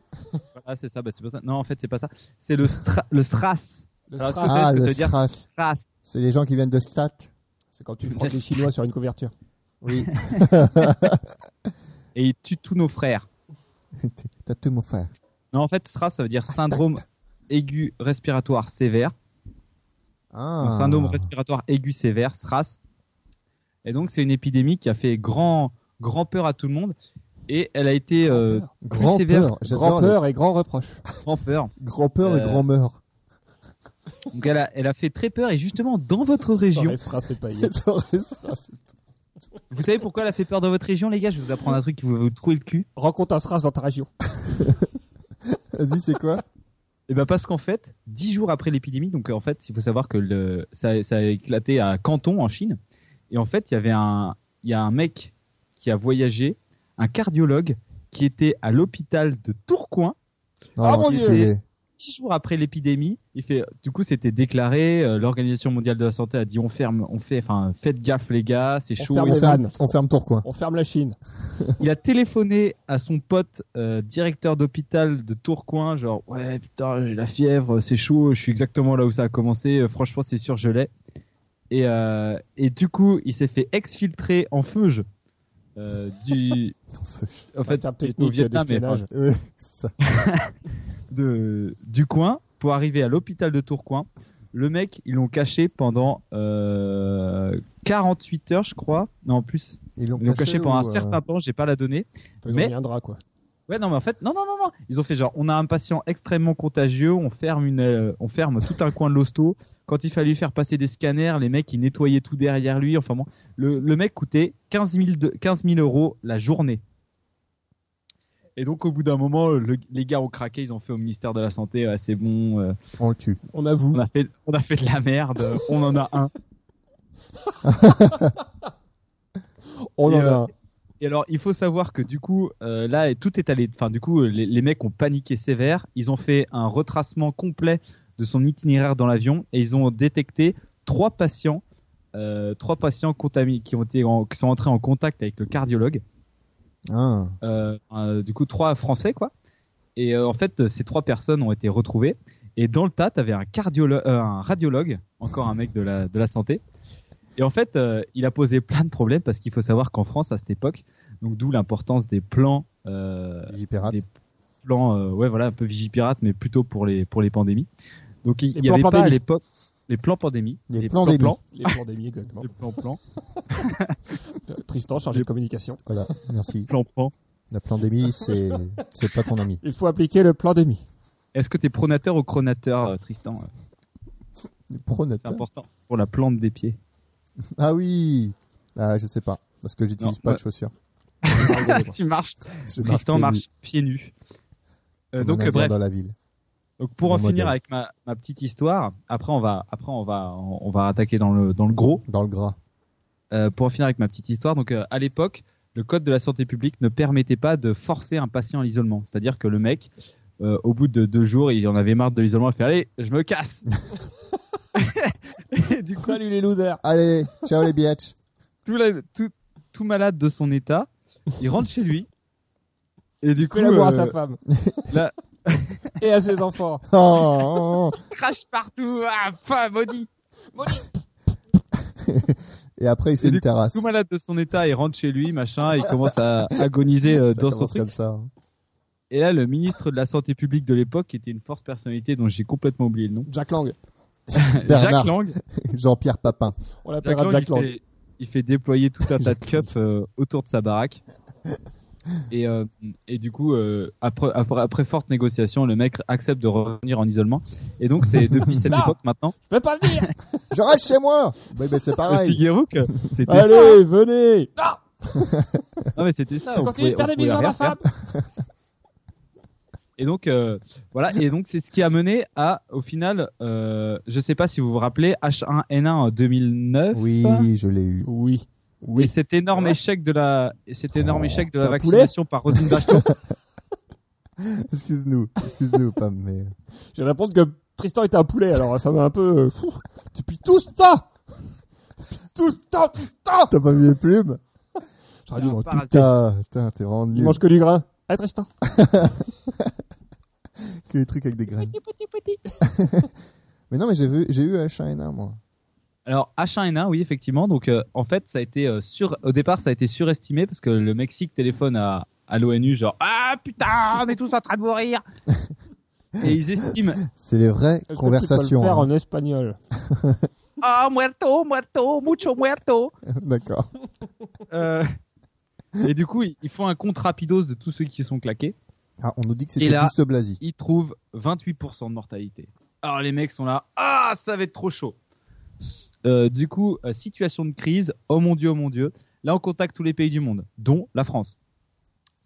Speaker 2: Ah, c'est ça, bah, c'est pas ça. Non, en fait, c'est pas ça. C'est le, stra- le SRAS.
Speaker 6: Le
Speaker 2: Alors, est-ce que
Speaker 6: SRAS.
Speaker 2: c'est-
Speaker 1: Ah,
Speaker 2: ce que
Speaker 1: le
Speaker 2: veut dire.
Speaker 1: strass.
Speaker 2: SRAS.
Speaker 1: C'est les gens qui viennent de Stat.
Speaker 6: C'est quand tu frottes les Chinois sur une couverture.
Speaker 1: Oui.
Speaker 2: Et il tue tous nos frères.
Speaker 1: T'as tout mon frère.
Speaker 2: Non, en fait, SRAS, ça veut dire syndrome aigu respiratoire sévère.
Speaker 1: Ah.
Speaker 2: Donc, syndrome respiratoire aigu sévère, SRAS. Et donc, c'est une épidémie qui a fait grand, grand peur à tout le monde. Et elle a été euh,
Speaker 1: Grand
Speaker 2: plus sévère.
Speaker 1: peur. J'adore
Speaker 6: Grand peur et grand reproche.
Speaker 2: grand peur.
Speaker 1: les grand peur et
Speaker 2: Euh,
Speaker 1: grand meur.
Speaker 2: Donc, elle a, elle a fait très peur. Et justement, dans votre région,
Speaker 6: Le SRAS, Oh, c'est pas hier.
Speaker 1: Ça aurait- ça, c'est-
Speaker 2: vous savez pourquoi elle a fait peur dans votre région, les gars Je vais vous apprendre un truc qui va vous trouver le cul.
Speaker 6: Rencontre un SRAS dans ta région.
Speaker 1: Vas-y, c'est quoi
Speaker 6: Ah,
Speaker 2: Eh ben parce qu'en fait, dix jours après l'épidémie, donc euh, en fait, il faut savoir que le, ça, ça a éclaté à Canton en Chine, et en fait, il y avait un, il y a un mec qui a voyagé, un cardiologue qui était à l'hôpital de Tourcoing
Speaker 1: Ah
Speaker 6: mon Dieu.
Speaker 2: dix jours après l'épidémie. Il fait, du coup, c'était déclaré. euh, L'Organisation mondiale de la santé a dit on ferme, on fait, enfin, faites gaffe les gars, c'est
Speaker 6: On
Speaker 2: chaud.
Speaker 6: ferme
Speaker 1: On
Speaker 6: les
Speaker 1: ferme,
Speaker 6: vannes.
Speaker 1: on ferme Tourcoing.
Speaker 6: On ferme la Chine.
Speaker 2: Il a téléphoné à son pote euh, directeur d'hôpital de Tourcoing, genre ouais putain j'ai la fièvre, c'est chaud, je suis exactement là où ça a commencé, euh, franchement c'est sûr je l'ai. Et, euh, et du coup il s'est fait exfiltrer en feuge euh, du
Speaker 1: Non, feu.
Speaker 2: en
Speaker 6: C'est un
Speaker 2: fait
Speaker 6: terme
Speaker 2: du- au
Speaker 6: technique
Speaker 2: Vietnam, mais,
Speaker 6: d'espionnage.
Speaker 1: Ouais, c'est ça.
Speaker 2: de, du coin pour arriver à l'hôpital de Tourcoing. Le mec, ils l'ont caché pendant euh, 48 heures, je crois. Non, plus.
Speaker 1: Ils l'ont
Speaker 2: Ils l'ont caché pendant un
Speaker 1: ou, euh,
Speaker 2: certain temps, j'ai pas la donnée.
Speaker 6: Ils ont
Speaker 2: Mais-
Speaker 6: mis un drap, quoi.
Speaker 2: Ouais, non, mais en fait, non, non, non, non. Ils ont fait genre, on a un patient extrêmement contagieux, on ferme une, euh, on ferme tout un coin de l'hosto. Quand il fallait lui faire passer des scanners, les mecs, ils nettoyaient tout derrière lui. Enfin bon, le, le mec coûtait 15 000, de- 15 000 euros la journée. Et donc, au bout d'un moment, le- les gars ont craqué, ils ont fait au ministère de la Santé, ouais, c'est bon, euh,
Speaker 1: On le tue.
Speaker 6: On avoue.
Speaker 2: on, a fait, on a fait de la merde, euh, on en a un.
Speaker 6: On
Speaker 2: Et,
Speaker 6: en a
Speaker 2: euh,
Speaker 6: un.
Speaker 2: Et alors, il faut savoir que du coup, euh, là, tout est allé. Enfin, du coup, euh, les, les mecs ont paniqué sévère. Ils ont fait un retracement complet de son itinéraire dans l'avion et ils ont détecté trois patients, euh, trois patients contaminés qui ont été, en- qui sont entrés en contact avec le cardiologue.
Speaker 1: Ah,
Speaker 2: Euh, euh, du coup, trois Français, quoi. Et euh, en fait, ces trois personnes ont été retrouvées. Et dans le tas, t'avais un cardiologue, un radiologue, encore un mec de la, de la santé. Et en fait, euh, il a posé plein de problèmes parce qu'il faut savoir qu'en France, à cette époque, donc d'où l'importance des plans, euh,
Speaker 1: Vigipirate.
Speaker 2: des plans, euh, ouais, voilà, un peu vigipirate, mais plutôt pour les, pour les pandémies. Donc il
Speaker 6: Les
Speaker 2: il y
Speaker 6: plans
Speaker 2: avait pas à
Speaker 6: pandémies.
Speaker 2: l'époque les plans pandémies,
Speaker 1: Les plans des
Speaker 2: plans,
Speaker 6: Les pandémies, exactement.
Speaker 2: les plans plans,
Speaker 6: Tristan, chargé de communication.
Speaker 1: Voilà, merci.
Speaker 2: plans plans.
Speaker 1: La pandémie, c'est c'est pas ton ami.
Speaker 6: Il faut appliquer le plan d'Emmy.
Speaker 2: Est-ce que t'es pronateur ou cronateur, euh, Tristan
Speaker 1: Le
Speaker 2: C'est
Speaker 1: pronateur.
Speaker 2: important pour la plante des pieds.
Speaker 1: Ah oui. Ah, je sais pas parce que j'utilise
Speaker 2: Non,
Speaker 1: pas
Speaker 2: bah-
Speaker 1: de chaussures.
Speaker 2: tu marches.
Speaker 1: Je
Speaker 2: Tristan
Speaker 1: pieds
Speaker 2: marche pieds nus. Euh,
Speaker 1: nus,
Speaker 2: donc
Speaker 1: comme un
Speaker 2: euh,
Speaker 1: indien
Speaker 2: bref,
Speaker 1: dans la ville.
Speaker 2: donc pour en
Speaker 1: Mon modèle.
Speaker 2: finir avec ma, ma petite histoire, après on va après on va on va attaquer dans le dans le gros.
Speaker 1: Dans le gras.
Speaker 2: Euh, pour en finir avec ma petite histoire, donc euh, à l'époque, le code de la santé publique ne permettait pas de forcer un patient à l'isolement, c'est-à-dire que le mec euh, au bout de deux jours, il en avait marre de l'isolement, il fait allez, je me casse. Et du coup,
Speaker 6: Salut les losers
Speaker 1: Allez, ciao les biatchs.
Speaker 2: tout, la- tout tout malade de son état, il rentre chez lui. Et du coup,
Speaker 6: Fais l'amour à
Speaker 2: euh,
Speaker 6: sa femme.
Speaker 2: là-
Speaker 6: Et à ses enfants.
Speaker 1: Oh, oh, oh.
Speaker 2: crache partout, ah, pas maudit.
Speaker 1: Et après, il fait
Speaker 2: Et du
Speaker 1: une
Speaker 2: coup,
Speaker 1: terrasse.
Speaker 2: tout malade de son état, il rentre chez lui, machin, il commence à agoniser euh,
Speaker 1: Ça
Speaker 2: dans son
Speaker 1: commence
Speaker 2: truc.
Speaker 1: comme ça. hein.
Speaker 2: Et là, le ministre de la Santé publique de l'époque, qui était une force personnalité dont j'ai complètement oublié le nom,
Speaker 6: Jack Lang.
Speaker 1: Bernard.
Speaker 2: Jacques Lang,
Speaker 1: Jean-Pierre Papin.
Speaker 6: On l'appellera
Speaker 2: Jacques Lang, il,
Speaker 6: Jack Lang.
Speaker 2: fait, il fait déployer tout un tas de cups euh, autour de sa baraque. Et, euh, et du coup, euh, après, après, après forte négociation, le mec accepte de revenir en isolement. Et donc, c'est depuis cette
Speaker 6: Non.
Speaker 2: époque maintenant,
Speaker 6: Je peux pas venir
Speaker 1: Je reste chez moi. Mais, mais c'est
Speaker 2: le
Speaker 1: pareil.
Speaker 2: figurez-vous que c'était ça.
Speaker 6: Allez, venez
Speaker 2: Non, mais c'était ça. on
Speaker 6: Continue de
Speaker 2: pouvait-
Speaker 6: faire
Speaker 2: on
Speaker 6: des
Speaker 2: pouvait
Speaker 6: bisous à
Speaker 2: rien
Speaker 6: ma
Speaker 2: faire.
Speaker 6: femme
Speaker 2: Et donc euh, voilà, et donc c'est ce qui a mené à, au final, euh, je sais pas si vous vous rappelez, H1N1 en 2009.
Speaker 1: Oui, je l'ai eu.
Speaker 6: Oui.
Speaker 2: Et
Speaker 6: Oui.
Speaker 2: cet énorme
Speaker 6: Ouais.
Speaker 2: échec de la, et cet énorme échec de la
Speaker 6: t'as un poulet
Speaker 2: vaccination par Rosenbach.
Speaker 1: Excuse-nous. Excuse-nous, Pam. Mais...
Speaker 6: Je vais répondre que Tristan était un poulet, alors ça m'a un peu... euh, fou. Depuis tout ce temps Depuis Tout ce temps, Tristan
Speaker 1: T'as pas vu les plumes
Speaker 6: J'aurais dû m'en
Speaker 2: Ah,
Speaker 6: tout.
Speaker 1: Putain, putain, t'es vraiment
Speaker 6: Il
Speaker 1: nul.
Speaker 6: mange que du grain. Ah Tristan
Speaker 1: Que des trucs avec des graines. mais non, mais j'ai vu, j'ai eu H1N1, moi.
Speaker 2: Alors H1N1, oui effectivement. Donc euh, en fait, ça a été euh, sur, au départ, ça a été surestimé parce que le Mexique téléphone à, à l'ONU genre ah putain, on est tous en train de mourir. et ils estiment
Speaker 1: C'est les vraies
Speaker 6: Est-ce que tu peux le
Speaker 1: conversations.
Speaker 6: faire
Speaker 1: hein.
Speaker 6: en espagnol.
Speaker 2: ah muerto, muerto, mucho muerto.
Speaker 1: hein. D'accord.
Speaker 2: Euh, et du coup, ils ils font un compte rapidos de tous ceux qui sont claqués.
Speaker 1: Ah, on nous dit que c'était
Speaker 2: Et là-
Speaker 1: tous ce blasi.
Speaker 2: Ils trouvent 28% de mortalité. Alors les mecs sont là, ah, ça va être trop chaud. S- euh, du coup, euh, situation de crise, oh mon dieu, oh mon dieu. Là, on contacte tous les pays du monde, dont la France.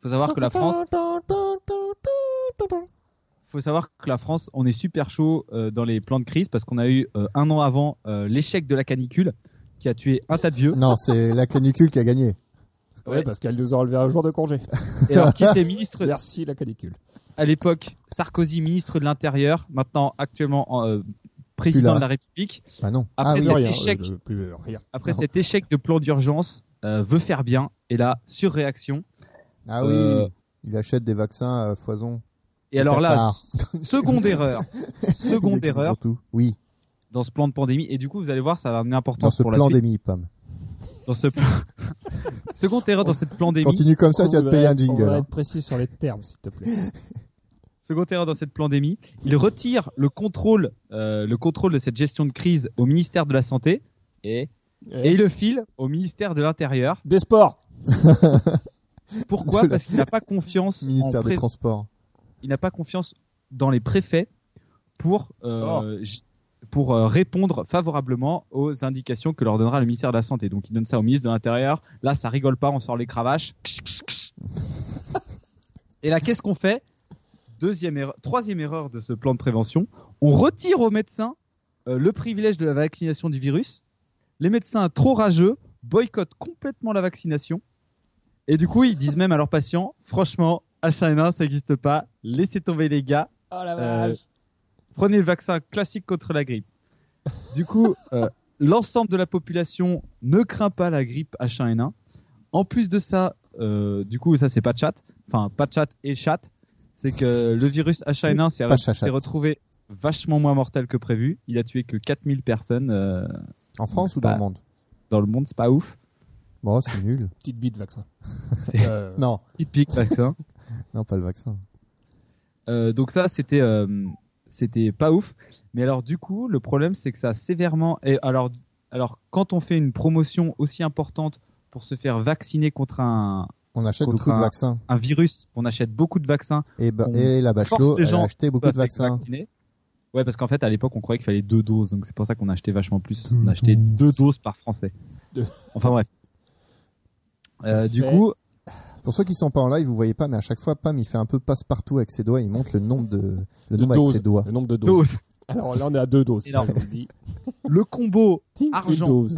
Speaker 2: Faut savoir que la France, faut savoir que la France, on est super chaud euh, dans les plans de crise parce qu'on a eu euh, un an avant euh, l'échec de la canicule qui a tué un tas de vieux.
Speaker 1: Non, c'est la canicule qui a gagné.
Speaker 6: Ouais,
Speaker 2: Ouais.
Speaker 6: parce qu'elle nous a enlevé un jour de congé.
Speaker 2: Et alors, qui était ministre
Speaker 6: Merci la canicule.
Speaker 2: à l'époque Sarkozy ministre de l'Intérieur, maintenant actuellement euh,
Speaker 1: Plus là.
Speaker 2: président de la République.
Speaker 1: Ah non.
Speaker 2: Après,
Speaker 1: ah
Speaker 2: Cet
Speaker 1: oui.
Speaker 6: rien,
Speaker 2: échec.
Speaker 6: euh, de- plus rien.
Speaker 2: Après
Speaker 1: Non.
Speaker 2: cet échec de plan d'urgence, euh, veut faire bien et là surréaction.
Speaker 1: Ah oui.
Speaker 2: Euh,
Speaker 1: Il achète des vaccins à foison.
Speaker 2: Et alors là,
Speaker 1: Qatar.
Speaker 2: seconde erreur,
Speaker 1: Il
Speaker 2: seconde
Speaker 1: existe
Speaker 2: erreur
Speaker 1: surtout. Oui,
Speaker 2: dans ce plan de pandémie. Et du coup, vous allez voir, ça va amener
Speaker 1: dans
Speaker 2: importance
Speaker 1: ce
Speaker 2: pour la
Speaker 1: plan
Speaker 2: suite.
Speaker 1: d'émis, Pam.
Speaker 2: Dans ce plan. seconde erreur dans cette pandémie.
Speaker 1: Continue comme ça, tu vas te
Speaker 6: On voudrait-
Speaker 1: payer un
Speaker 6: On
Speaker 1: jingle.
Speaker 6: va
Speaker 1: hein.
Speaker 6: être précis sur les termes, s'il te plaît.
Speaker 2: Second erreur dans cette pandémie, il retire le contrôle, euh, le contrôle de cette gestion de crise au ministère de la Santé et, et il le file au ministère de l'Intérieur.
Speaker 6: Des sports.
Speaker 2: Pourquoi Parce qu'il n'a pas confiance. en
Speaker 1: hein. Ministère des
Speaker 2: pré-
Speaker 1: Transports.
Speaker 2: il n'a pas confiance dans les préfets pour, euh, j- pour euh, répondre favorablement aux indications que leur donnera le ministère de la Santé. Donc il donne ça au ministre de l'Intérieur. Là, ça rigole pas, on sort les cravaches. Et là, qu'est-ce qu'on fait Deuxième erreur, troisième erreur de ce plan de prévention, on retire aux médecins euh, le privilège de la vaccination du virus. Les médecins trop rageux boycottent complètement la vaccination. Et du coup, ils disent même à leurs patients, franchement, H1N1, ça n'existe pas, laissez tomber les gars,
Speaker 6: Oh la
Speaker 2: Euh,
Speaker 6: vache.
Speaker 2: prenez le vaccin classique contre la grippe. Du coup, euh, l'ensemble de la population ne craint pas la grippe H1N1. En plus de ça, euh, du coup, ça c'est pas de chat, enfin pas de chat et chat, c'est que le virus H1N1 s'est
Speaker 1: pas
Speaker 2: re-
Speaker 1: chat-chat.
Speaker 2: s'est retrouvé vachement moins mortel que prévu. Il a tué que 4000 personnes euh,
Speaker 1: En France ou dans
Speaker 2: Bah.
Speaker 1: le monde
Speaker 2: dans le monde, c'est pas ouf.
Speaker 1: Bon, c'est nul.
Speaker 6: Petite bite vaccin.
Speaker 2: C'est-
Speaker 6: Euh,
Speaker 1: Non,
Speaker 2: Petite pique, vaccin.
Speaker 1: non, pas le vaccin.
Speaker 2: Euh, donc ça, c'était euh, c'était pas ouf. Mais alors du coup, le problème, c'est que ça a sévèrement. Et alors alors quand on fait une promotion aussi importante pour se faire vacciner contre un,
Speaker 1: On achète
Speaker 2: Contre
Speaker 1: beaucoup de
Speaker 2: un-
Speaker 1: vaccins.
Speaker 2: un virus, on achète beaucoup de vaccins.
Speaker 1: Et, bah-
Speaker 2: On
Speaker 1: et la Bachelot,
Speaker 2: force les
Speaker 1: elle a
Speaker 2: gens Bah,
Speaker 1: acheté beaucoup
Speaker 2: pour
Speaker 1: de
Speaker 2: se faire
Speaker 1: vaccins.
Speaker 2: vacciner. Ouais, parce qu'en fait, à l'époque, on croyait qu'il fallait deux doses, donc c'est pour ça qu'on achetait vachement plus. on achetait deux doses par Français.
Speaker 6: Deux.
Speaker 2: Enfin bref. Euh,
Speaker 6: Ça
Speaker 2: du
Speaker 6: fait-
Speaker 2: coup,
Speaker 1: Pour ceux qui sont pas en live, vous voyez pas, mais à chaque fois, Pam, il fait un peu passe-partout avec ses doigts. Il montre le nombre de, le
Speaker 6: de
Speaker 1: nombre avec
Speaker 6: doses.
Speaker 1: ses doigts.
Speaker 6: Le nombre de doses.
Speaker 2: dose.
Speaker 6: Alors là, on est à deux doses.
Speaker 2: Énorme.
Speaker 6: comme on dit.
Speaker 2: le combo
Speaker 6: Ting, une
Speaker 2: Argent.
Speaker 6: dose.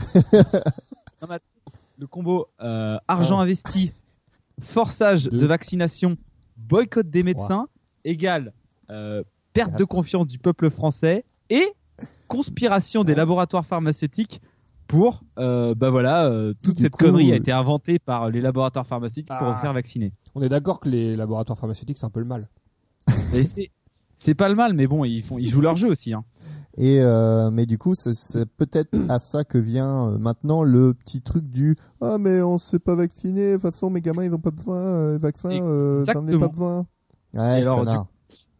Speaker 2: le combo euh, argent
Speaker 1: Ah.
Speaker 2: investi, forçage
Speaker 6: Deux.
Speaker 2: de vaccination, boycott des médecins égale euh, perte de
Speaker 6: Quatre.
Speaker 2: confiance du peuple français et conspiration des laboratoires pharmaceutiques pour euh, bah voilà euh, toute
Speaker 1: Du
Speaker 2: cette
Speaker 1: coup,
Speaker 2: connerie a
Speaker 1: euh,
Speaker 2: été inventée par les laboratoires pharmaceutiques pour
Speaker 6: Ah.
Speaker 2: faire vacciner.
Speaker 6: On est d'accord que les laboratoires pharmaceutiques, c'est un peu le mal.
Speaker 2: Et c'est- C'est pas le mal, mais bon, ils font, ils jouent leur jeu aussi. Hein.
Speaker 1: Et euh, mais du coup, c'est- c'est peut-être à ça que vient euh, maintenant le petit truc du ah mais on se fait pas vacciner. De toute façon, mes gamins ils vont pas besoin, euh, vaccin, euh, j'en ai pas
Speaker 2: Exactement.
Speaker 1: besoin. Ouais,
Speaker 2: Et alors,
Speaker 1: connard.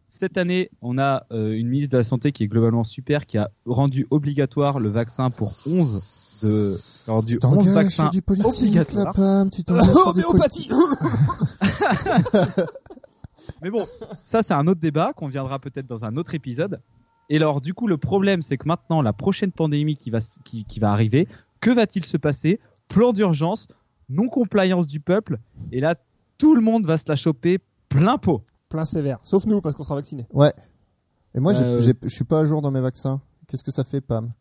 Speaker 2: Cette année, on a euh, une ministre de la santé qui est globalement super, qui a rendu obligatoire le vaccin pour 11 de, rendu
Speaker 1: Tu
Speaker 2: 11
Speaker 1: t'engages
Speaker 2: vaccins
Speaker 1: sur du politique,
Speaker 2: obligatoire.
Speaker 1: la Pam. Tu t'engages sur du politique.
Speaker 6: Homéopathie
Speaker 2: Mais bon, ça c'est un autre débat qu'on viendra peut-être dans un autre épisode. Et alors du coup le problème c'est que maintenant la prochaine pandémie qui va, s- qui, qui va arriver, que va-t-il se passer Plan d'urgence, non-compliance du peuple, et là tout le monde va se la choper plein pot.
Speaker 6: Plein sévère. Sauf nous, parce qu'on sera vaccinés.
Speaker 1: Et moi, j'ai-
Speaker 2: Euh,
Speaker 1: j'ai- je suis pas à jour dans mes vaccins. Qu'est-ce que ça fait, Pam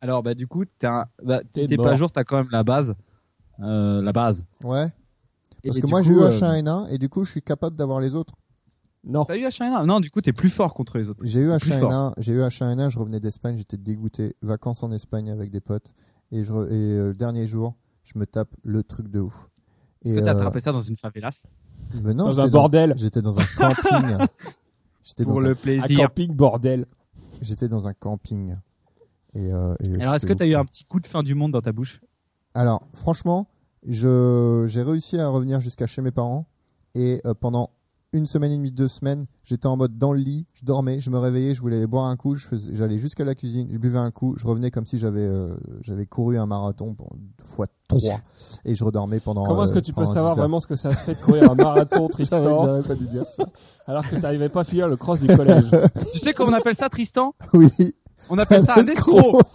Speaker 2: Alors bah du coup, t'es un- bah,
Speaker 6: T'es
Speaker 2: si t'es
Speaker 6: mort.
Speaker 2: pas à jour, t'as quand même la base. Euh, la base.
Speaker 1: Ouais.
Speaker 2: Et-
Speaker 1: Parce
Speaker 2: et
Speaker 1: que
Speaker 2: du
Speaker 1: moi,
Speaker 2: coup,
Speaker 1: j'ai eu
Speaker 2: euh,
Speaker 1: H1N1 et du coup, je suis capable d'avoir les autres.
Speaker 6: Non.
Speaker 2: T'as eu H1N1 Non, du coup t'es plus fort contre les autres.
Speaker 1: J'ai eu
Speaker 2: plus
Speaker 1: H1N1, j'ai eu H1N1, je revenais d'Espagne, j'étais dégoûté. Vacances en Espagne avec des potes. Et, je, re- et euh, le dernier jour, je me tape le truc de ouf. Et
Speaker 2: Est-ce que t'as
Speaker 1: euh,
Speaker 2: attrapé ça dans une favelas
Speaker 1: mais non,
Speaker 6: Dans
Speaker 1: j'étais
Speaker 6: un bordel.
Speaker 1: J'étais dans un camping. j'étais dans, Ah,
Speaker 2: pour
Speaker 1: un-
Speaker 2: le
Speaker 6: Un
Speaker 2: plaisir
Speaker 6: camping bordel.
Speaker 1: j'étais dans un camping. Et, euh, et
Speaker 2: Alors est-ce
Speaker 1: c'était
Speaker 2: que t'as
Speaker 1: ouf.
Speaker 2: eu un petit coup de fin du monde dans ta bouche
Speaker 1: Alors, franchement, je j'ai réussi à revenir jusqu'à chez mes parents et euh, pendant une semaine et demie, deux semaines, j'étais en mode dans le lit, je dormais, je me réveillais, je voulais aller boire un coup, je faisais- j'allais jusqu'à la cuisine, je buvais un coup, je revenais comme si j'avais euh, j'avais couru un marathon pour- fois trois et je redormais pendant.
Speaker 6: Comment est-ce
Speaker 1: euh,
Speaker 6: que tu peux
Speaker 1: pendant
Speaker 6: savoir
Speaker 1: 10 heures.
Speaker 6: vraiment ce que ça fait de courir un marathon,
Speaker 1: Je savais que
Speaker 6: Tristan,
Speaker 1: j'aurais pas dû dire ça.
Speaker 6: alors que t'arrivais pas à finir le cross du collège
Speaker 2: Tu sais comment on appelle ça, Tristan
Speaker 1: Oui.
Speaker 2: On appelle ça un escroc.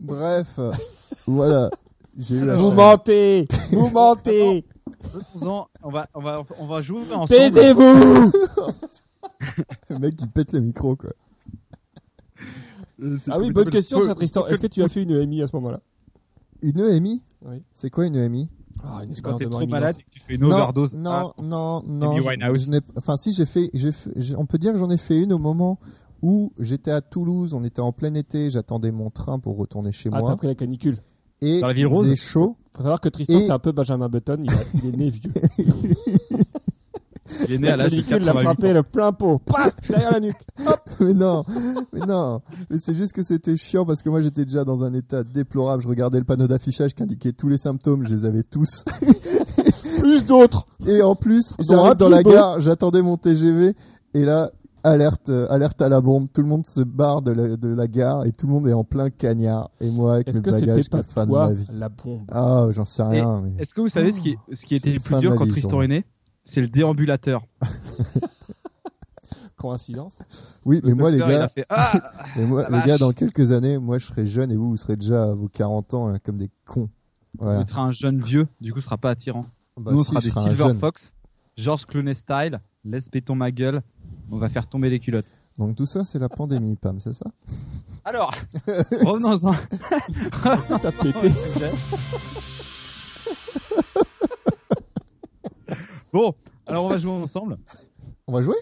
Speaker 1: Bref, voilà. J'ai eu la
Speaker 6: Vous
Speaker 1: chance.
Speaker 6: mentez Vous mentez
Speaker 2: Revenons-en, On va, on va, on va jouer ensemble.
Speaker 6: Taisez-vous
Speaker 1: Le mec qui pète le micro quoi.
Speaker 6: Ah oui, bonne question ça, Tristan. Est-ce que tu as fait une EMI à ce moment-là
Speaker 1: Une EMI
Speaker 6: Oui.
Speaker 1: C'est quoi une EMI
Speaker 6: Ah, une
Speaker 2: Quand
Speaker 6: expérience
Speaker 2: t'es
Speaker 6: de mort
Speaker 2: trop
Speaker 6: imminente.
Speaker 2: malade et que tu fais une overdose. hein, Ah.
Speaker 1: Non, non, non.
Speaker 2: Amy
Speaker 1: je-
Speaker 2: Winehouse.
Speaker 1: je n'ai- enfin, si j'ai fait, j'ai fait- j'ai- on peut dire que j'en ai fait une au moment où j'étais à Toulouse, on était en plein été, j'attendais mon train pour retourner chez
Speaker 6: Ah, t'as
Speaker 1: moi
Speaker 6: pris la canicule.
Speaker 1: et
Speaker 2: Dans la ville
Speaker 1: il
Speaker 2: rose
Speaker 1: faisait chaud.
Speaker 6: Faut savoir que Tristan,
Speaker 1: Et-
Speaker 6: c'est un peu Benjamin Button, il, a- il est né vieux.
Speaker 2: Il est né à
Speaker 6: La
Speaker 2: l'âge de
Speaker 6: canicule l'a
Speaker 2: 88
Speaker 6: frappé
Speaker 2: ans.
Speaker 6: le plein pot. Paf Derrière la nuque.
Speaker 1: mais non, mais non. Mais c'est juste que c'était chiant parce que moi j'étais déjà dans un état déplorable. Je regardais le panneau d'affichage qui indiquait tous les symptômes, je les avais tous.
Speaker 6: Plus d'autres.
Speaker 1: Et en plus,
Speaker 6: Ils hein. ont
Speaker 1: j'arrive dans la
Speaker 6: rapide,
Speaker 1: gare, j'attendais mon TGV et là, alerte, euh, alerte à la bombe. Tout le monde se barre de la, de la gare et tout le monde est en plein cagnard. Et moi avec
Speaker 6: Est-ce
Speaker 1: mes
Speaker 6: que c'était
Speaker 1: bagages,
Speaker 6: pas
Speaker 1: le fan
Speaker 6: toi
Speaker 1: de ma vie.
Speaker 6: la bombe
Speaker 1: Ah, j'en sais rien. mais-
Speaker 2: Est-ce que vous savez ce qui, ce qui était le
Speaker 1: Fin
Speaker 2: plus
Speaker 1: de
Speaker 2: dur
Speaker 1: ma
Speaker 2: quand
Speaker 1: vie,
Speaker 2: Tristan
Speaker 1: sûrement.
Speaker 2: est né C'est le déambulateur.
Speaker 6: Coïncidence
Speaker 1: Oui, mais
Speaker 2: Le
Speaker 1: moi les
Speaker 2: docteur, il
Speaker 1: gars,
Speaker 2: a fait, ah
Speaker 1: mais moi,
Speaker 2: la
Speaker 1: les gars,
Speaker 2: vache.
Speaker 1: dans quelques années, moi je serai jeune et vous, vous serez déjà à vos 40 ans hein, comme des cons. Voilà.
Speaker 2: Tu seras un jeune vieux, du coup, ce sera pas attirant.
Speaker 1: Bah,
Speaker 2: Nous, on
Speaker 1: si,
Speaker 2: sera
Speaker 1: je
Speaker 2: des
Speaker 1: serai un
Speaker 2: Silver
Speaker 1: jeune.
Speaker 2: Fox, George Clooney style, laisse béton ma gueule, on va faire tomber les culottes.
Speaker 1: Donc tout ça, c'est la pandémie, Pam, c'est ça
Speaker 2: Alors, revenons-en.
Speaker 6: Est-ce que t'as pété
Speaker 2: Bon, alors on va jouer ensemble.
Speaker 1: On va jouer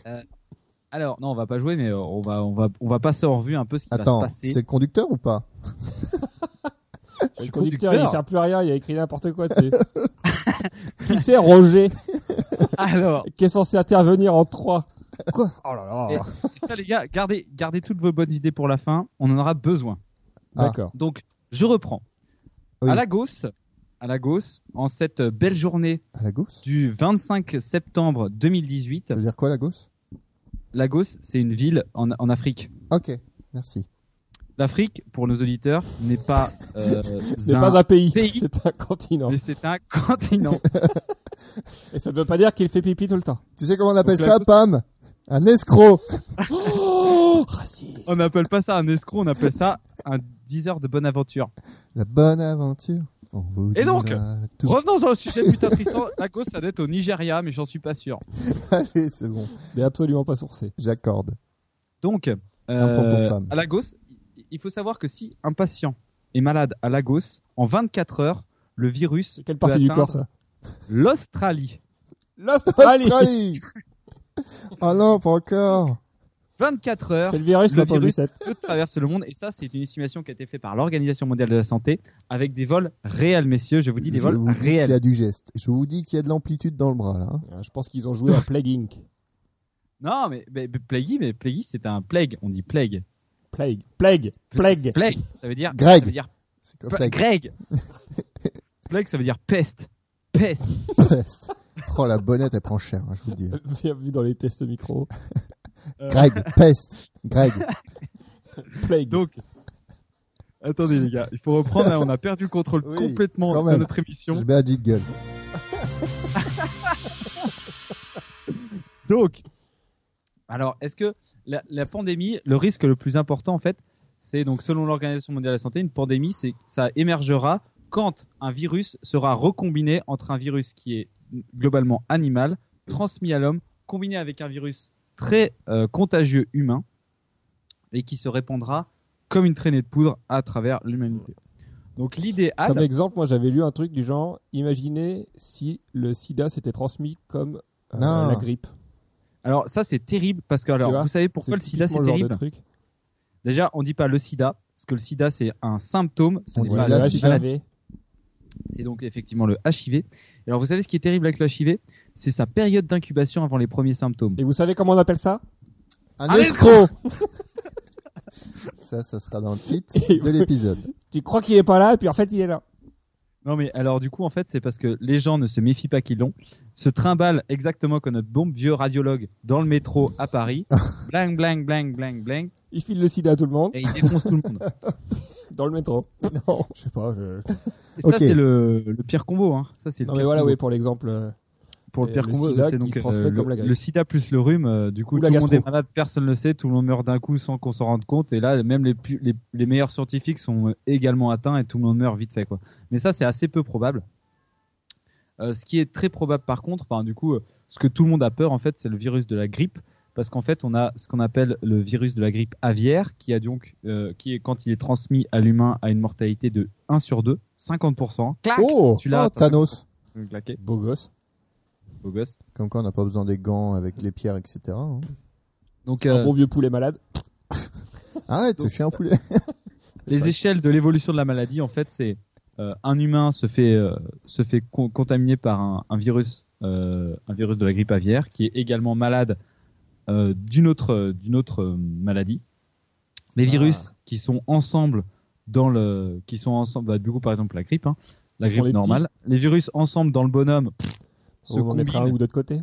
Speaker 2: Alors, non, on va pas jouer, mais euh, on va, on va, on va passer en revue un peu ce qui
Speaker 1: Attends,
Speaker 2: va se passer.
Speaker 1: c'est le conducteur ou pas
Speaker 6: Le
Speaker 2: suis
Speaker 6: conducteur,
Speaker 2: conducteur.
Speaker 6: il sert plus à rien, il a écrit n'importe quoi. tu sais. Qui c'est Roger
Speaker 2: Alors,
Speaker 6: qui est censé intervenir en 3 Quoi Oh là là
Speaker 2: Et- ça les gars, gardez, gardez toutes vos bonnes idées pour la fin, on en aura besoin.
Speaker 1: Ah.
Speaker 6: D'accord.
Speaker 2: Donc, je reprends.
Speaker 1: Oui.
Speaker 2: À Lagos, à Lagos, en cette belle journée
Speaker 1: À la gauche
Speaker 2: du 25 septembre 2018,
Speaker 1: Ça veut dire quoi la gauche
Speaker 2: Lagos, c'est une ville en, en Afrique.
Speaker 1: Ok, merci.
Speaker 2: L'Afrique, pour nos auditeurs, n'est pas, euh,
Speaker 6: C'est pas un pays,
Speaker 2: pays.
Speaker 6: c'est un continent.
Speaker 2: mais c'est un continent.
Speaker 6: Et ça ne veut pas dire qu'il fait pipi tout le temps.
Speaker 1: Tu sais comment on appelle
Speaker 2: Donc,
Speaker 1: ça,
Speaker 2: Lagos-
Speaker 1: Pam Un escroc
Speaker 6: Oh, raciste.
Speaker 2: On n'appelle pas ça un escroc, on appelle ça un 10 heures de bonne aventure.
Speaker 1: La bonne aventure. On vous
Speaker 2: Et donc,
Speaker 1: dira tout.
Speaker 2: Revenons au sujet, putain, Tristan. Lagos, ça doit être au Nigeria, mais j'en suis pas sûr.
Speaker 1: Allez, c'est bon,
Speaker 6: Mais absolument pas sourcé.
Speaker 1: j'accorde.
Speaker 2: Donc, euh,
Speaker 1: point pour Pam.
Speaker 2: à Lagos, i- il faut savoir que si un patient est malade à Lagos, en 24 heures, le virus
Speaker 6: Quelle
Speaker 2: peut
Speaker 6: partie du
Speaker 2: atteindre
Speaker 6: corps ça
Speaker 2: l'Australie.
Speaker 6: L'Australie
Speaker 1: Australie Oh non, pas encore
Speaker 2: 24 heures,
Speaker 6: C'est le virus,
Speaker 2: le
Speaker 6: ma pauvre
Speaker 2: virus
Speaker 6: Lucette.
Speaker 2: peut traverser le monde. Et ça, c'est une estimation qui a été faite par l'Organisation mondiale de la santé avec des vols réels, messieurs. Je vous dis des
Speaker 1: Je
Speaker 2: vols
Speaker 1: vous dis qu'il
Speaker 2: réels.
Speaker 1: y a du geste. Je vous dis qu'il y a de l'amplitude dans le bras, là. hein.
Speaker 6: Ah, Je pense qu'ils ont joué à Plague Inc.
Speaker 2: Non, mais, mais, mais Plaguey, mais Plaguey, c'est un plague. On dit plague.
Speaker 6: Plague. Plague. Plague.
Speaker 2: Plague, ça veut dire.
Speaker 1: Greg.
Speaker 2: Ça veut dire
Speaker 1: C'est comme la
Speaker 2: Greg. plague, ça veut dire peste. Peste.
Speaker 1: peste. Oh, la bonnette, elle prend cher, hein, je vous le dis.
Speaker 6: Bienvenue dans les tests micro.
Speaker 1: Greg, peste. Greg.
Speaker 6: Plague.
Speaker 2: Donc, attendez les gars, il faut reprendre. là, on a perdu le contrôle
Speaker 1: Oui,
Speaker 2: complètement
Speaker 1: quand
Speaker 2: de
Speaker 1: même.
Speaker 2: notre émission.
Speaker 1: Je mets un jingle.
Speaker 2: Donc, alors, est-ce que la, la pandémie, le risque le plus important en fait, c'est donc selon l'Organisation mondiale de la santé, une pandémie, c'est ça émergera quand un virus sera recombiné entre un virus qui est globalement animal, transmis à l'homme, combiné avec un virus très euh, contagieux humain et qui se répandra comme une traînée de poudre à travers l'humanité. Donc l'idéal,
Speaker 6: Comme exemple, moi j'avais lu un truc du genre imaginez si le sida s'était transmis comme euh,
Speaker 1: Non.
Speaker 6: la grippe.
Speaker 2: alors ça c'est terrible parce que
Speaker 6: vois,
Speaker 2: alors vous savez pourquoi le sida
Speaker 6: typiquement
Speaker 2: c'est
Speaker 6: le genre de
Speaker 2: terrible
Speaker 6: truc.
Speaker 2: Déjà, on dit pas le sida, parce que le sida, c'est un symptôme, ce
Speaker 1: On
Speaker 2: n'est
Speaker 1: dit
Speaker 2: pas
Speaker 1: la
Speaker 2: Ah, la
Speaker 6: Le
Speaker 1: sida.
Speaker 2: maladie.
Speaker 6: HIV.
Speaker 2: C'est donc effectivement le HIV. Et Alors, vous savez ce qui est terrible avec le HIV C'est sa période d'incubation avant les premiers symptômes.
Speaker 6: Et vous savez comment on appelle ça
Speaker 1: Un
Speaker 2: Un
Speaker 1: escroc Ça, ça sera dans le titre
Speaker 6: Et
Speaker 1: de
Speaker 6: oui.
Speaker 1: l'épisode.
Speaker 6: Tu crois qu'il est pas là, et puis en fait il est là.
Speaker 2: Non, mais alors, du coup, en fait, c'est parce que les gens ne se méfient pas qu'ils l'ont, se trimballent exactement comme notre bon vieux radiologue dans le métro à Paris, bling, bling, bling, bling, bling,
Speaker 6: Il file le sida à tout le monde
Speaker 2: et ils défoncent tout le monde.
Speaker 6: dans le métro.
Speaker 1: Non.
Speaker 6: Je sais pas. Je...
Speaker 2: Et ça,
Speaker 1: Ok.
Speaker 2: c'est le, le pire combo. Hein. Ça, c'est le
Speaker 6: Non mais
Speaker 2: pire
Speaker 6: voilà,
Speaker 2: combo.
Speaker 6: oui, pour l'exemple. euh,
Speaker 2: Pour le
Speaker 6: Et
Speaker 2: pire
Speaker 6: le
Speaker 2: combo,
Speaker 6: sida
Speaker 2: c'est
Speaker 6: qui
Speaker 2: donc
Speaker 6: se transmet
Speaker 2: euh, le,
Speaker 6: comme la grippe.
Speaker 2: le sida plus le rhume. euh, du coup,
Speaker 6: Ou
Speaker 2: tout
Speaker 6: la
Speaker 2: le monde
Speaker 6: gastro.
Speaker 2: est malade, personne ne le sait, tout le monde meurt d'un coup sans qu'on s'en rende compte. Et là, même les, pu- les, les meilleurs scientifiques sont euh, également atteints et tout le monde meurt vite fait. Quoi. Mais ça, c'est assez peu probable. Euh, ce qui est très probable, par contre, enfin, du coup, euh, ce que tout le monde a peur, en fait, c'est le virus de la grippe. Parce qu'en fait, on a ce qu'on appelle le virus de la grippe aviaire, qui a donc, euh, qui est quand il est transmis à l'humain, a une mortalité de 1 sur 2, 50%. Clac
Speaker 6: Oh,
Speaker 2: Tu l'as,
Speaker 1: Oh, Thanos.
Speaker 2: t'as- claqué,
Speaker 6: beau gosse.
Speaker 2: beau gosse.
Speaker 1: Comme quoi, on n'a pas besoin des gants avec les pierres, etc. hein.
Speaker 2: Donc,
Speaker 6: Un
Speaker 2: euh,
Speaker 6: Ah bon vieux poulet malade.
Speaker 1: Arrête, je suis un poulet.
Speaker 2: les échelles de l'évolution de la maladie, en fait, c'est euh, un humain se fait euh, se fait con- contaminer par un, un virus euh, un virus de la grippe aviaire qui est également malade euh, d'une autre euh, d'une autre euh, maladie.
Speaker 6: Ah.
Speaker 2: Les virus qui sont ensemble dans le qui sont ensemble bah, du coup par exemple la grippe hein, la
Speaker 6: Ils font
Speaker 2: grippe
Speaker 6: les
Speaker 2: normale les virus ensemble dans le bonhomme pff, se
Speaker 6: On en mettra un
Speaker 2: combinent.
Speaker 6: ou d'autre côté.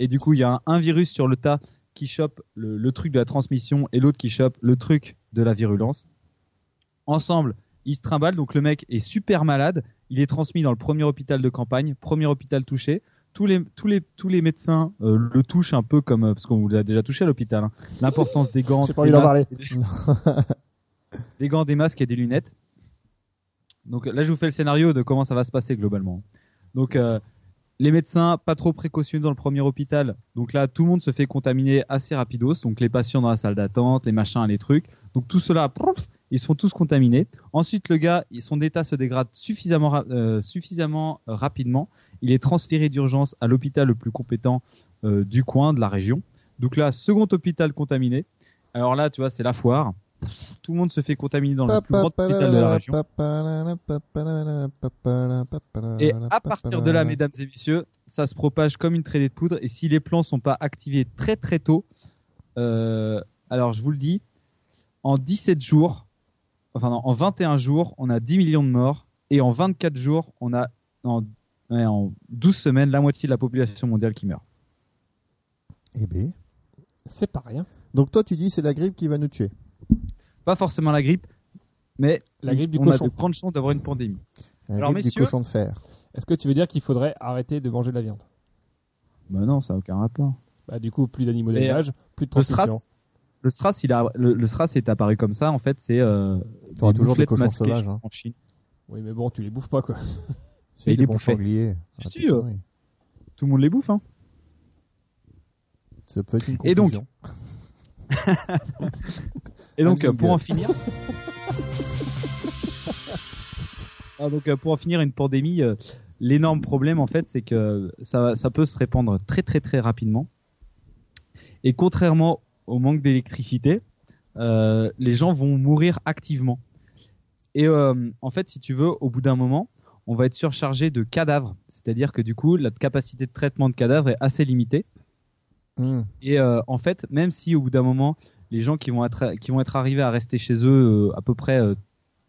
Speaker 2: et du coup il y a un, un virus sur le tas qui chope le, le truc de la transmission et l'autre qui chope le truc de la virulence. Ensemble, ils se trimballent, donc le mec est super malade, il est transmis dans le premier hôpital de campagne, premier hôpital touché. Tous les, tous les, tous les médecins euh, le touchent un peu comme, euh, parce qu'on vous a déjà touché à l'hôpital, hein. l'importance des gants,
Speaker 6: J'ai pas
Speaker 2: des
Speaker 6: envie d'en
Speaker 2: masques,
Speaker 6: parler.
Speaker 2: des gants, des masques et des lunettes. Donc là, je vous fais le scénario de comment ça va se passer globalement. Donc euh, les médecins pas trop précautionneux dans le premier hôpital. Donc là, tout le monde se fait contaminer assez rapidos. Donc les patients dans la salle d'attente, les machins, les trucs. Donc tout cela, prouf, ils sont tous contaminés. Ensuite, le gars, son état se dégrade suffisamment, ra- euh, suffisamment euh, rapidement. Il est transféré d'urgence à l'hôpital le plus compétent euh, du coin, de la région. Donc là, second hôpital contaminé. Alors là, tu vois, c'est la foire. Tout le monde se fait contaminer dans le plus grand hôpital de la région. Et à partir de là, mesdames et messieurs, ça se propage comme une traînée de poudre. Et si les plans sont pas activés très très tôt, euh, alors je vous le dis, en 17 jours, enfin non, en 21 jours, on a 10 millions de morts. Et en 24 jours, on a en, ouais, en 12 semaines la moitié de la population mondiale qui meurt.
Speaker 1: Eh ben.
Speaker 6: C'est pas rien.
Speaker 1: Donc toi, tu dis c'est la grippe qui va nous tuer.
Speaker 2: Pas forcément la grippe, mais
Speaker 6: La grippe du
Speaker 2: on
Speaker 6: cochon.
Speaker 2: a de grandes chances d'avoir une pandémie.
Speaker 1: La
Speaker 2: Alors,
Speaker 1: grippe du
Speaker 2: messieurs-
Speaker 1: cochon de fer.
Speaker 6: Est-ce que tu veux dire qu'il faudrait arrêter de manger de la viande
Speaker 2: Bah non, ça n'a aucun rapport.
Speaker 6: Bah du coup, plus d'animaux
Speaker 2: Mais,
Speaker 6: d'élevage, plus de
Speaker 2: Le
Speaker 6: transmission.
Speaker 2: SRAS, le SRAS, il a, le, le SRAS est apparu comme ça. En fait, c'est euh,
Speaker 1: T'auras
Speaker 2: des
Speaker 1: toujours des
Speaker 2: bouffelettes
Speaker 1: cochons
Speaker 2: masquées
Speaker 1: sauvages, hein.
Speaker 2: en Chine.
Speaker 6: Oui, mais bon, tu les bouffes pas quoi.
Speaker 1: C'est
Speaker 2: il
Speaker 1: des
Speaker 2: est
Speaker 1: bons
Speaker 2: bouffé.
Speaker 1: sangliers. Ah,
Speaker 2: Si,
Speaker 1: putain,
Speaker 2: euh.
Speaker 1: oui.
Speaker 2: Tout le monde les bouffe. Hein.
Speaker 1: Ça peut être une
Speaker 2: Et donc,
Speaker 1: conclusion.
Speaker 2: Et donc,
Speaker 1: Un
Speaker 2: euh, pour en
Speaker 1: jingle.
Speaker 2: finir. Ah, donc, euh, pour en finir, une pandémie, euh, l'énorme problème, en fait, c'est que ça, ça peut se répandre très, très, très rapidement. Et contrairement au manque d'électricité, euh, les gens vont mourir activement. Et euh, en fait, si tu veux, au bout d'un moment, on va être surchargé de cadavres. C'est-à-dire que du coup, la capacité de traitement de cadavres est assez limitée.
Speaker 1: Hmm.
Speaker 2: Et euh, en fait, même si au bout d'un moment, les gens qui vont être, qui vont être arrivés à rester chez eux euh, à peu près euh,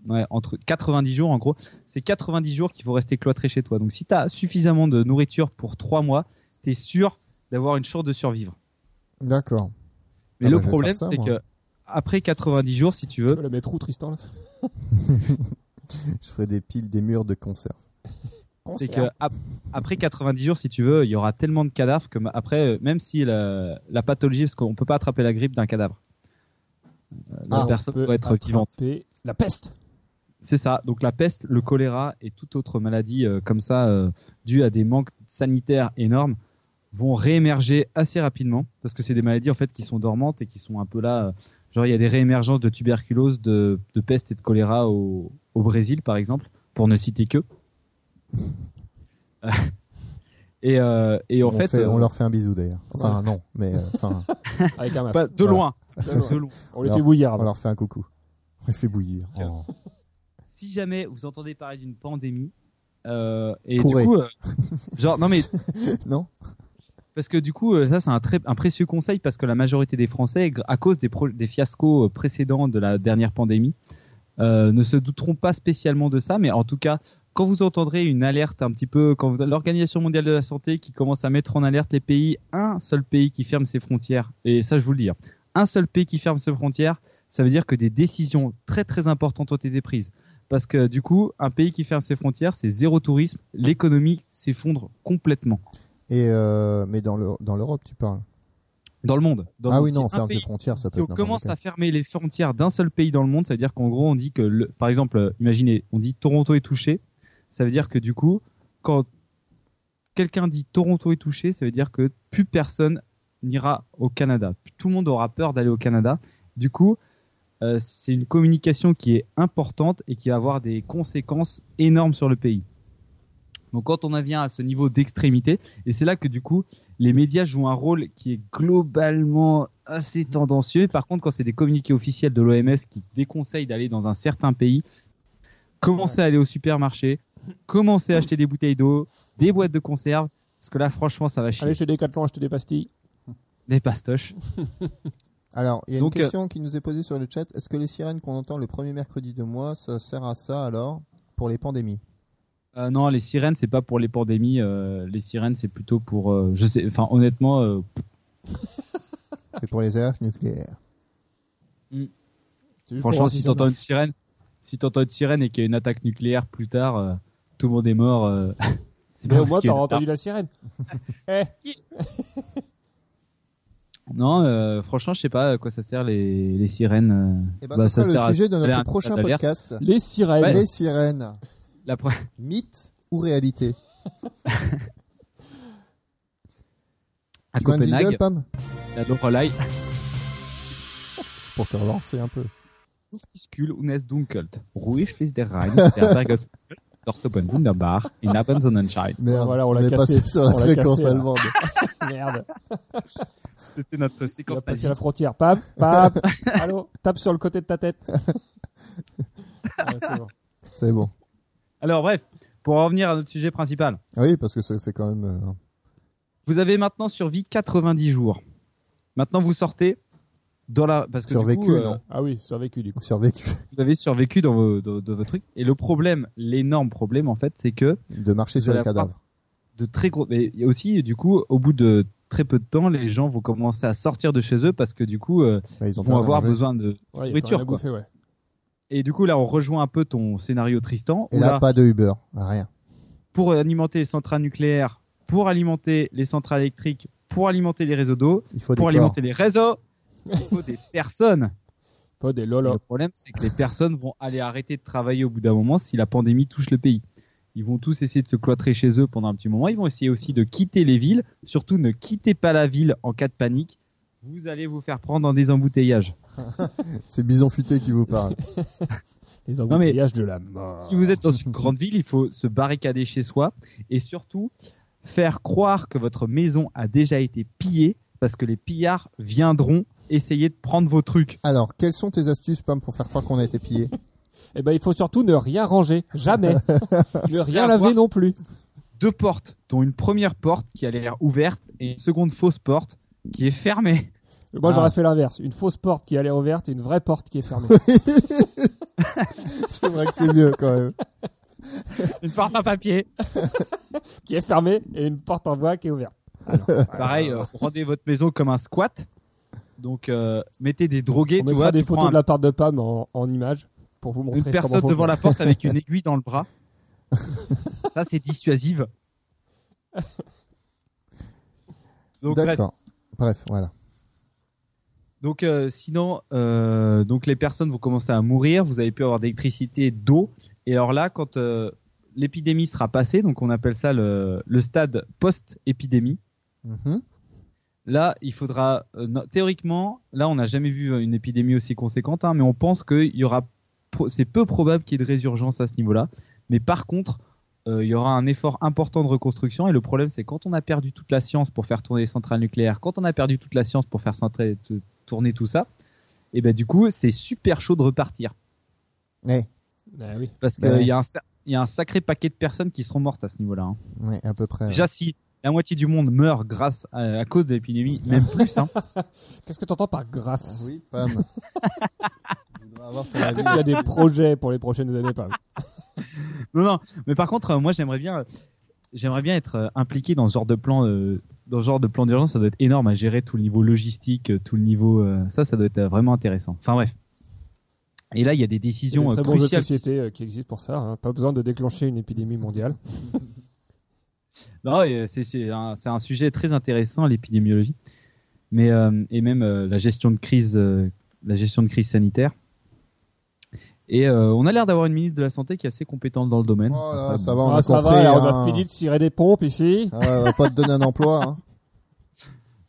Speaker 2: ouais, entre 90 jours, en gros, c'est 90 jours qu'il faut rester cloîtré chez toi. Donc si tu as suffisamment de nourriture pour 3 mois, tu es sûr d'avoir une chance de survivre.
Speaker 1: D'accord.
Speaker 2: Mais
Speaker 1: Ah
Speaker 2: le
Speaker 1: bah, je vais
Speaker 2: problème,
Speaker 1: faire ça,
Speaker 2: c'est
Speaker 1: moi.
Speaker 2: que après 90 jours, si tu
Speaker 6: Tu
Speaker 2: veux,
Speaker 6: veux la mettre où, Tristan là
Speaker 1: Je ferai des piles, des murs de conserve.
Speaker 2: c'est que ap- après 90 jours, si tu veux, il y aura tellement de cadavres que ma- après, euh, même si la, la pathologie, parce qu'on peut pas attraper la grippe d'un cadavre, Euh, la
Speaker 1: Ah, on
Speaker 2: personne
Speaker 6: peut
Speaker 2: doit être
Speaker 6: attraper
Speaker 2: vivante.
Speaker 6: La peste.
Speaker 2: C'est ça. Donc la peste, le choléra et toute autre maladie euh, comme ça, euh, due à des manques sanitaires énormes, vont réémerger assez rapidement parce que c'est des maladies en fait qui sont dormantes et qui sont un peu là. euh, genre il y a des réémergences de tuberculose, de, de peste et de choléra au, au Brésil par exemple, pour ne citer que. et, euh, et en
Speaker 1: on,
Speaker 2: fait,
Speaker 1: fait- on
Speaker 2: euh,
Speaker 1: leur fait un bisou d'ailleurs. Enfin, non, mais euh, enfin,
Speaker 6: Avec un masque.
Speaker 2: pas- de loin,
Speaker 6: Voilà.
Speaker 2: de loin.
Speaker 6: On les
Speaker 1: Alors,
Speaker 6: fait bouillir
Speaker 1: on
Speaker 6: avant.
Speaker 1: leur fait un coucou. On les fait bouillir. Oh.
Speaker 2: si jamais vous entendez parler d'une pandémie, euh, et
Speaker 1: Courez.
Speaker 2: du coup, euh, genre, non mais.
Speaker 1: Non.
Speaker 2: Parce que du coup, euh, ça, c'est un très un précieux conseil parce que la majorité des Français, gr- à cause des, pro- des fiascos euh, précédents de la dernière pandémie, euh, ne se douteront pas spécialement de ça. Mais en tout cas, quand vous entendrez une alerte un petit peu, quand vous- l'Organisation mondiale de la santé qui commence à mettre en alerte les pays, un seul pays qui ferme ses frontières, et ça, je vous le dis, hein, un seul pays qui ferme ses frontières, ça veut dire que des décisions très très importantes ont été prises. Parce que du coup, un pays qui ferme ses frontières, c'est zéro tourisme, l'économie s'effondre complètement.
Speaker 1: Et euh, mais dans le- dans l'Europe, tu parles.
Speaker 2: Dans le monde. Dans le
Speaker 1: ah
Speaker 2: monde.
Speaker 1: oui,
Speaker 2: Si
Speaker 1: non,
Speaker 2: un
Speaker 1: ferme
Speaker 2: pays-
Speaker 1: des frontières, ça peut
Speaker 2: Si on
Speaker 1: être n'importe
Speaker 2: commence
Speaker 1: quel.
Speaker 2: à fermer les frontières d'un seul pays dans le monde, ça veut dire qu'en gros, on dit que, le- par exemple, euh, imaginez, on dit Toronto est touché, ça veut dire que du coup, quand quelqu'un dit Toronto est touché, ça veut dire que plus personne n'ira au Canada. Tout le monde aura peur d'aller au Canada. Du coup, euh, c'est une communication qui est importante et qui va avoir des conséquences énormes sur le pays. Donc quand on en vient à ce niveau d'extrémité, et c'est là que du coup, les médias jouent un rôle qui est globalement assez tendancieux. Par contre, quand c'est des communiqués officiels de l'OMS qui déconseillent d'aller dans un certain pays, Commencez à aller au supermarché, commencez à acheter des bouteilles d'eau, des boîtes de conserve, parce que là, franchement, ça va chier.
Speaker 6: Allez chez Decathlon acheter des pastilles.
Speaker 2: Des pastoches.
Speaker 1: Alors, il y a
Speaker 2: Donc, euh,
Speaker 1: une question qui nous est posée sur le chat. Est-ce que les sirènes qu'on entend le premier mercredi de mois, ça sert à ça alors pour les pandémies
Speaker 2: Euh, non, les sirènes, c'est pas pour les pandémies. euh, les sirènes, c'est plutôt pour. euh, je sais. Enfin, honnêtement, euh,
Speaker 1: et pour les alertes nucléaires
Speaker 6: C'est juste pour
Speaker 2: franchement,
Speaker 6: voir
Speaker 2: si
Speaker 6: ça
Speaker 2: t'entends
Speaker 6: marche.
Speaker 2: une sirène, si t'entends une sirène et qu'il y a une attaque nucléaire plus tard, euh, tout le monde est mort. euh, c'est pas
Speaker 6: Mais au
Speaker 2: parce
Speaker 6: moins,
Speaker 2: qu'il y a
Speaker 6: t'auras
Speaker 2: une
Speaker 6: entendu la sirène. eh,
Speaker 2: Non, euh, franchement, je sais pas à quoi ça sert les, les sirènes. euh.
Speaker 1: Et ben,
Speaker 2: Bah,
Speaker 1: ça,
Speaker 2: ça
Speaker 1: sera
Speaker 2: sert à
Speaker 1: le sujet de
Speaker 2: aller à un
Speaker 1: notre prochain
Speaker 2: alerte.
Speaker 1: podcast.
Speaker 6: les sirènes.
Speaker 2: Ouais.
Speaker 1: Les sirènes,
Speaker 2: La pro-
Speaker 1: mythe ou réalité
Speaker 2: à
Speaker 1: Tu veux un jingle,
Speaker 2: Copenhague,
Speaker 1: Pam
Speaker 2: la Lorelei,
Speaker 1: C'est pour te relancer un peu.
Speaker 2: Luftiskul unes Dunkelt, ruhig fließt der Rhein, der Berg ist doch oben wunderbar, in Abend Sonnenschein.
Speaker 1: Merde,
Speaker 6: Voilà, on l'a
Speaker 1: est
Speaker 6: cassé.
Speaker 1: passé sur la
Speaker 6: On l'a
Speaker 1: fréquence
Speaker 6: cassé, là.
Speaker 1: allemande.
Speaker 6: Merde.
Speaker 2: C'était notre
Speaker 6: Il a
Speaker 2: séquence
Speaker 6: passé la frontière. Paf, paf. Allô, tape sur le côté de ta tête. Ouais, c'est bon.
Speaker 1: C'est bon.
Speaker 2: Alors bref, pour en revenir à notre sujet principal,
Speaker 1: Ah Oui, parce que ça fait quand même. euh,
Speaker 2: vous avez maintenant survécu 90 jours. Maintenant, vous sortez dans la parce que du
Speaker 1: Survécu,
Speaker 2: coup, euh,
Speaker 1: non.
Speaker 6: Ah oui, survécu du coup.
Speaker 1: survécu
Speaker 2: vous avez survécu dans vos, dans- dans vos trucs. Et le problème, l'énorme problème en fait, c'est que
Speaker 1: de marcher sur les
Speaker 2: De la
Speaker 1: cadavres.
Speaker 2: de très gros. Mais il y a aussi, du coup, au bout de très peu de temps, les gens vont commencer à sortir de chez eux parce que du coup, euh,
Speaker 1: Mais Bah, ils ont
Speaker 2: ils
Speaker 1: pas
Speaker 2: vont avoir besoin de.
Speaker 6: Ouais, il y a
Speaker 2: Nourriture,
Speaker 6: pas rien à
Speaker 2: quoi.
Speaker 6: bouffer, ouais.
Speaker 2: Et du coup, là, on rejoint un peu ton scénario Tristan.
Speaker 1: Et
Speaker 2: où
Speaker 1: là,
Speaker 2: là,
Speaker 1: pas de Uber, rien.
Speaker 2: pour alimenter les centrales nucléaires, pour alimenter les centrales électriques, pour alimenter les réseaux d'eau,
Speaker 1: Il faut des
Speaker 2: pour
Speaker 1: corps.
Speaker 2: alimenter les réseaux, il faut des personnes.
Speaker 6: Pas des
Speaker 2: Et
Speaker 6: lolos.
Speaker 2: Le problème, c'est que les personnes vont aller arrêter de travailler au bout d'un moment si la pandémie touche le pays. Ils vont tous essayer de se cloîtrer chez eux pendant un petit moment. Ils vont essayer aussi de quitter les villes. Surtout, ne quittez pas la ville en cas de panique. Vous allez vous faire prendre dans des embouteillages.
Speaker 1: C'est Bison Futé qui vous parle.
Speaker 6: Les
Speaker 2: mais-
Speaker 6: embouteillages de la mort.
Speaker 2: Si vous êtes dans une grande ville, il faut se barricader chez soi et surtout faire croire que votre maison a déjà été pillée parce que les pillards viendront essayer de prendre vos trucs.
Speaker 1: Alors, quelles sont tes astuces, Pam, pour faire croire qu'on a été pillé
Speaker 6: Eh ben, il faut surtout ne rien ranger. Jamais. ne rien laver non plus.
Speaker 2: Deux portes, dont une première porte qui a l'air ouverte et une seconde fausse porte qui est fermée.
Speaker 6: Moi,
Speaker 1: Ah.
Speaker 6: j'aurais fait l'inverse. Une fausse porte qui a l'air ouverte et une vraie porte qui est fermée.
Speaker 1: C'est vrai que c'est mieux quand même.
Speaker 2: Une porte à papier.
Speaker 6: qui est fermée et une porte en bois qui est ouverte.
Speaker 2: Pareil, euh, rendez votre maison comme un squat. Donc, euh, mettez des drogués.
Speaker 6: On
Speaker 2: tu
Speaker 6: mettra
Speaker 2: vois,
Speaker 6: des
Speaker 2: tu prends
Speaker 6: photos
Speaker 2: un-
Speaker 6: de la part de Pam en, en image pour vous montrer
Speaker 2: une personne
Speaker 6: comment faut
Speaker 2: devant
Speaker 6: faire.
Speaker 2: la porte avec une aiguille dans le bras. Ça, c'est dissuasive. Donc, bref.
Speaker 1: D'accord. Bref, voilà.
Speaker 2: Donc, euh, sinon, euh, donc les personnes vont commencer à mourir. Vous avez pu avoir d'électricité, d'eau. Et alors là, quand euh, l'épidémie sera passée, donc on appelle ça le, le stade post-épidémie.
Speaker 1: Mhm.
Speaker 2: Là, il faudra euh, non, théoriquement, là, on n'a jamais vu euh, une épidémie aussi conséquente, hein, mais on pense qu'il y aura, pro- c'est peu probable qu'il y ait de résurgence à ce niveau-là. Mais par contre, euh, il y aura un effort important de reconstruction. Et le problème, c'est quand on a perdu toute la science pour faire tourner les centrales nucléaires, quand on a perdu toute la science pour faire centrer- t- tourner tout ça, et ben du coup, c'est super chaud de repartir
Speaker 1: Ouais,
Speaker 6: Ah oui.
Speaker 2: parce qu'il
Speaker 1: Bah ouais.
Speaker 2: y, a un sa- il y a un sacré paquet de personnes qui seront mortes à ce niveau-là. hein.
Speaker 1: ouais, à peu près.
Speaker 2: Déjà, si la moitié du monde meurt grâce à, à cause de l'épidémie, même plus. hein.
Speaker 6: Qu'est-ce que t'entends par grâce
Speaker 2: Ah
Speaker 1: Oui, Pam. Tu dois avoir ton avis.
Speaker 6: Il y a des projets pour les prochaines années, Pam.
Speaker 2: Non, non. Mais par contre, euh, moi, j'aimerais bien, euh, j'aimerais bien être euh, impliqué dans ce genre de plan, euh, dans ce genre de plan d'urgence. Ça doit être énorme à gérer tout le niveau logistique, euh, tout le niveau. euh, ça, ça doit être euh, vraiment intéressant. Enfin bref. Et là, il y a des
Speaker 6: Il y a
Speaker 2: décisions
Speaker 6: des
Speaker 2: euh,
Speaker 6: très bons jeux de
Speaker 2: cruciales.
Speaker 6: société euh, qui existent pour ça. hein. Pas besoin de déclencher une épidémie mondiale.
Speaker 2: Non, et, euh, c'est c'est un, c'est un sujet très intéressant, l'épidémiologie, mais euh, et même euh, la gestion de crise, euh, la gestion de crise sanitaire. Et euh, on a l'air d'avoir une ministre de la santé qui est assez compétente dans le domaine.
Speaker 1: Oh là,
Speaker 2: Enfin,
Speaker 1: ça
Speaker 2: bon.
Speaker 1: va, on
Speaker 6: Ah,
Speaker 1: a
Speaker 6: ça
Speaker 1: compris.
Speaker 6: va, on a
Speaker 1: hein.
Speaker 6: fini de cirer des pompes ici.
Speaker 1: Ah, on va pas te donner un emploi. hein.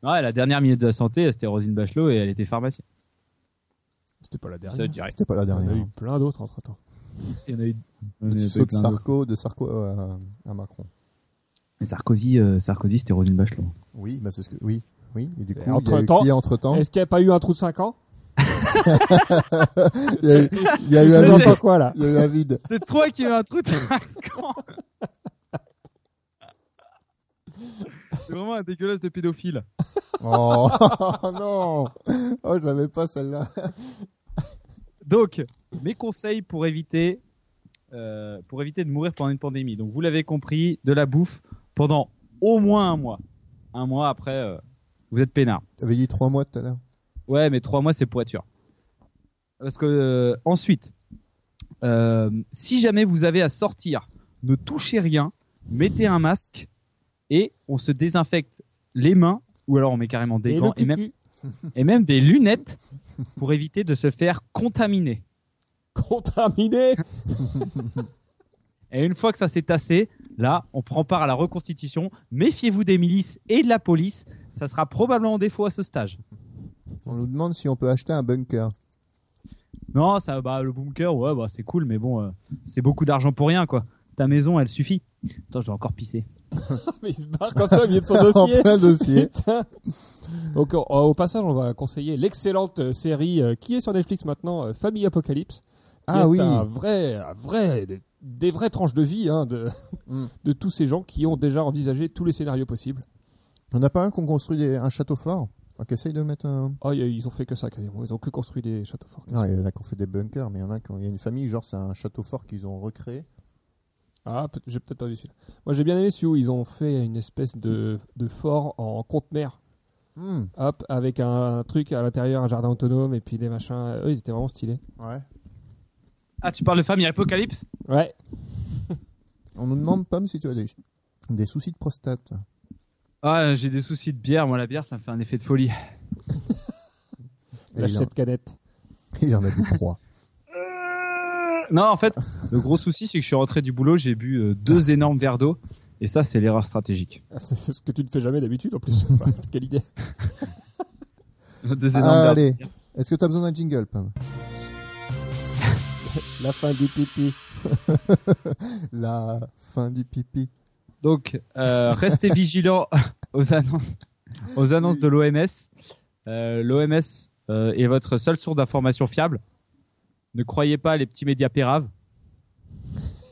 Speaker 2: Ouais, la dernière ministre de la santé, c'était Rosine Bachelot et elle était pharmacienne.
Speaker 6: C'était pas la dernière.
Speaker 2: Ça, je dirais.
Speaker 1: C'était pas la
Speaker 6: Il y en
Speaker 1: dernière. hein.
Speaker 6: a eu plein d'autres entre temps.
Speaker 2: Il y en a eu- il y
Speaker 1: Le
Speaker 2: en a eu
Speaker 1: petit saut de
Speaker 2: plein d'autres.
Speaker 1: Sarko, de Sarko euh, à Macron.
Speaker 2: Sarkozy, euh, Sarkozy c'était Rosine Bachelot.
Speaker 1: Oui, bah c'est ce que. Oui, oui. Et du coup,
Speaker 6: Et
Speaker 1: il y a eu
Speaker 6: entre-temps-
Speaker 1: qui entre temps
Speaker 6: Est-ce qu'il n'y a pas eu un trou de 5 ans
Speaker 1: Il y a eu- il y a eu
Speaker 6: Je
Speaker 1: un
Speaker 6: sais
Speaker 2: David.
Speaker 1: vide.
Speaker 6: pas quoi là.
Speaker 1: Il y a eu un vide.
Speaker 2: C'est toi qui as un truc C'est vraiment un dégueulasse de pédophile.
Speaker 1: Oh non Oh, je l'avais pas celle-là.
Speaker 2: Donc, mes conseils pour éviter, euh, pour éviter de mourir pendant une pandémie. Donc, vous l'avez compris, de la bouffe pendant au moins un mois. Un mois après, euh, vous êtes peinard.
Speaker 1: T'avais dit trois mois tout à l'heure.
Speaker 2: Ouais, mais trois mois, c'est poiture. Parce que euh, ensuite, euh, si jamais vous avez à sortir, ne touchez rien, mettez un masque et on se désinfecte les mains ou alors on met carrément des
Speaker 6: Et
Speaker 2: gants
Speaker 6: le
Speaker 2: et même,
Speaker 6: cucu.
Speaker 2: et même des lunettes pour éviter de se faire contaminer.
Speaker 6: Contaminé.
Speaker 2: Et une fois que ça s'est tassé, là, on prend part à la reconstitution. Méfiez-vous des milices et de la police. Ça sera probablement défaut à ce stage.
Speaker 1: On nous demande si on peut acheter un bunker.
Speaker 2: Non, ça, bah, le bunker, ouais, bah, c'est cool, mais bon, euh, c'est beaucoup d'argent pour rien, quoi. Ta maison, elle suffit. Attends, je vais encore pisser.
Speaker 6: Mais il se barre comme ça au milieu de son
Speaker 1: en
Speaker 6: dossier.
Speaker 1: plein dossier.
Speaker 6: Putain. Donc, au- au passage, on va conseiller l'excellente euh, série euh, qui est sur Netflix maintenant, euh, Famille Apocalypse. qui est
Speaker 1: Ah oui.
Speaker 6: Un vrai, un vrai, des, des vraies tranches de vie hein, de,
Speaker 1: Mm.
Speaker 6: de tous ces gens qui ont déjà envisagé tous les scénarios possibles.
Speaker 1: On n'a pas un qu'on construit des- un château fort On essaye de mettre un.
Speaker 6: Oh, y a- ils ont fait que ça quasiment. Ils ont que construit des châteaux forts.
Speaker 1: Non, il y en a qui ont fait des bunkers, mais il y en a qui ont... il y a une famille, genre, c'est un château fort qu'ils ont recréé.
Speaker 6: Ah, peut- j'ai peut-être pas vu celui-là. Moi, j'ai bien aimé celui où ils ont fait une espèce de, de fort en conteneur.
Speaker 1: Hmm,
Speaker 6: Hop, avec un, truc à l'intérieur, un jardin autonome et puis des machins. Eux, ils étaient vraiment stylés.
Speaker 1: Ouais.
Speaker 2: Ah, tu parles de famille apocalypse
Speaker 6: Ouais.
Speaker 1: On nous demande, Pomme, si tu as des, des soucis de prostate.
Speaker 2: Ah, j'ai des soucis de bière. Moi, la bière, ça me fait un effet de folie.
Speaker 1: Et
Speaker 6: Lâche
Speaker 1: il, en...
Speaker 6: cette canette.
Speaker 1: il en a bu trois.
Speaker 2: Non, en fait, le gros souci, c'est que je suis rentré du boulot, j'ai bu euh, deux énormes verres d'eau. Et ça, c'est l'erreur stratégique.
Speaker 6: Ah, C'est c'est ce que tu ne fais jamais d'habitude en plus. Enfin, Quelle idée.
Speaker 2: Deux énormes
Speaker 1: Ah,
Speaker 2: verres
Speaker 1: allez. Est-ce que tu as besoin d'un jingle, Pomme
Speaker 6: La fin du pipi.
Speaker 1: La fin du pipi.
Speaker 2: Donc, euh, restez vigilants aux annonces, aux annonces de l'OMS. Euh, L'OMS euh, est votre seule source d'information fiable. Ne croyez pas à les petits médias péraves.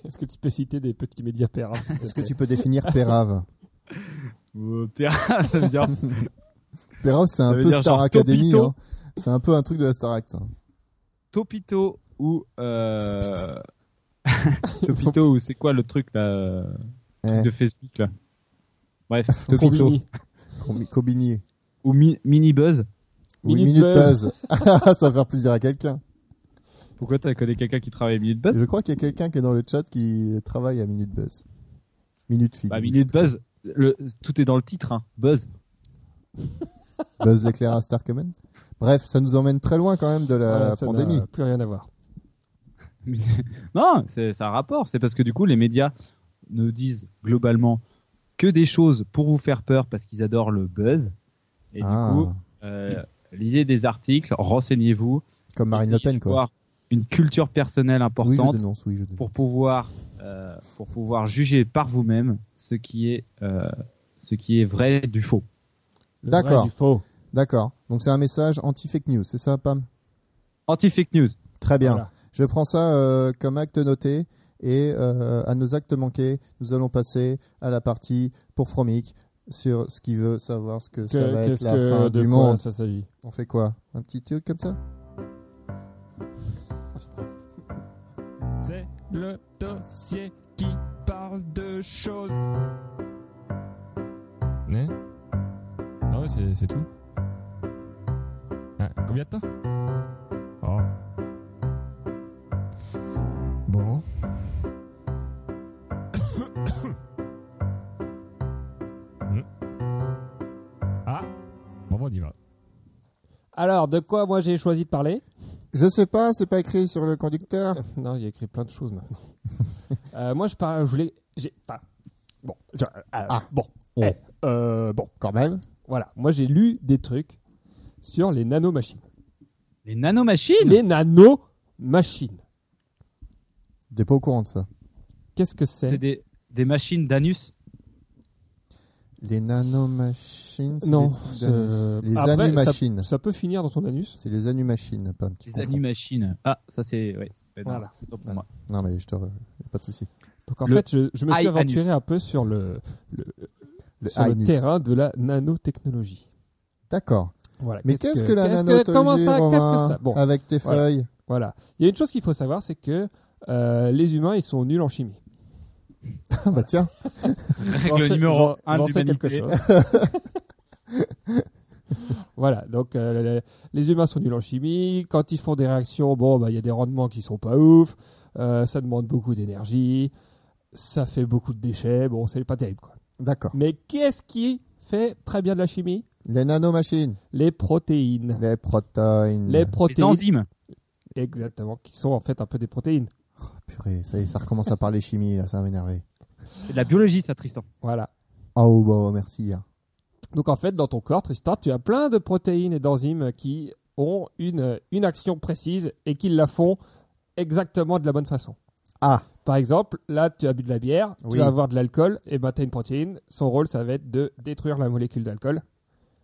Speaker 6: Est-ce que tu peux citer des petits médias hein, pères
Speaker 1: Est-ce que tu peux définir Pérave
Speaker 2: Euh, péraves, ça veut dire-
Speaker 1: Pérave, c'est un
Speaker 2: veut
Speaker 1: peu
Speaker 2: dire
Speaker 1: Star
Speaker 2: genre
Speaker 1: Academy.
Speaker 2: Topito.
Speaker 1: hein. C'est un peu un truc de la Star Act. hein. ça.
Speaker 2: Topito ou euh, Topito ou c'est quoi le truc là euh,
Speaker 1: Eh.
Speaker 2: de Facebook là Bref, Topito
Speaker 6: Combini.
Speaker 1: Combi- Combini.
Speaker 2: ou Mi- Mini Buzz.
Speaker 1: Oui,
Speaker 6: Minute
Speaker 1: Minute
Speaker 6: Buzz.
Speaker 1: Buzz. ça va faire plaisir à quelqu'un.
Speaker 2: Pourquoi t'as connais quelqu'un qui travaille à Minute Buzz
Speaker 1: Je crois qu'il y a quelqu'un qui est dans le chat qui travaille à Minute Buzz. Minute Fille.
Speaker 2: Bah Minute Buzz, le, tout est dans le titre, hein. Buzz.
Speaker 1: Buzz l'éclair à Starkman. Bref, ça nous emmène très loin quand même de la
Speaker 2: Ah,
Speaker 6: Voilà, ça n'a
Speaker 1: Euh, pandémie.
Speaker 6: Plus rien à voir.
Speaker 2: Non, c'est c'est un rapport. C'est parce que du coup, les médias ne disent globalement que des choses pour vous faire peur parce qu'ils adorent le buzz. Et
Speaker 1: Ah,
Speaker 2: du coup, euh, lisez des articles, renseignez-vous.
Speaker 1: comme Marine
Speaker 2: essayez
Speaker 1: Le Pen,
Speaker 2: de
Speaker 1: quoi.
Speaker 2: voir Une culture personnelle
Speaker 1: Oui, je
Speaker 2: importante
Speaker 1: dénonce, oui, je dénonce.
Speaker 2: pour pouvoir euh, pour pouvoir juger par vous-même ce qui est euh, ce qui est vrai du faux.
Speaker 6: Le vrai
Speaker 1: D'accord.
Speaker 6: du faux.
Speaker 1: D'accord. Donc c'est un message anti-fake news, c'est ça, Pam
Speaker 2: Anti fake news.
Speaker 1: Très bien.
Speaker 6: Voilà.
Speaker 1: Je prends ça euh, comme acte noté. Et euh, à nos actes manqués, nous allons passer à la partie pour Fromic sur ce qui veut savoir ce que, ça va
Speaker 6: Que-
Speaker 1: être
Speaker 6: Qu'est-ce
Speaker 1: la
Speaker 6: que
Speaker 1: fin
Speaker 6: de
Speaker 1: du
Speaker 6: quoi
Speaker 1: monde.
Speaker 6: ça s'agit
Speaker 1: On fait quoi Un petit truc comme ça
Speaker 5: C'est le dossier qui parle de choses. Mais Ah ouais, c'est, c'est tout. Ah, combien de temps Oh. Bon. Hmm. ah, bon, on y va.
Speaker 6: Alors, de quoi moi j'ai choisi de parler
Speaker 1: Je sais pas, c'est pas écrit sur le conducteur.
Speaker 6: Non, il y a écrit plein de choses maintenant. Euh, moi, je parle, je voulais, j'ai pas. Bon, je- euh, bon,
Speaker 1: Oh.
Speaker 6: Eh, euh, bon,
Speaker 1: Quand même.
Speaker 6: voilà. Moi, j'ai lu des trucs sur les nanomachines.
Speaker 2: Les nanomachines.
Speaker 6: Les nanomachines.
Speaker 1: T'es pas au courant de ça.
Speaker 6: Qu'est-ce que c'est
Speaker 2: C'est des des machines d'anus.
Speaker 1: Les nanomachines c'est
Speaker 6: Non.
Speaker 1: les trucs
Speaker 6: c'est-
Speaker 1: d'anus. Les
Speaker 6: Après, ça-
Speaker 1: animachines.
Speaker 6: Ça peut finir dans ton anus.
Speaker 1: C'est les anumachines, pas tu
Speaker 2: Les
Speaker 1: confonds.
Speaker 2: animachines. Ah, ça c'est. Ouais. Ouais, non,
Speaker 6: Voilà.
Speaker 2: autant pour
Speaker 1: Voilà.
Speaker 2: moi.
Speaker 1: Non, mais je te. re- Pas de souci.
Speaker 6: Donc en
Speaker 2: Le
Speaker 6: fait, je, je me suis
Speaker 2: high
Speaker 6: aventuré
Speaker 2: anus.
Speaker 6: un peu sur le, le-
Speaker 1: Le
Speaker 6: sur le
Speaker 1: anus.
Speaker 6: terrain de la nanotechnologie.
Speaker 1: D'accord.
Speaker 6: Voilà.
Speaker 1: Mais qu'est-ce que, la
Speaker 6: qu'est-ce
Speaker 1: nanotechnologie
Speaker 6: Comment ça Qu'est-ce que ça
Speaker 1: Romain, Ah.
Speaker 6: Bon,
Speaker 1: Avec tes
Speaker 6: Voilà.
Speaker 1: feuilles.
Speaker 6: voilà. Il y a une chose qu'il faut savoir, c'est que euh, les humains, ils sont nuls en chimie.
Speaker 1: Ah, bah tiens.
Speaker 6: J'en
Speaker 2: Règle
Speaker 6: sais-
Speaker 2: numéro
Speaker 6: j'en-
Speaker 2: 1
Speaker 6: j'en
Speaker 2: du
Speaker 6: sais quelque chose. voilà, donc euh, les, les humains sont nuls en chimie. Quand ils font des réactions, bon, bah, il y a des rendements qui sont pas ouf. Euh, ça demande beaucoup d'énergie. Ça fait beaucoup de déchets. Bon, c'est pas terrible, quoi.
Speaker 1: D'accord.
Speaker 6: Mais qu'est-ce qui fait très bien de la chimie
Speaker 1: Les nanomachines.
Speaker 6: Les protéines.
Speaker 1: Les protéines.
Speaker 6: Les
Speaker 2: Les
Speaker 6: protéines,
Speaker 2: enzymes.
Speaker 6: exactement, qui sont en fait un peu des protéines.
Speaker 1: Ah, Purée, ça y est, ça recommence à parler chimie, là, ça va m'énerver.
Speaker 2: C'est de la biologie, ça, Tristan.
Speaker 6: Voilà.
Speaker 1: Oh, bah, merci. hein.
Speaker 6: Donc en fait, dans ton corps, Tristan, tu as plein de protéines et d'enzymes qui ont une, une action précise et qui la font exactement de la bonne façon.
Speaker 1: Ah.
Speaker 6: Par exemple, là, tu as bu de la bière,
Speaker 1: Oui.
Speaker 6: tu vas avoir de l'alcool, et ben tu as une protéine. Son rôle, ça va être de détruire la molécule d'alcool.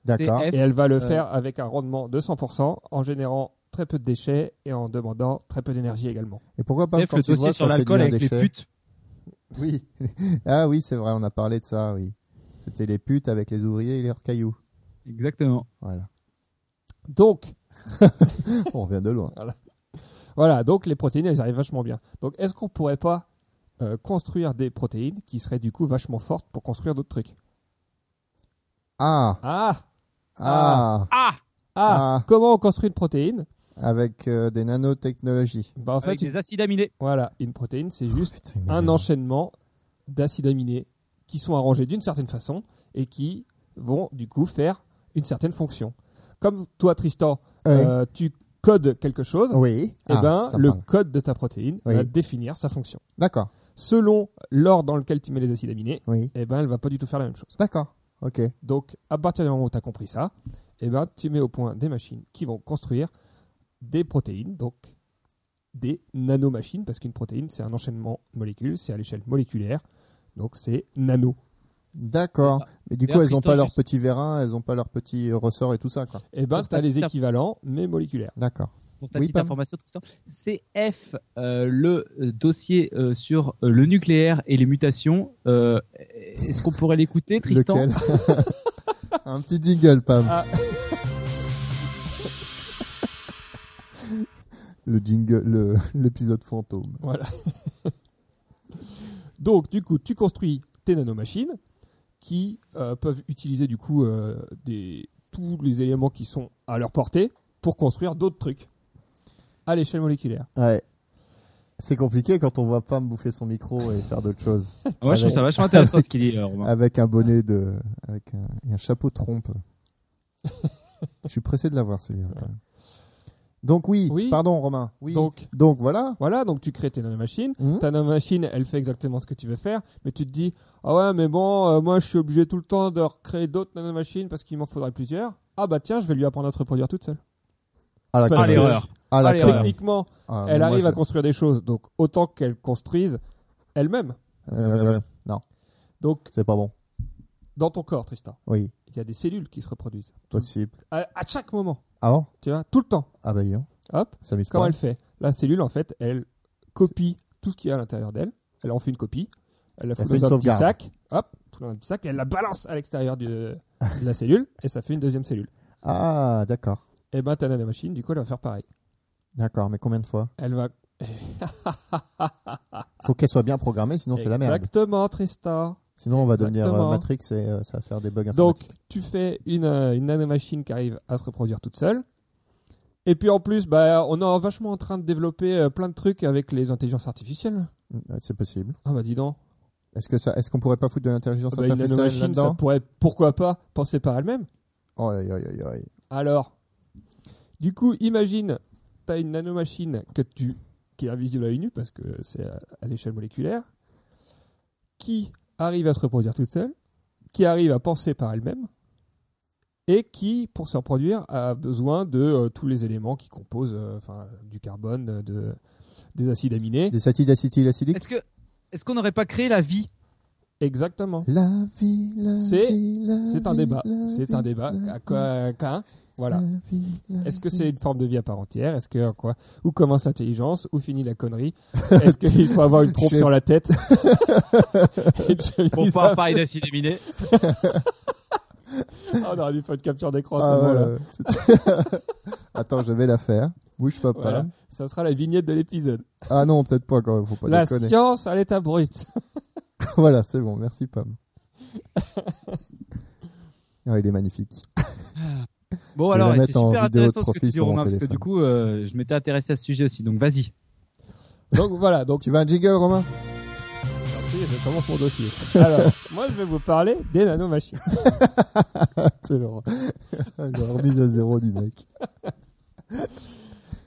Speaker 1: D'accord.
Speaker 2: CF.
Speaker 6: Et elle va le
Speaker 2: Euh.
Speaker 6: faire avec un rendement de 100% en générant très peu de déchets et en demandant très peu d'énergie également.
Speaker 1: Et pourquoi pas
Speaker 2: CF,
Speaker 1: quand
Speaker 2: le
Speaker 1: tu vois ça
Speaker 2: dossier sur
Speaker 1: fait
Speaker 2: l'alcool
Speaker 1: devenir
Speaker 2: avec les
Speaker 1: déchet
Speaker 2: putes.
Speaker 1: Oui. Ah oui, c'est vrai, on a parlé de ça, oui. C'était les putes avec les ouvriers et leurs cailloux.
Speaker 2: Exactement.
Speaker 1: Voilà.
Speaker 6: Donc,
Speaker 1: On revient de loin.
Speaker 6: voilà, donc les protéines, elles arrivent vachement bien. Donc, est-ce qu'on pourrait pas euh, construire des protéines qui seraient du coup vachement fortes pour construire d'autres trucs
Speaker 1: Ah,
Speaker 6: Ah
Speaker 1: ah,
Speaker 2: Ah
Speaker 6: Ah,
Speaker 1: Ah.
Speaker 6: Comment on construit une protéine
Speaker 1: avec euh, des nanotechnologies.
Speaker 6: bah, En fait,
Speaker 2: Avec des acides aminés.
Speaker 6: voilà, une protéine, c'est juste
Speaker 1: Putain, il
Speaker 6: un
Speaker 1: m'énerve.
Speaker 6: enchaînement d'acides aminés qui sont arrangés d'une certaine façon et qui vont du coup faire une certaine fonction. Comme toi, Tristan,
Speaker 1: Ouais.
Speaker 6: euh, tu codes quelque chose,
Speaker 1: Oui.
Speaker 6: eh
Speaker 1: Ah,
Speaker 6: ben,
Speaker 1: ça
Speaker 6: le
Speaker 1: parle.
Speaker 6: code de ta protéine
Speaker 1: Oui.
Speaker 6: va définir sa fonction.
Speaker 1: D'accord.
Speaker 6: Selon l'ordre dans lequel tu mets les acides aminés,
Speaker 1: Oui.
Speaker 6: eh ben, elle va pas du tout faire la même chose.
Speaker 1: D'accord. Ok.
Speaker 6: Donc, à partir du moment où tu as compris ça, eh ben, tu mets au point des machines qui vont construire des protéines, donc des nanomachines, parce qu'une protéine, c'est un enchaînement de molécules, c'est à l'échelle moléculaire, donc c'est nano.
Speaker 1: D'accord. Mais du coup,
Speaker 2: D'ailleurs,
Speaker 1: elles ont
Speaker 2: Christophe,
Speaker 1: pas leurs
Speaker 2: juste-
Speaker 1: petits vérins, elles ont pas leurs petits ressorts et tout ça, quoi.
Speaker 6: Eh ben,
Speaker 2: Pour
Speaker 6: tu as
Speaker 2: ta
Speaker 6: les
Speaker 2: petite-
Speaker 6: équivalents, mais moléculaires.
Speaker 1: D'accord.
Speaker 2: Pour ta
Speaker 1: Oui,
Speaker 2: petite
Speaker 1: Pam.
Speaker 2: information, Tristan. CF, euh, le euh, dossier euh, sur euh, le nucléaire et les mutations. euh, Est-ce qu'on pourrait l'écouter, Tristan
Speaker 1: Lequel Un petit jingle, Pam.
Speaker 6: Ah.
Speaker 1: le jingle, le- l'épisode fantôme.
Speaker 6: Voilà. donc, du coup, tu construis tes nanomachines qui euh, peuvent utiliser du coup euh, des- tous les éléments qui sont à leur portée pour construire d'autres trucs à l'échelle moléculaire.
Speaker 1: Ouais. C'est compliqué quand on voit Pam bouffer son micro et faire d'autres choses.
Speaker 2: Moi, je trouve ça vachement intéressant ce qu'il dit, euh, Romain.
Speaker 1: Avec un bonnet de. Avec un, et un chapeau de trompe. je suis pressé de l'avoir celui-là. quand même. Donc, oui,
Speaker 6: Oui.
Speaker 1: pardon Romain. Oui. Donc,
Speaker 6: Donc,
Speaker 1: voilà.
Speaker 6: Voilà, donc tu crées tes nanomachines.
Speaker 1: Mhm.
Speaker 6: Ta nanomachine, elle fait exactement ce que tu veux faire, mais tu te dis Ah ouais, mais bon, euh, moi je suis obligé tout le temps de recréer d'autres nanomachines parce qu'il m'en faudrait plusieurs. Ah bah tiens, je vais lui apprendre à se reproduire toute seule.
Speaker 1: À la
Speaker 6: Parce
Speaker 2: Ah,
Speaker 1: connerie.
Speaker 6: que-
Speaker 2: l'erreur.
Speaker 1: À la
Speaker 2: Ah, l'erreur.
Speaker 1: connerie.
Speaker 6: Techniquement,
Speaker 1: Ah, mais
Speaker 6: elle
Speaker 1: moi,
Speaker 6: arrive
Speaker 1: je-
Speaker 6: à construire des choses, donc autant qu'elle construise elle-même.
Speaker 1: Euh, non,
Speaker 6: Donc
Speaker 1: c'est pas bon.
Speaker 6: dans ton corps, Tristan,
Speaker 1: Oui,
Speaker 6: il y a des cellules qui se reproduisent.
Speaker 1: possible.
Speaker 6: À, à chaque moment,
Speaker 1: Ah bon
Speaker 6: tu vois, tout le temps.
Speaker 1: Ah bah, dis donc,
Speaker 6: Hop,
Speaker 1: ça m'explique.
Speaker 6: comment elle fait La cellule, en fait, elle copie tout ce qu'il y a à l'intérieur d'elle. Elle en fait une copie. Elle la
Speaker 1: Elle
Speaker 6: fout
Speaker 1: fait
Speaker 6: dans
Speaker 1: une
Speaker 6: un petit
Speaker 1: sauvegarde.
Speaker 6: sac. Hop, fout dans un petit sac. Elle la balance à l'extérieur du- de la cellule et ça fait une deuxième cellule.
Speaker 1: Ah, d'accord.
Speaker 6: Et ben, t'as la machine, du coup, elle va faire pareil.
Speaker 1: D'accord, mais combien de fois
Speaker 6: Elle va. Ah.
Speaker 1: Faut qu'elle soit bien programmée, sinon c'est la merde.
Speaker 6: Exactement, Tristan.
Speaker 1: Sinon, on va devenir euh,
Speaker 6: Exactement.
Speaker 1: Matrix et euh, ça va faire des bugs
Speaker 6: Donc,
Speaker 1: informatiques.
Speaker 6: tu fais une, euh, une nanomachine qui arrive à se reproduire toute seule. Et puis en plus, bah, on est vachement en train de développer euh, plein de trucs avec les intelligences artificielles.
Speaker 1: Mm, C'est possible.
Speaker 6: Ah bah dis donc,
Speaker 1: Est-ce que ça, est-ce qu'on pourrait pas foutre de l'intelligence
Speaker 6: Ah bah, une
Speaker 1: artificielle
Speaker 6: nanomachine, ça
Speaker 1: là-dedans
Speaker 6: pourrait, pourquoi pas, penser par elle-même.
Speaker 1: Oh, aïe, aïe, aïe, aïe.
Speaker 6: Alors, du coup, imagine, tu as une nanomachine que tu, qui est invisible à l'œil nu parce que c'est à, à l'échelle moléculaire, qui arrive à se reproduire toute seule, qui arrive à penser par elle-même, et qui, pour se reproduire, a besoin de euh, tous les éléments qui composent, euh, enfin, du carbone, euh, de, des acides aminés.
Speaker 1: Des acides acétyl acidiques
Speaker 2: Est-ce que est-ce qu'on n'aurait pas créé la vie
Speaker 6: Exactement.
Speaker 1: La vie, la
Speaker 6: C'est-
Speaker 1: vie, la
Speaker 6: C'est un
Speaker 1: vie,
Speaker 6: débat.
Speaker 1: la
Speaker 6: C'est un
Speaker 1: vie,
Speaker 6: débat.
Speaker 1: la
Speaker 6: À quoi, qu'un, voilà.
Speaker 1: la vie, la
Speaker 6: Est-ce que
Speaker 1: vie.
Speaker 6: c'est une forme de vie à part entière Est-ce que quoi Où commence l'intelligence Où finit la connerie Est-ce qu'il faut avoir une trompe
Speaker 1: Je-
Speaker 6: sur la tête Et Johnny
Speaker 2: Pour
Speaker 6: Depp-
Speaker 2: pouvoir parler d'assidéminé.
Speaker 6: Ah, On aurait dû faire une capture d'écran. à ce
Speaker 1: Ah,
Speaker 6: moment-là.
Speaker 1: voilà. C'était- Attends, je vais la faire. Bouge pas,
Speaker 6: Voilà.
Speaker 1: pas.
Speaker 6: Ça sera la vignette de l'épisode.
Speaker 1: Ah non, peut-être pas quand même, faut pas
Speaker 6: La
Speaker 1: déconner.
Speaker 6: science à l'état brut.
Speaker 1: voilà, c'est bon, merci Pam. Ah, il est magnifique.
Speaker 2: Bon,
Speaker 1: Je vais
Speaker 2: alors,
Speaker 1: la
Speaker 2: et c'est
Speaker 1: mettre en
Speaker 2: super
Speaker 1: vidéo de
Speaker 2: intéressant ce que
Speaker 1: profil
Speaker 2: tu dis,
Speaker 1: sur mon
Speaker 2: Romain, parce que
Speaker 1: téléphone.
Speaker 2: du coup, euh, je m'étais intéressé à ce sujet aussi. Donc, vas-y.
Speaker 6: Donc voilà, donc
Speaker 1: Tu veux un jingle, Romain
Speaker 6: merci, je commence mon dossier. Alors, moi je vais vous parler des nanomachines.
Speaker 1: C'est le la remise à zéro du mec.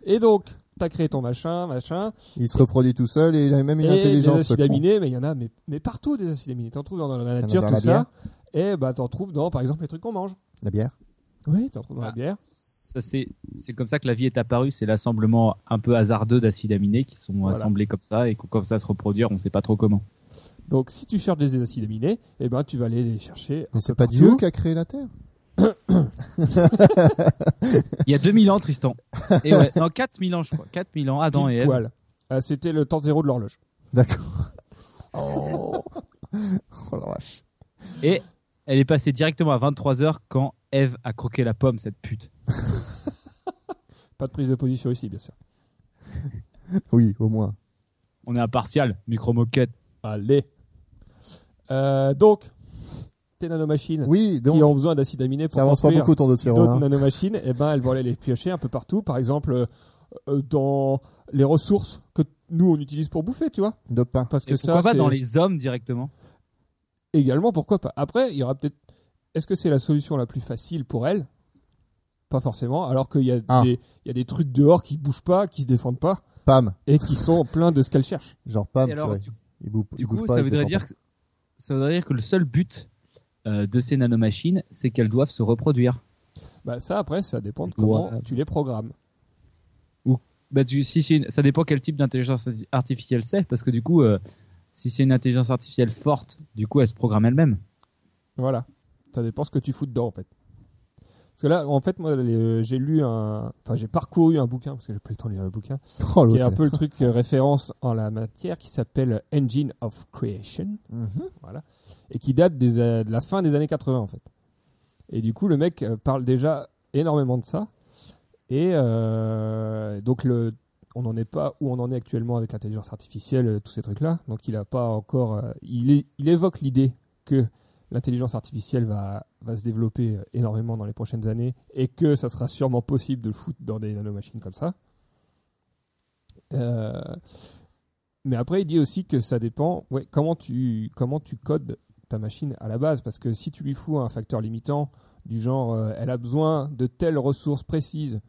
Speaker 6: Et donc, t'as créé ton machin, machin.
Speaker 1: Il se reproduit tout seul et il a même une
Speaker 6: et
Speaker 1: intelligence.
Speaker 6: des
Speaker 1: ce
Speaker 6: acides
Speaker 1: con.
Speaker 6: aminés, mais il y en Eh, a mais, mais partout des acides aminés. T'en trouves dans, la
Speaker 1: en a
Speaker 6: nature,
Speaker 1: dans
Speaker 6: tout
Speaker 1: la
Speaker 6: ça. Et bah t'en trouves dans, par exemple, les trucs qu'on mange.
Speaker 1: La bière.
Speaker 6: Oui, t'en trouves dans la
Speaker 2: Ah.
Speaker 6: bière.
Speaker 2: Ça, c'est, c'est comme ça que la vie est apparue. C'est l'assemblement un peu hasardeux d'acides aminés qui sont
Speaker 6: Voilà.
Speaker 2: assemblés comme ça et qui ont comme ça se reproduire. On sait pas trop comment.
Speaker 6: Donc si tu cherches des acides aminés, et ben tu vas aller les chercher.
Speaker 1: Mais
Speaker 6: un
Speaker 1: c'est
Speaker 6: peu
Speaker 1: pas
Speaker 6: partout.
Speaker 1: Dieu qui a créé la Terre
Speaker 2: Il y a 2000 ans, Tristan. Et ouais, non, 4000 ans, je crois. 4000 ans, Adam et
Speaker 6: Pile
Speaker 2: Ève.
Speaker 6: poil. Ah, C'était le temps zéro de l'horloge.
Speaker 1: D'accord. Oh. oh la vache.
Speaker 2: Et elle est passée directement à 23h quand Ève a croqué la pomme, cette pute.
Speaker 6: Pas de prise de position ici, bien sûr.
Speaker 1: Oui, au moins.
Speaker 2: On est impartial, micro-moquette.
Speaker 6: Allez. Euh, donc, tes nanomachines
Speaker 1: Oui,
Speaker 6: qui
Speaker 1: donc,
Speaker 6: ont besoin d'acides aminés pour
Speaker 1: ça avance pas
Speaker 6: construire
Speaker 1: beaucoup hein. ton dossier,
Speaker 6: d'autres
Speaker 1: Romain.
Speaker 6: nanomachines, et ben elles vont aller les piocher un peu partout. Par exemple, euh, euh, dans les ressources que nous on utilise pour bouffer, tu vois.
Speaker 1: De pain.
Speaker 6: Parce
Speaker 2: Et
Speaker 6: que
Speaker 2: pourquoi
Speaker 6: ça,
Speaker 2: pas
Speaker 6: c'est-
Speaker 2: dans les hommes directement
Speaker 6: également, pourquoi pas. Après, il y aura peut-être. Est-ce que c'est la solution la plus facile pour elle Pas forcément. Alors qu'il y, a
Speaker 1: Ah.
Speaker 6: des- il y a des trucs dehors qui bougent pas, qui se défendent pas,
Speaker 1: Pam.
Speaker 6: et qui sont pleins de ce qu'elle cherche.
Speaker 1: Genre Pam,
Speaker 2: Et alors,
Speaker 1: purée.
Speaker 2: du,
Speaker 1: il, bouge,
Speaker 2: du
Speaker 1: il bouge
Speaker 2: coup,
Speaker 1: pas.
Speaker 2: ça
Speaker 1: il
Speaker 2: voudrait,
Speaker 1: défend
Speaker 2: dire que, ça voudrait dire que le seul but euh, de ces nanomachines, c'est qu'elles doivent se reproduire.
Speaker 6: Bah ça, après, ça dépend de comment
Speaker 2: Ouais.
Speaker 6: tu les programmes.
Speaker 2: Bah, tu- si c'est une- ça dépend quel type d'intelligence arti- artificielle c'est, parce que du coup, euh, si c'est une intelligence artificielle forte, du coup, elle se programme elle-même.
Speaker 6: Voilà. Ça dépend ce que tu fous dedans, en fait. Parce que là, en fait, moi, les- j'ai lu un. Enfin, j'ai parcouru un bouquin, parce que j'ai pas eu le temps de lire le bouquin,
Speaker 1: pas. Oh,
Speaker 6: qui est un
Speaker 1: l'autre.
Speaker 6: peu le truc euh, référence en la matière, qui s'appelle Engine of Creation.
Speaker 1: Mhm.
Speaker 6: et qui date des, euh, de la fin des années 80 en fait. Et du coup, le mec euh, parle déjà énormément de ça. Et euh, donc, le, on n'en est pas où on en est actuellement avec l'intelligence artificielle, euh, tous ces trucs-là. Donc, il a pas encore. euh, il, é- il évoque l'idée que l'intelligence artificielle va, va se développer euh, énormément dans les prochaines années et que ça sera sûrement possible de le foutre dans des nanomachines comme ça. Euh, mais après, il dit aussi que ça dépend ouais, comment, tu, comment tu codes ta machine à la base. Parce que si tu lui fous un facteur limitant du genre euh, elle a besoin de telles ressources précises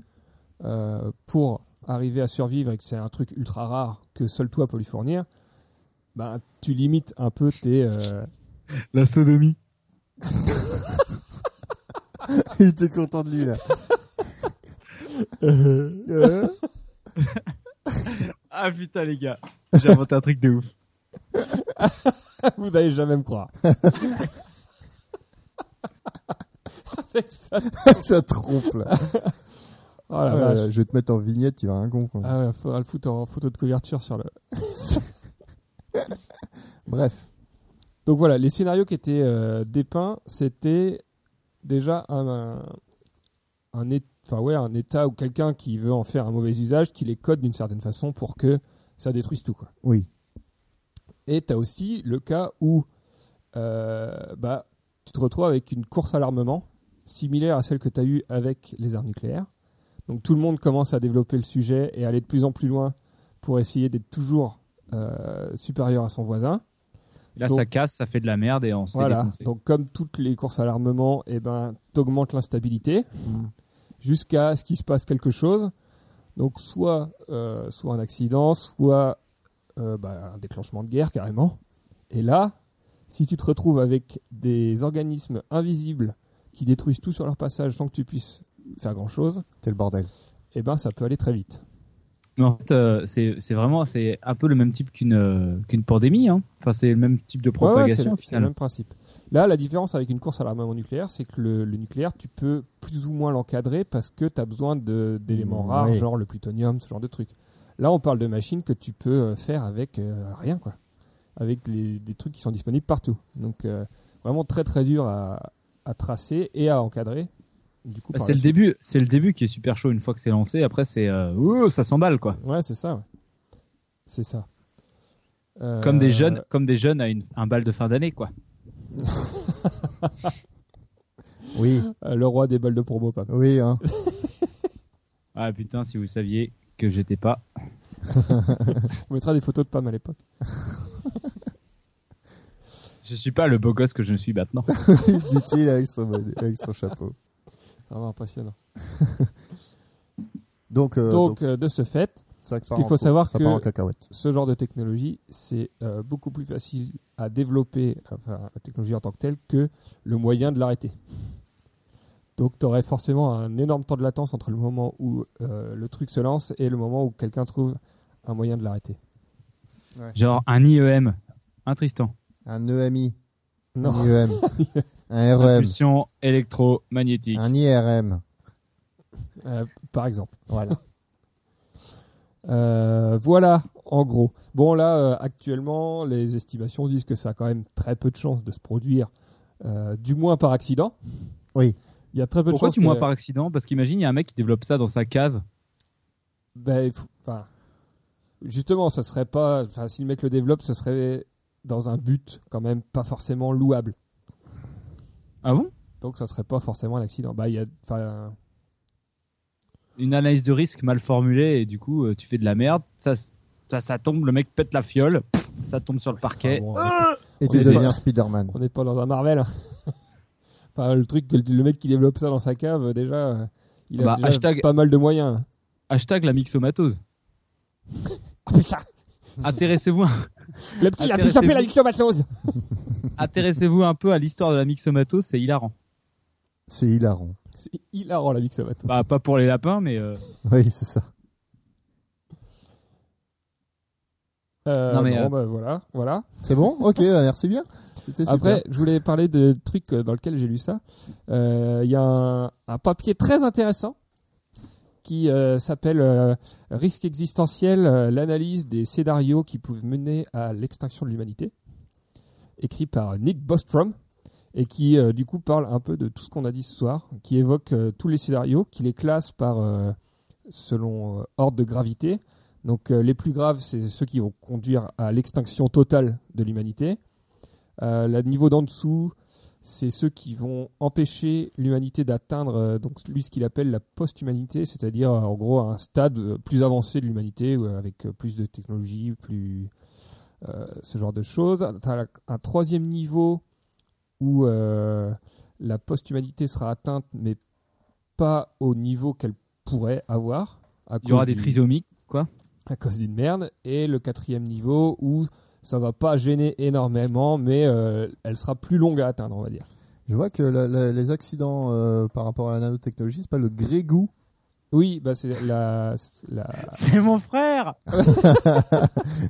Speaker 6: euh, pour arriver à survivre et que c'est un truc ultra rare que seul toi peux lui fournir, ben, tu limites un peu tes... euh,
Speaker 2: La sodomie.
Speaker 1: il était content de lui, là. Euh, euh.
Speaker 2: Ah putain, les gars, j'ai inventé un truc de ouf.
Speaker 6: Vous n'allez jamais me croire. Avec ça.
Speaker 1: ça trompe, là.
Speaker 6: Oh la
Speaker 1: Euh,
Speaker 6: vache.
Speaker 1: je vais te mettre en vignette, tu vas un con. quoi.
Speaker 6: Ah ouais, faudra le foutre en photo de couverture sur le,
Speaker 1: Bref.
Speaker 6: Donc voilà, les scénarios qui étaient euh, dépeints, c'était déjà un, un, un é- enfin ouais, un état ou quelqu'un qui veut en faire un mauvais usage, qui les code d'une certaine façon pour que ça détruise tout. Quoi.
Speaker 1: Oui.
Speaker 6: Et tu as aussi le cas où euh, bah, tu te retrouves avec une course à l'armement similaire à celle que tu as eue avec les armes nucléaires. Donc tout le monde commence à développer le sujet et à aller de plus en plus loin pour essayer d'être toujours euh, supérieur à son voisin.
Speaker 2: Là,
Speaker 6: Donc-
Speaker 2: ça casse, ça fait de la merde et on se fait
Speaker 6: Voilà.
Speaker 2: défoncer.
Speaker 6: Donc, comme toutes les courses à l'armement, eh ben, t'augmentes l'instabilité
Speaker 1: Mm.
Speaker 6: jusqu'à ce qu'il se passe quelque chose. Donc, soit, euh, soit un accident, soit euh, bah, un déclenchement de guerre carrément. Et là, si tu te retrouves avec des organismes invisibles qui détruisent tout sur leur passage sans que tu puisses faire grand chose,
Speaker 1: C'est le bordel.
Speaker 6: eh ben, ça peut aller très vite.
Speaker 2: Mais en fait, euh, c'est c'est vraiment c'est un peu le même type qu'une euh, qu'une pandémie. Hein. Enfin, c'est le même type de
Speaker 6: Ouais, ouais, c'est
Speaker 2: propagation.
Speaker 6: le-
Speaker 2: au
Speaker 6: c'est le
Speaker 2: final.
Speaker 6: même principe. Là, la différence avec une course à l'armement nucléaire, c'est que le, le nucléaire, tu peux plus ou moins l'encadrer parce que tu as besoin de- d'éléments
Speaker 1: Mm,
Speaker 6: rares,
Speaker 1: oui.
Speaker 6: genre le plutonium, ce genre de trucs. Là, on parle de machines que tu peux euh, faire avec euh, rien, quoi. Avec les- des trucs qui sont disponibles partout. Donc, euh, vraiment très très dur à, à tracer et à encadrer. Du coup,
Speaker 2: Bah,
Speaker 6: par
Speaker 2: c'est
Speaker 6: la
Speaker 2: le
Speaker 6: suite.
Speaker 2: début, c'est le début qui est super chaud. Une fois que c'est lancé, après c'est euh, ouh, ça s'emballe quoi.
Speaker 6: Ouais, c'est ça. ouais. C'est ça. Euh,
Speaker 2: Comme des jeunes, comme des jeunes à une, un bal de fin d'année quoi.
Speaker 1: Oui,
Speaker 6: euh, le roi des balles de promo, pas
Speaker 1: oui, hein.
Speaker 2: Ah putain, si vous saviez que j'étais pas.
Speaker 6: On mettra des photos de Pam à l'époque.
Speaker 2: Je suis pas le beau gosse que je suis maintenant.
Speaker 1: dit-il avec son, avec son chapeau.
Speaker 6: Vraiment impressionnant.
Speaker 1: Donc, euh, donc,
Speaker 6: Donc, euh, de ce fait,
Speaker 1: c'est vrai que ça
Speaker 6: il
Speaker 1: part
Speaker 6: faut
Speaker 1: en-
Speaker 6: savoir
Speaker 1: ça
Speaker 6: que-
Speaker 1: part en cacahuète.
Speaker 6: ce genre de technologie, c'est euh, beaucoup plus facile à développer, enfin, la technologie en tant que telle, que le moyen de l'arrêter. Donc, tu aurais forcément un énorme temps de latence entre le moment où euh, le truc se lance et le moment où quelqu'un trouve un moyen de l'arrêter.
Speaker 2: Genre un IEM, un Tristan,
Speaker 1: Un EMI,
Speaker 6: Non,
Speaker 1: un IEM,
Speaker 3: Eh
Speaker 1: un REM,
Speaker 2: impulsion électromagnétique.
Speaker 1: un IRM.
Speaker 6: Euh, par exemple. Voilà. Euh, voilà, en gros. Bon, là, euh, actuellement, les estimations disent que ça a quand même très peu de chances de se produire, euh, du moins par accident.
Speaker 1: Oui.
Speaker 6: Il y a très peu
Speaker 2: Pourquoi
Speaker 6: de chances.
Speaker 2: tu moins
Speaker 6: que-
Speaker 2: par accident Parce qu'imagine il y a un mec qui développe ça dans sa cave.
Speaker 6: Ben, il faut- enfin, justement, ça serait pas. Enfin, si le mec le développe, ce serait dans un but quand même pas forcément louable.
Speaker 2: Ah bon
Speaker 6: Donc, ça serait pas forcément un accident. Bah, il y a. Enfin,
Speaker 2: Une analyse de risque mal formulée et du coup euh, tu fais de la merde. Ça, ça, ça tombe, le mec pète la fiole, pff, ça tombe sur le parquet.
Speaker 6: Ah bon, euh,
Speaker 1: Et tu
Speaker 2: est
Speaker 1: deviens Spider-Man.
Speaker 6: on n'est pas dans un Marvel. hein. enfin, le truc que le mec qui développe ça dans sa cave, déjà, euh, il a
Speaker 2: Bah,
Speaker 6: déjà
Speaker 2: hashtag-
Speaker 6: pas mal de moyens. hein.
Speaker 2: Hashtag la mixomatose.
Speaker 6: Ah, putain,
Speaker 2: Intéressez-vous,
Speaker 6: le petit il a pu
Speaker 2: Intéressez-vous.
Speaker 6: choper la myxomatose.
Speaker 2: intéressez-vous un peu à l'histoire de la mixomatose, c'est hilarant.
Speaker 1: C'est hilarant.
Speaker 6: C'est hilarant la myxomatose.
Speaker 2: Bah pas pour les lapins, mais euh,
Speaker 1: Oui, c'est ça.
Speaker 6: Euh,
Speaker 2: Non, mais,
Speaker 6: bon,
Speaker 2: euh,
Speaker 6: bah, voilà, voilà.
Speaker 1: C'est bon Ok, bah, merci bien. C'était super.
Speaker 6: Après, je voulais parler de trucs euh, dans lequel j'ai lu ça. Euh, Il y a un, un papier très intéressant qui euh, s'appelle euh, Risque existentiel, euh, l'analyse des scénarios qui peuvent mener à l'extinction de l'humanité, écrit par Nick Bostrom, et qui euh, du coup parle un peu de tout ce qu'on a dit ce soir, qui évoque euh, tous les scénarios, qui les classe par euh, selon euh, ordre de gravité. Donc euh, les plus graves, c'est ceux qui vont conduire à l'extinction totale de l'humanité. Euh, le niveau d'en dessous, c'est ceux qui vont empêcher l'humanité d'atteindre euh, donc lui ce qu'il appelle la post-humanité, c'est-à-dire euh, en gros un stade euh, plus avancé de l'humanité ouais, avec euh, plus de technologie, plus euh, ce genre de choses. T'as la- un troisième niveau où euh, la post-humanité sera atteinte, mais pas au niveau qu'elle pourrait avoir. à
Speaker 2: il y aura
Speaker 6: cause
Speaker 2: des
Speaker 6: du-
Speaker 2: trisomiques.
Speaker 6: à cause d'une merde. Et le quatrième niveau où ça va pas gêner énormément, mais euh, elle sera plus longue à atteindre, on va dire.
Speaker 1: Je vois que la- la- les accidents euh, par rapport à la nanotechnologie, c'est pas le grégou.
Speaker 6: Oui, bah c'est la, c'est la-
Speaker 2: C'est mon frère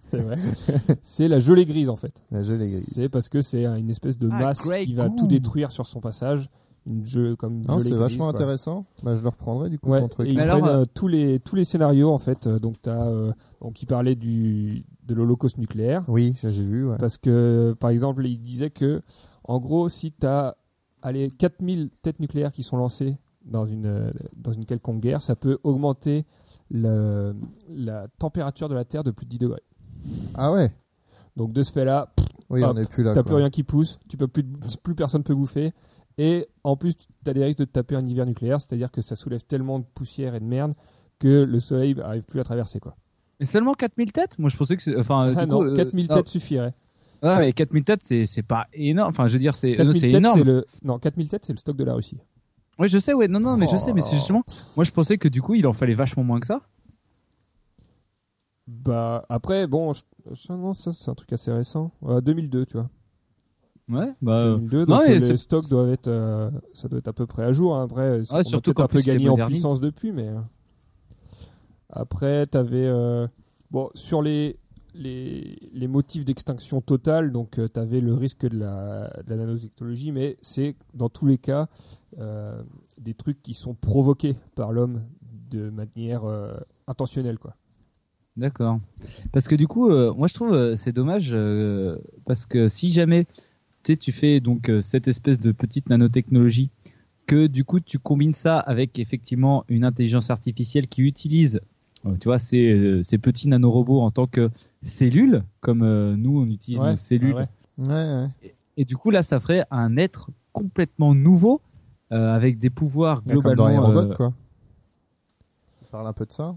Speaker 6: c'est vrai. C'est la gelée grise en fait.
Speaker 1: La gelée grise.
Speaker 6: C'est parce que c'est euh, une espèce de
Speaker 2: Ah,
Speaker 6: masse
Speaker 2: Grey
Speaker 6: qui va
Speaker 2: Goo.
Speaker 6: tout détruire sur son passage. Une jeu comme une
Speaker 1: Non,
Speaker 6: gelée
Speaker 1: c'est
Speaker 6: grise,
Speaker 1: vachement
Speaker 6: quoi.
Speaker 1: intéressant. Bah, je le reprendrai du coup
Speaker 6: Ouais,
Speaker 1: ton truc.
Speaker 6: et ils
Speaker 2: Mais alors,
Speaker 6: prennent,
Speaker 2: euh,
Speaker 6: euh, tous les tous les scénarios en fait. Euh, Donc t'as euh, donc il parlait du de l'Holocauste nucléaire.
Speaker 1: Oui, ça, j'ai vu. ouais.
Speaker 6: Parce que, par exemple, il disait que, en gros, si tu as 4000 têtes nucléaires qui sont lancées dans une, euh, dans une quelconque guerre, ça peut augmenter le- la température de la Terre de plus de 10 degrés.
Speaker 1: Ah ouais.
Speaker 6: Donc, de ce fait-là,
Speaker 1: Oui,
Speaker 6: Hop,
Speaker 1: on n'est plus là.
Speaker 6: t'as
Speaker 1: quoi.
Speaker 6: plus rien qui pousse, tu peux plus, plus personne peut bouffer. Et en plus, tu as des risques de te taper un hiver nucléaire, c'est-à-dire que ça soulève tellement de poussière et de merde que le soleil arrive plus à traverser. Quoi.
Speaker 2: Mais seulement 4000 têtes Moi je pensais que. c'est- Enfin,
Speaker 6: Ah
Speaker 2: du
Speaker 6: non,
Speaker 2: coup, euh,
Speaker 6: 4000
Speaker 2: non.
Speaker 6: têtes suffiraient.
Speaker 2: Ah, mais 4000 têtes, c'est c'est pas énorme. Enfin, je veux dire, c'est
Speaker 6: 4000
Speaker 2: non, c'est
Speaker 6: têtes,
Speaker 2: énorme.
Speaker 6: c'est le... Non, 4000 têtes, c'est le stock de la Russie.
Speaker 2: Oui, je sais, ouais. Non, non, mais je
Speaker 1: Oh
Speaker 2: sais,
Speaker 1: là
Speaker 2: mais
Speaker 1: là.
Speaker 2: c'est justement. Moi, je pensais que du coup, il en fallait vachement moins que ça.
Speaker 6: Bah après bon, je- ça, non, ça c'est un truc assez récent, Euh, 2002 tu vois.
Speaker 2: Ouais, bah. euh,
Speaker 6: 2002,
Speaker 2: non,
Speaker 6: donc
Speaker 2: mais
Speaker 6: euh,
Speaker 2: c'est-
Speaker 6: les stocks doivent être, euh, ça doit être à peu près à jour. hein. Après, ça- on a
Speaker 2: surtout
Speaker 6: peut-être un
Speaker 2: qu'en
Speaker 6: peu
Speaker 2: plus, ils les
Speaker 6: gagné en
Speaker 2: modernisent.
Speaker 6: puissance depuis, mais euh, Après, t'avais euh, bon sur les les, les motifs d'extinction totale, donc tu avais le risque de la, de la nanotechnologie, mais c'est dans tous les cas euh, des trucs qui sont provoqués par l'homme de manière euh, intentionnelle. Quoi.
Speaker 2: D'accord. Parce que du coup, euh, moi je trouve euh, c'est dommage euh, parce que si jamais tu sais, tu fais donc euh, cette espèce de petite nanotechnologie que du coup tu combines ça avec effectivement une intelligence artificielle qui utilise euh, tu vois ces, euh, ces petits nanorobots en tant que cellules comme euh, nous on utilise
Speaker 6: Ouais,
Speaker 2: nos cellules
Speaker 6: ouais, ouais.
Speaker 1: Ouais, ouais.
Speaker 2: et du coup là ça ferait un être complètement nouveau euh, avec des pouvoirs
Speaker 1: Ouais, Comme dans les
Speaker 2: globalement
Speaker 1: robots,
Speaker 2: euh,
Speaker 1: quoi. On parle un peu de ça.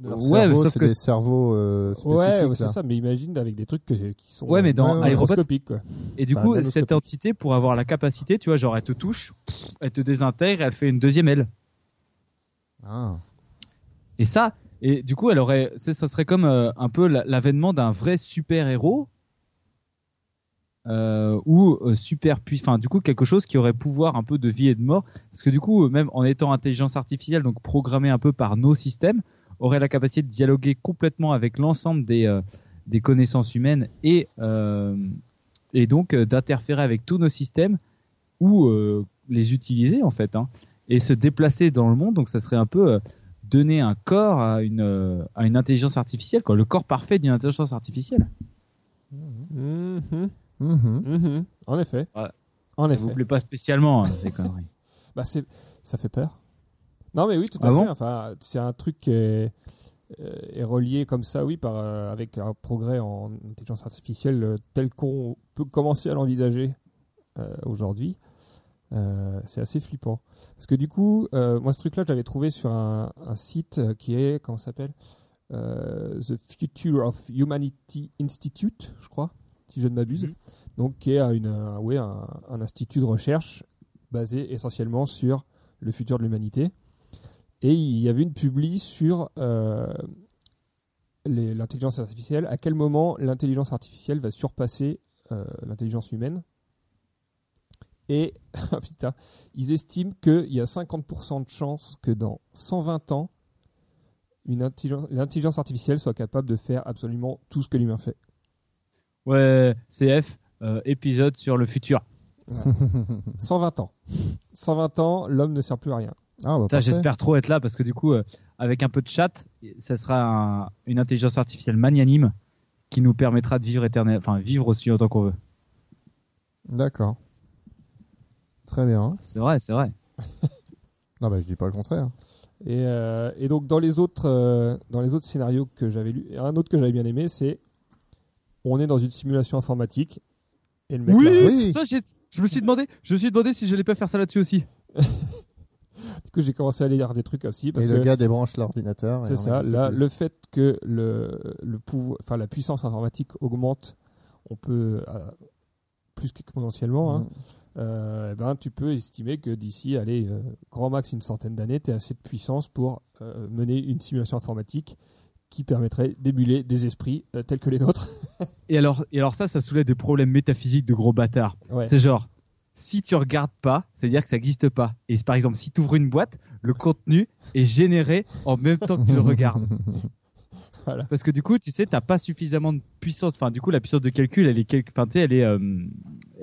Speaker 1: De leur
Speaker 2: Ouais, mais
Speaker 1: cerveau,
Speaker 2: sauf
Speaker 1: c'est
Speaker 2: que-
Speaker 1: des cerveaux euh, spécifiques.
Speaker 6: Ouais, ouais,
Speaker 1: là.
Speaker 6: c'est ça, mais imagine avec des trucs que- qui sont
Speaker 2: Ouais, mais dans
Speaker 6: euh,
Speaker 1: Ouais, ouais.
Speaker 6: microscopiques, quoi.
Speaker 2: Et du
Speaker 6: Enfin,
Speaker 2: coup,
Speaker 6: nanoscopique.
Speaker 2: cette entité, pour avoir la capacité, tu vois, genre, elle te touche, pff, elle te désintègre, elle fait une deuxième aile.
Speaker 1: Ah.
Speaker 2: Et ça, et du coup, elle aurait, c'est- ça serait comme euh, un peu la- l'avènement d'un vrai super héros euh, ou euh, super puissant. Enfin, du coup, quelque chose qui aurait pouvoir un peu de vie et de mort, parce que du coup, même en étant intelligence artificielle, donc programmée un peu par nos systèmes, aurait la capacité de dialoguer complètement avec l'ensemble des euh, des connaissances humaines et euh, et donc euh, d'interférer avec tous nos systèmes ou euh, les utiliser en fait, hein, et se déplacer dans le monde. Donc, ça serait un peu euh, donner un corps à une, euh, à une intelligence artificielle, quoi. le corps parfait d'une intelligence artificielle.
Speaker 6: Mhm,
Speaker 1: Mhm.
Speaker 6: mhm. En effet.
Speaker 2: Ouais.
Speaker 6: En
Speaker 2: Ça vous
Speaker 6: effet.
Speaker 2: plaît pas spécialement, hein, ces conneries.
Speaker 6: Bah, c'est- ça fait peur. Non, mais oui, tout à
Speaker 2: Ah
Speaker 6: fait.
Speaker 2: bon
Speaker 6: enfin, c'est un truc qui est, euh, est relié comme ça, oui, par, euh, avec un progrès en intelligence artificielle euh, tel qu'on peut commencer à l'envisager euh, aujourd'hui. Euh, c'est assez flippant. Parce que du coup, euh, moi, ce truc-là, je l'avais trouvé sur un, un site euh, qui est, comment ça s'appelle Euh, The Future of Humanity Institute, je crois, si je ne m'abuse.
Speaker 2: Mhm.
Speaker 6: Donc, qui est euh, une, euh, ouais, un- un institut de recherche basé essentiellement sur le futur de l'humanité. Et il y avait une publi sur euh, les- l'intelligence artificielle, à quel moment l'intelligence artificielle va surpasser euh, l'intelligence humaine. Et ah, putain, ils estiment qu'il y a 50% de chances que dans 120 ans, une intelligence- l'intelligence artificielle soit capable de faire absolument tout ce que l'humain fait.
Speaker 2: Ouais, CF, euh, épisode sur le futur.
Speaker 6: 120 ans. 120 ans, l'homme ne sert plus à rien.
Speaker 1: Ah, bah,
Speaker 2: Putain,
Speaker 1: parfait.
Speaker 2: J'espère trop être là parce que du coup, euh, avec un peu de chat, ça sera un- une intelligence artificielle magnanime qui nous permettra de vivre éternel, enfin vivre aussi longtemps qu'on veut.
Speaker 1: D'accord. Très bien.
Speaker 2: C'est vrai, c'est vrai.
Speaker 1: Non, bah, je dis pas le contraire.
Speaker 6: Et, euh, et donc dans les autres euh, dans les autres scénarios que j'avais lu, et un autre que j'avais bien aimé, c'est on est dans une simulation informatique et le mec là,
Speaker 1: Oui.
Speaker 2: ça j'ai- je me suis demandé, je me suis demandé si j'allais pas faire ça là-dessus aussi.
Speaker 6: du coup j'ai commencé à lire des trucs aussi parce
Speaker 1: Et
Speaker 6: que
Speaker 1: le gars débranche l'ordinateur. et
Speaker 6: c'est
Speaker 1: on a
Speaker 6: ça
Speaker 1: dit,
Speaker 6: là
Speaker 1: plus-
Speaker 6: le fait que le le pouvo- enfin la puissance informatique augmente, on peut euh, plus qu'exponentiellement,
Speaker 1: Mm.
Speaker 6: hein, euh, eh ben, tu peux estimer que d'ici, allez, euh, grand max une centaine d'années, tu as assez de puissance pour euh, mener une simulation informatique qui permettrait d'émuler des esprits euh, tels que les nôtres.
Speaker 2: Et alors, et alors ça, ça soulève des problèmes métaphysiques de gros bâtards.
Speaker 6: Ouais.
Speaker 2: C'est genre, si tu regardes pas, c'est-à-dire que ça n'existe pas. Et par exemple, si tu ouvres une boîte, le contenu est généré en même temps que tu le regardes.
Speaker 6: Voilà.
Speaker 2: Parce que du coup, tu sais, t'as pas suffisamment de puissance. Enfin, du coup, la puissance de calcul, elle est, quel- enfin, tu sais, elle est, euh,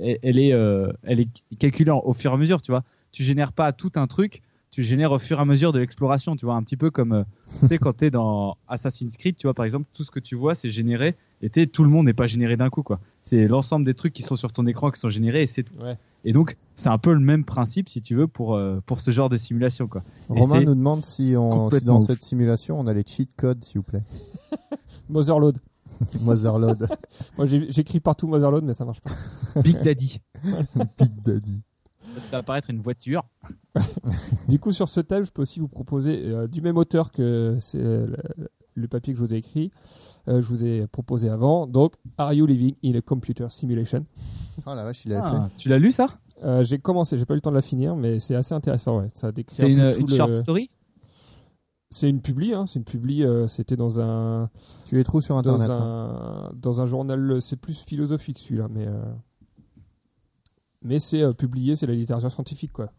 Speaker 2: elle elle est, euh, elle est calculée en- au fur et à mesure. Tu vois, tu génères pas tout un truc. Tu génères au fur et à mesure de l'exploration. Tu vois, un petit peu comme, euh, tu sais, quand t'es dans Assassin's Creed, tu vois, par exemple, tout ce que tu vois, c'est généré. Et tu sais, tout le monde n'est pas généré d'un coup, quoi. C'est l'ensemble des trucs qui sont sur ton écran qui sont générés et c'est tout.
Speaker 6: Ouais.
Speaker 2: Et donc, c'est un peu le même principe, si tu veux, pour, euh, pour ce genre de simulation. Quoi. Et
Speaker 1: Romain
Speaker 2: c'est
Speaker 1: nous demande si, on, si
Speaker 2: complètement
Speaker 1: dans
Speaker 2: ouf.
Speaker 1: cette simulation on a les cheat codes, s'il vous plaît.
Speaker 6: Motherload.
Speaker 1: Motherload,
Speaker 6: Moi, j'ai- j'écris partout Motherload, mais ça marche pas.
Speaker 2: Big Daddy.
Speaker 1: Big Daddy.
Speaker 2: Ça va apparaître une voiture.
Speaker 6: Du coup, sur ce thème, je peux aussi vous proposer, euh, du même auteur que c'est euh, le- le papier que je vous ai écrit, euh, je vous ai proposé avant, donc Are You Living in a Computer Simulation
Speaker 1: Ah la vache, il avait
Speaker 2: Ah, tu l'as lu, ça
Speaker 6: Euh, J'ai commencé, j'ai pas eu le temps de la finir, mais c'est assez intéressant. Ouais. Ça décrit
Speaker 2: C'est
Speaker 6: un
Speaker 2: une,
Speaker 6: peu tout
Speaker 2: une
Speaker 6: le-
Speaker 2: short story
Speaker 6: C'est une publi, hein, c'est une publi, euh, c'était dans un,
Speaker 1: fait. Tu les trouves sur
Speaker 6: dans
Speaker 1: internet. hein.
Speaker 6: un dans un journal, euh, c'est plus philosophique celui-là, mais euh, mais c'est euh, publié, c'est la littérature scientifique quoi.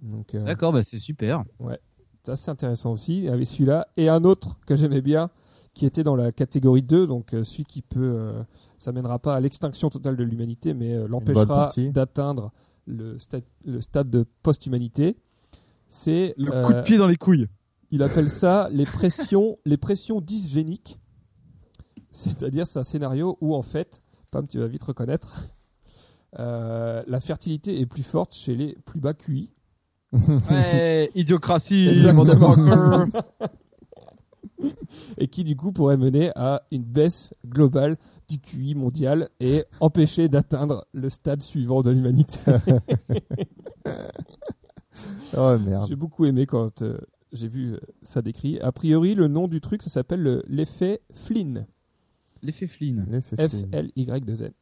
Speaker 6: Donc euh,
Speaker 2: D'accord, bah, c'est super.
Speaker 6: C'est assez intéressant aussi. Il y avait celui-là et un autre que j'aimais bien qui était dans la catégorie 2, donc euh, celui qui peut, euh, ça mènera pas à l'extinction totale de l'humanité, mais euh,
Speaker 1: bonne
Speaker 6: l'empêchera
Speaker 1: partie.
Speaker 6: d'atteindre le stade, le stade de post-humanité. C'est
Speaker 2: Le
Speaker 6: euh,
Speaker 2: coup de pied dans les couilles.
Speaker 6: il appelle ça les pressions, les pressions dysgéniques. C'est-à-dire, c'est un scénario où, en fait, Pam, tu vas vite reconnaître, euh, la fertilité est plus forte chez les plus bas QI.
Speaker 2: Ouais, idiocratie,
Speaker 6: Exactement.
Speaker 2: motherfucker.
Speaker 6: et qui du coup pourrait mener à une baisse globale du QI mondial et empêcher d'atteindre le stade suivant de l'humanité.
Speaker 1: Oh merde.
Speaker 6: J'ai beaucoup aimé quand euh, j'ai vu euh, ça décrit. A priori, le nom du truc, ça s'appelle le- l'effet Flynn.
Speaker 2: L'effet Flynn.
Speaker 1: Mais c'est fini.
Speaker 6: F-L-Y-2-N.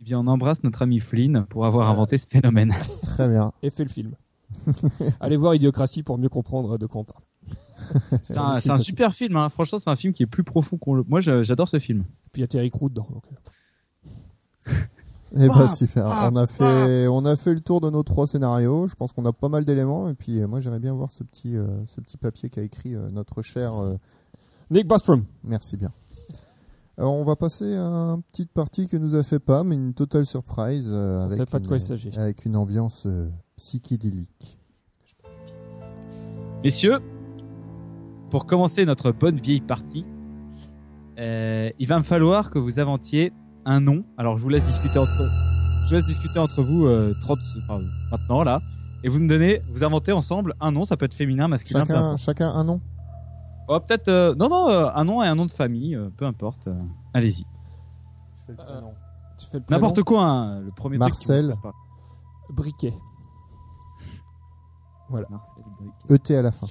Speaker 2: Eh bien, on embrasse notre ami Flynn pour avoir inventé ce phénomène.
Speaker 1: Très bien.
Speaker 6: Effet le film. Allez voir Idiocratie pour mieux comprendre euh, de quoi on parle.
Speaker 2: C'est un, c'est un super film, hein. franchement, c'est un film qui est plus profond qu'on le. Moi, je- j'adore ce film.
Speaker 6: Puis il y a Terry Crew dedans. donc, euh,
Speaker 1: Eh ben super. On a fait, on a fait le tour de nos trois scénarios. Je pense qu'on a pas mal d'éléments. Et puis euh, moi j'aimerais bien voir ce petit, euh, ce petit papier qu'a écrit euh, notre cher. euh,
Speaker 6: Nick Bostrom.
Speaker 1: merci bien. Alors on va passer à une petite partie que nous a fait Pam, une totale surprise euh,
Speaker 6: On
Speaker 1: avec,
Speaker 6: sait pas de
Speaker 1: une-
Speaker 6: quoi il s'agit.
Speaker 1: avec une ambiance euh, psychédélique.
Speaker 2: Messieurs, pour commencer notre bonne vieille partie, euh, il va me falloir que vous inventiez un nom. Alors, je vous laisse discuter entre, je vous laisse discuter entre vous euh, 30 enfin, maintenant là, et vous me donnez, vous inventez ensemble un nom. Ça peut être féminin, masculin, peu
Speaker 1: Chacun,
Speaker 2: importe.
Speaker 1: chacun un nom.
Speaker 2: Oh, peut-être, euh, non, non, euh, un nom et un nom de famille, euh, peu importe. euh, Allez-y.
Speaker 6: Euh, Tu fais le prénom.
Speaker 2: N'importe quoi, hein, le premier truc qui vous
Speaker 1: Marcel.
Speaker 2: passe par-
Speaker 6: Briquet.
Speaker 2: Marcel Brick.
Speaker 1: ET E à la fin.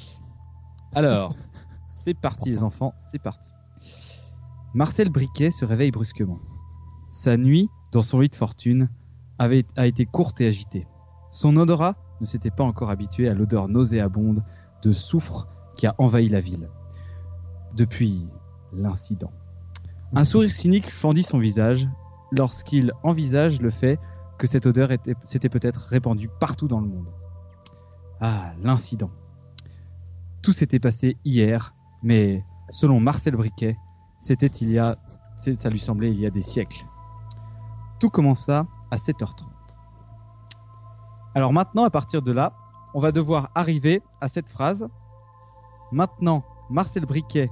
Speaker 2: Alors, c'est parti les enfants, c'est parti. Marcel Briquet se réveille brusquement. Sa nuit, dans son lit de fortune, avait, a été courte et agitée. Son odorat ne s'était pas encore habitué à l'odeur nauséabonde de soufre qui a envahi la ville. Depuis l'incident. Un sourire cynique fendit son visage lorsqu'il envisage le fait que cette odeur était- s'était peut-être répandue partout dans le monde. Ah, l'incident. Tout s'était passé hier, mais selon Marcel Briquet, c'était il y a, c'est- ça lui semblait il y a des siècles. Tout commença à 7h30. Alors maintenant, à partir de là, on va devoir arriver à cette phrase. Maintenant, Marcel Briquet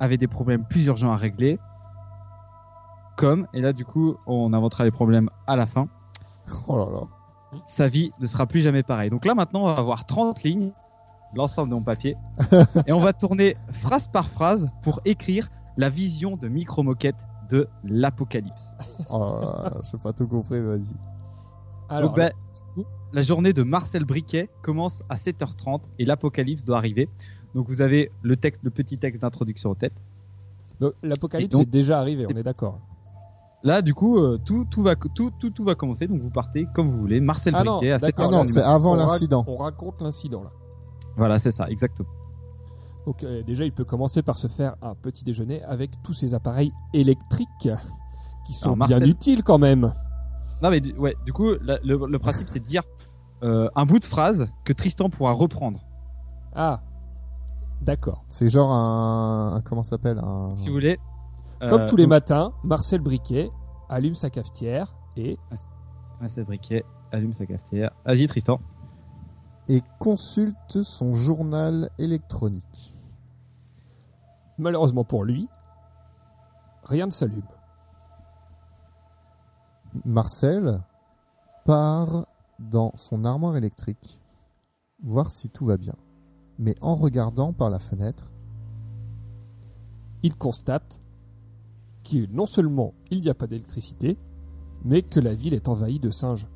Speaker 2: avait des problèmes plus urgents à régler. Comme, et là du coup, on inventera les problèmes à la fin
Speaker 1: Oh là là.
Speaker 2: sa vie ne sera plus jamais pareille. Donc là maintenant, on va avoir 30 lignes, l'ensemble de mon papier, et on va tourner phrase par phrase pour écrire la vision de Micro Moquette de l'apocalypse.
Speaker 1: Oh là là. J'ai pas tout compris. Vas-y.
Speaker 6: Oh Alors,
Speaker 2: Donc, bah, du coup, la journée de Marcel Briquet commence à 7h30 et l'apocalypse doit arriver. Donc vous avez le texte, le petit texte d'introduction en tête.
Speaker 6: donc, l'apocalypse
Speaker 2: Et donc-
Speaker 6: est déjà arrivé, on
Speaker 2: c'est-
Speaker 6: est d'accord.
Speaker 2: Là, du coup, euh, tout, tout va, tout, tout, tout va commencer. Donc vous partez comme vous voulez. Marcel
Speaker 6: Ah non,
Speaker 2: Briquet à
Speaker 6: d'accord.
Speaker 2: 7h30.
Speaker 1: Ah non, c'est avant
Speaker 6: On rac-
Speaker 1: l'incident.
Speaker 6: On raconte l'incident là.
Speaker 2: Voilà, c'est ça, exactement.
Speaker 6: Donc euh, déjà, il peut commencer par se faire un petit déjeuner avec tous ces appareils électriques qui sont
Speaker 2: Alors,
Speaker 6: bien
Speaker 2: Marcel-
Speaker 6: utiles quand même.
Speaker 2: Non mais du, ouais, du coup, la- le, le principe c'est de dire euh, un bout de phrase que Tristan pourra reprendre.
Speaker 6: Ah, d'accord.
Speaker 1: C'est genre un, un- comment ça s'appelle un.
Speaker 2: Si vous voulez. Euh,
Speaker 6: Comme tous les matins, Marcel Briquet allume sa cafetière et
Speaker 2: Marcel ah, Briquet allume sa cafetière. Vas-y Tristan.
Speaker 1: Et consulte son journal électronique.
Speaker 6: malheureusement pour lui, rien ne s'allume.
Speaker 1: Marcel part dans son armoire électrique voir si tout va bien. Mais en regardant par la fenêtre,
Speaker 6: Il constate que non seulement il n'y a pas d'électricité, mais que la ville est envahie de singes.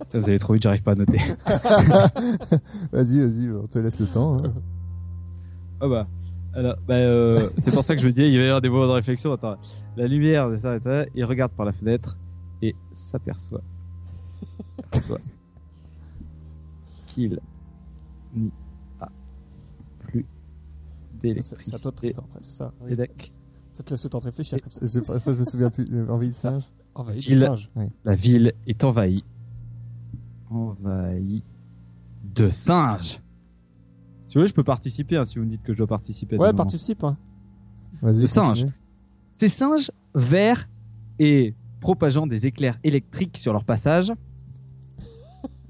Speaker 2: Putain, vous allez trop vite, j'arrive pas à noter.
Speaker 1: vas-y, vas-y, on te laisse le temps. hein.
Speaker 2: oh bah. Alors, bah, euh, c'est pour ça que je me dis, il va y avoir des moments de réflexion. Attends, la lumière de ça, attends, il regarde par la fenêtre et s'aperçoit s'aperçoit qu'il n'y a plus
Speaker 6: Ça, C'est c'est à toi,
Speaker 2: d'électricité.
Speaker 6: Tristan, après, c'est ça.
Speaker 2: Et d'ac-
Speaker 6: Ça te laisse le temps de réfléchir comme ça.
Speaker 1: J'ai pas- je me souviens plus. euh, Envie de singe.
Speaker 6: Envahie de
Speaker 2: Il-
Speaker 6: singes.
Speaker 2: La ville est envahie. Envahie de singes. Si vous voulez, je peux participer hein, si vous me dites que je dois participer. à des
Speaker 6: Ouais,
Speaker 2: moments.
Speaker 6: participe. hein.
Speaker 1: Vas-y,
Speaker 2: Le singe.
Speaker 1: continue.
Speaker 2: Ces singes, verts et propageant des éclairs électriques sur leur passage,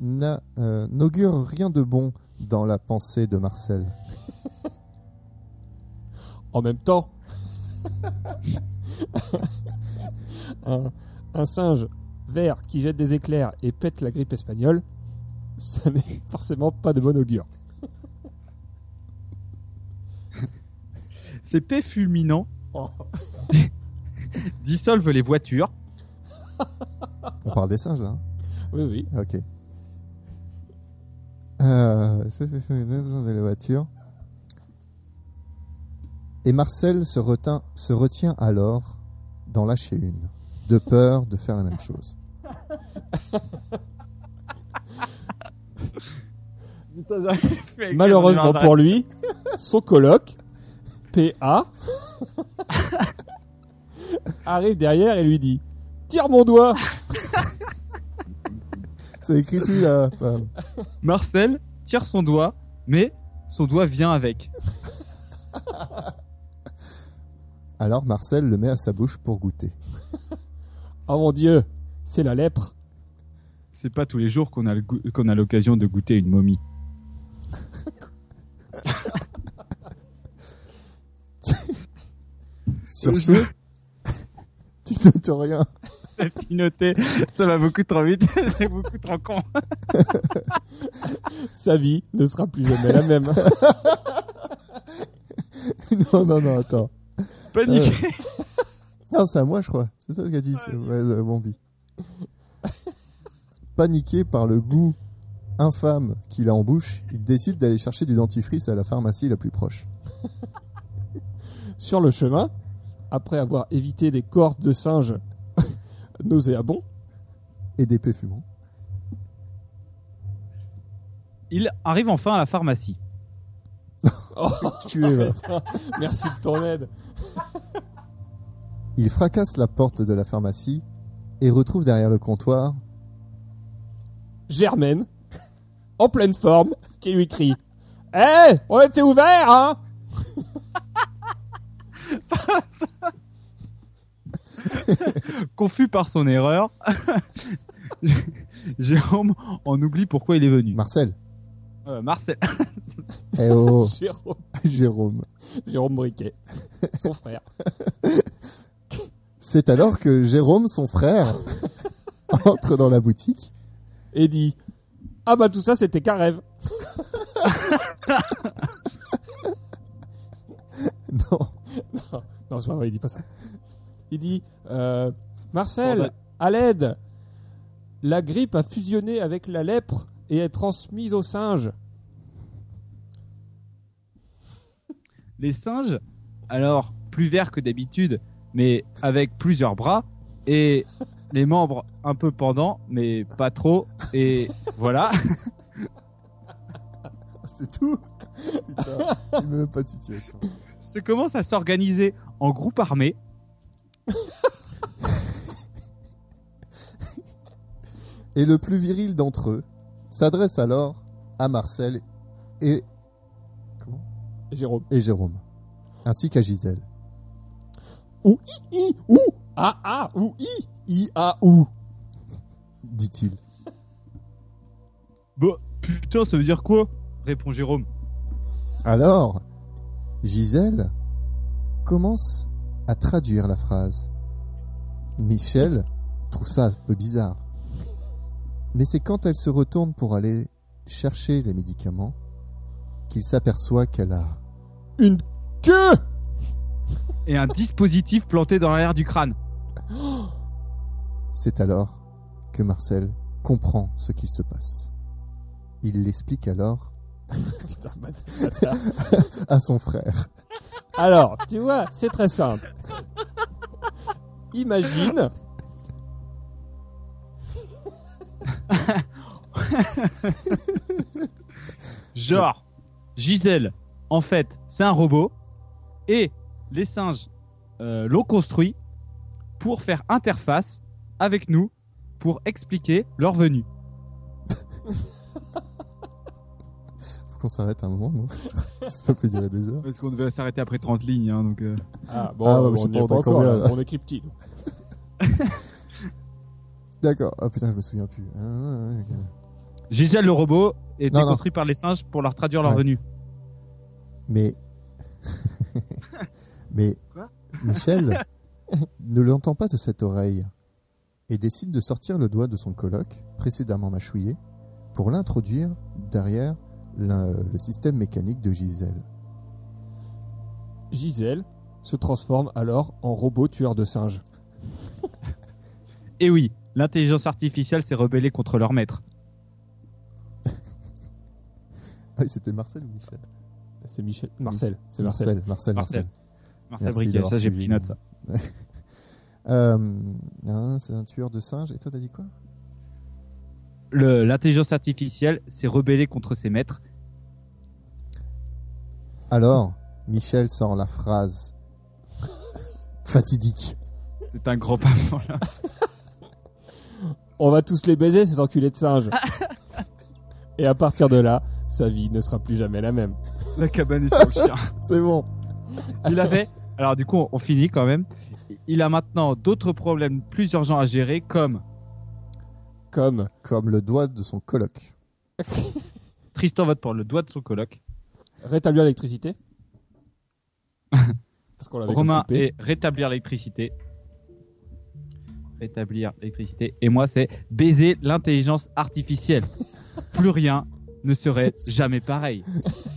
Speaker 1: N'a- euh, N'augure rien de bon dans la pensée de Marcel.
Speaker 6: En même temps. un, un singe vert qui jette des éclairs et pète la grippe espagnole, ça n'est forcément pas de bon augure.
Speaker 2: ces pets fulminants
Speaker 1: Oh.
Speaker 2: dissolvent les voitures.
Speaker 1: On parle des singes là. hein
Speaker 6: Oui, oui.
Speaker 1: Ok. Euh, ça, ça, ça, dans la voiture. Et Marcel se, retint, se retient alors d'en lâcher une, de peur de faire la même chose.
Speaker 6: Malheureusement pour lui, son coloc, PA, arrive derrière et lui dit Tire mon doigt
Speaker 1: C'est écrit plus là. Pam.
Speaker 2: Marcel tire son doigt, mais son doigt vient avec.
Speaker 1: Alors Marcel le met à sa bouche pour goûter.
Speaker 6: Oh mon dieu, c'est la lèpre
Speaker 2: C'est pas tous les jours qu'on a le goût- qu'on a l'occasion de goûter une momie.
Speaker 1: Sur ce, tu notes rien.
Speaker 2: Pinoté, ça va beaucoup trop vite, c'est beaucoup trop con.
Speaker 6: Sa vie ne sera plus jamais la même.
Speaker 1: Non, non, non, attends. Euh,
Speaker 2: Paniqué.
Speaker 1: Non, c'est à moi, je crois. C'est ça qu'a dit c'est- ouais, euh, Bombi. Paniqué par le goût infâme qu'il a en bouche, il décide d'aller chercher du dentifrice à la pharmacie la plus proche.
Speaker 6: Sur le chemin, après avoir évité des cordes de singes nauséabonds,
Speaker 1: Et des pets fumants.
Speaker 2: Il arrive enfin à la pharmacie.
Speaker 1: Culé, va.
Speaker 6: merci de ton aide.
Speaker 1: Il fracasse la porte de la pharmacie et retrouve derrière le comptoir
Speaker 6: Germaine, en pleine forme, qui lui crie Hé, on était ouvert, hein
Speaker 2: Confus par son erreur, Jérôme en oublie pourquoi il est venu.
Speaker 1: Marcel.
Speaker 2: Euh, Marcel,
Speaker 1: Eh oh,
Speaker 6: Jérôme,
Speaker 1: Jérôme.
Speaker 6: Jérôme Briquet, son frère.
Speaker 1: C'est alors que Jérôme, son frère, entre dans la boutique.
Speaker 6: et dit Ah bah tout ça c'était qu'un rêve.
Speaker 1: Non,
Speaker 6: Non, c'est pas vrai, il dit pas ça. Il dit euh, Marcel,
Speaker 2: Bon, bah-
Speaker 6: à l'aide, la grippe a fusionné avec la lèpre et est transmise aux singes.
Speaker 2: les singes, alors plus verts que d'habitude, mais avec plusieurs bras et les membres un peu pendants, mais pas trop. Et voilà.
Speaker 1: Ah, c'est tout. Putain, il me met pas de situation.
Speaker 2: se commence à s'organiser en groupe armé.
Speaker 1: et le plus viril d'entre eux s'adresse alors à Marcel et, comment
Speaker 6: Jérôme.
Speaker 1: et Jérôme, ainsi qu'à Gisèle.
Speaker 6: Ou i i ou a a ou i i a ou.
Speaker 1: Dit-il.
Speaker 2: Bon, Bah, putain, ça veut dire quoi répond Jérôme.
Speaker 1: Alors, Gisèle commence à traduire la phrase. Michel trouve ça un peu bizarre. Mais c'est quand elle se retourne pour aller chercher les médicaments qu'il s'aperçoit qu'elle a
Speaker 6: Une queue
Speaker 2: Et un dispositif planté dans l'arrière du crâne.
Speaker 1: C'est alors que Marcel comprend ce qu'il se passe. Il l'explique alors
Speaker 6: Putain, bah, bâtard.
Speaker 1: à son frère.
Speaker 6: Alors, tu vois, c'est très simple. Imagine.
Speaker 2: Genre, Gisèle, en fait, c'est un robot. Et les singes euh, l'ont construit pour faire interface avec nous pour expliquer leur venue.
Speaker 1: qu'on s'arrête un moment, non Ça peut durer des heures.
Speaker 2: Parce qu'on devait s'arrêter après 30 lignes, hein, donc. euh,
Speaker 6: Ah bon,
Speaker 1: Ah, ouais, je sais
Speaker 6: on n'y
Speaker 1: pas,
Speaker 6: est pas
Speaker 1: on est
Speaker 6: encore,
Speaker 1: combien,
Speaker 6: là.
Speaker 1: là
Speaker 6: on est cryptide.
Speaker 1: D'accord. Ah putain, je me souviens plus. Ah, ouais, ok.
Speaker 2: Gisèle le robot était
Speaker 1: Non, non.
Speaker 2: construit par les singes pour leur traduire leur
Speaker 1: Ouais.
Speaker 2: venue.
Speaker 1: Mais. Mais.
Speaker 2: Quoi
Speaker 1: Michel ne l'entend pas de cette oreille et décide de sortir le doigt de son colloque, précédemment mâchouillé, pour l'introduire derrière la- le système mécanique de Gisèle.
Speaker 6: Gisèle se transforme alors en robot tueur de singes.
Speaker 2: Et oui, l'intelligence artificielle s'est rebellée contre leur maître.
Speaker 1: Ah, c'était Marcel ou Michel
Speaker 6: C'est Michel, Marcel, c'est Marcel.
Speaker 1: Marcel, Marcel,
Speaker 2: Marcel.
Speaker 1: Marcel.
Speaker 2: Marcel
Speaker 1: Merci
Speaker 2: Briquet,
Speaker 1: d'avoir
Speaker 2: ça j'ai
Speaker 1: suivi.
Speaker 2: pris note. Ça.
Speaker 1: Euh, hein, c'est un tueur de singes. Et toi, t'as dit quoi
Speaker 2: Le- L'intelligence artificielle s'est rebellée contre ses maîtres.
Speaker 1: Alors, Michel sort la phrase fatidique.
Speaker 2: C'est un grand pas. voilà.
Speaker 6: On va tous les baiser ces enculés de singes.
Speaker 2: Ah.
Speaker 6: Et à partir de là, sa vie ne sera plus jamais la même.
Speaker 2: La cabane est sur le chien.
Speaker 1: C'est bon.
Speaker 2: Il avait. Alors du coup, on, on finit quand même. Il a maintenant d'autres problèmes plus urgents à gérer, comme
Speaker 6: Comme
Speaker 1: Comme le doigt de son colloque.
Speaker 2: Tristan vote pour le doigt de son coloc.
Speaker 6: rétablir l'électricité. Parce qu'on l'avait
Speaker 2: Romain
Speaker 6: coupé.
Speaker 2: est rétablir l'électricité. Rétablir l'électricité. Et moi, c'est baiser l'intelligence artificielle. Plus rien ne serait jamais pareil.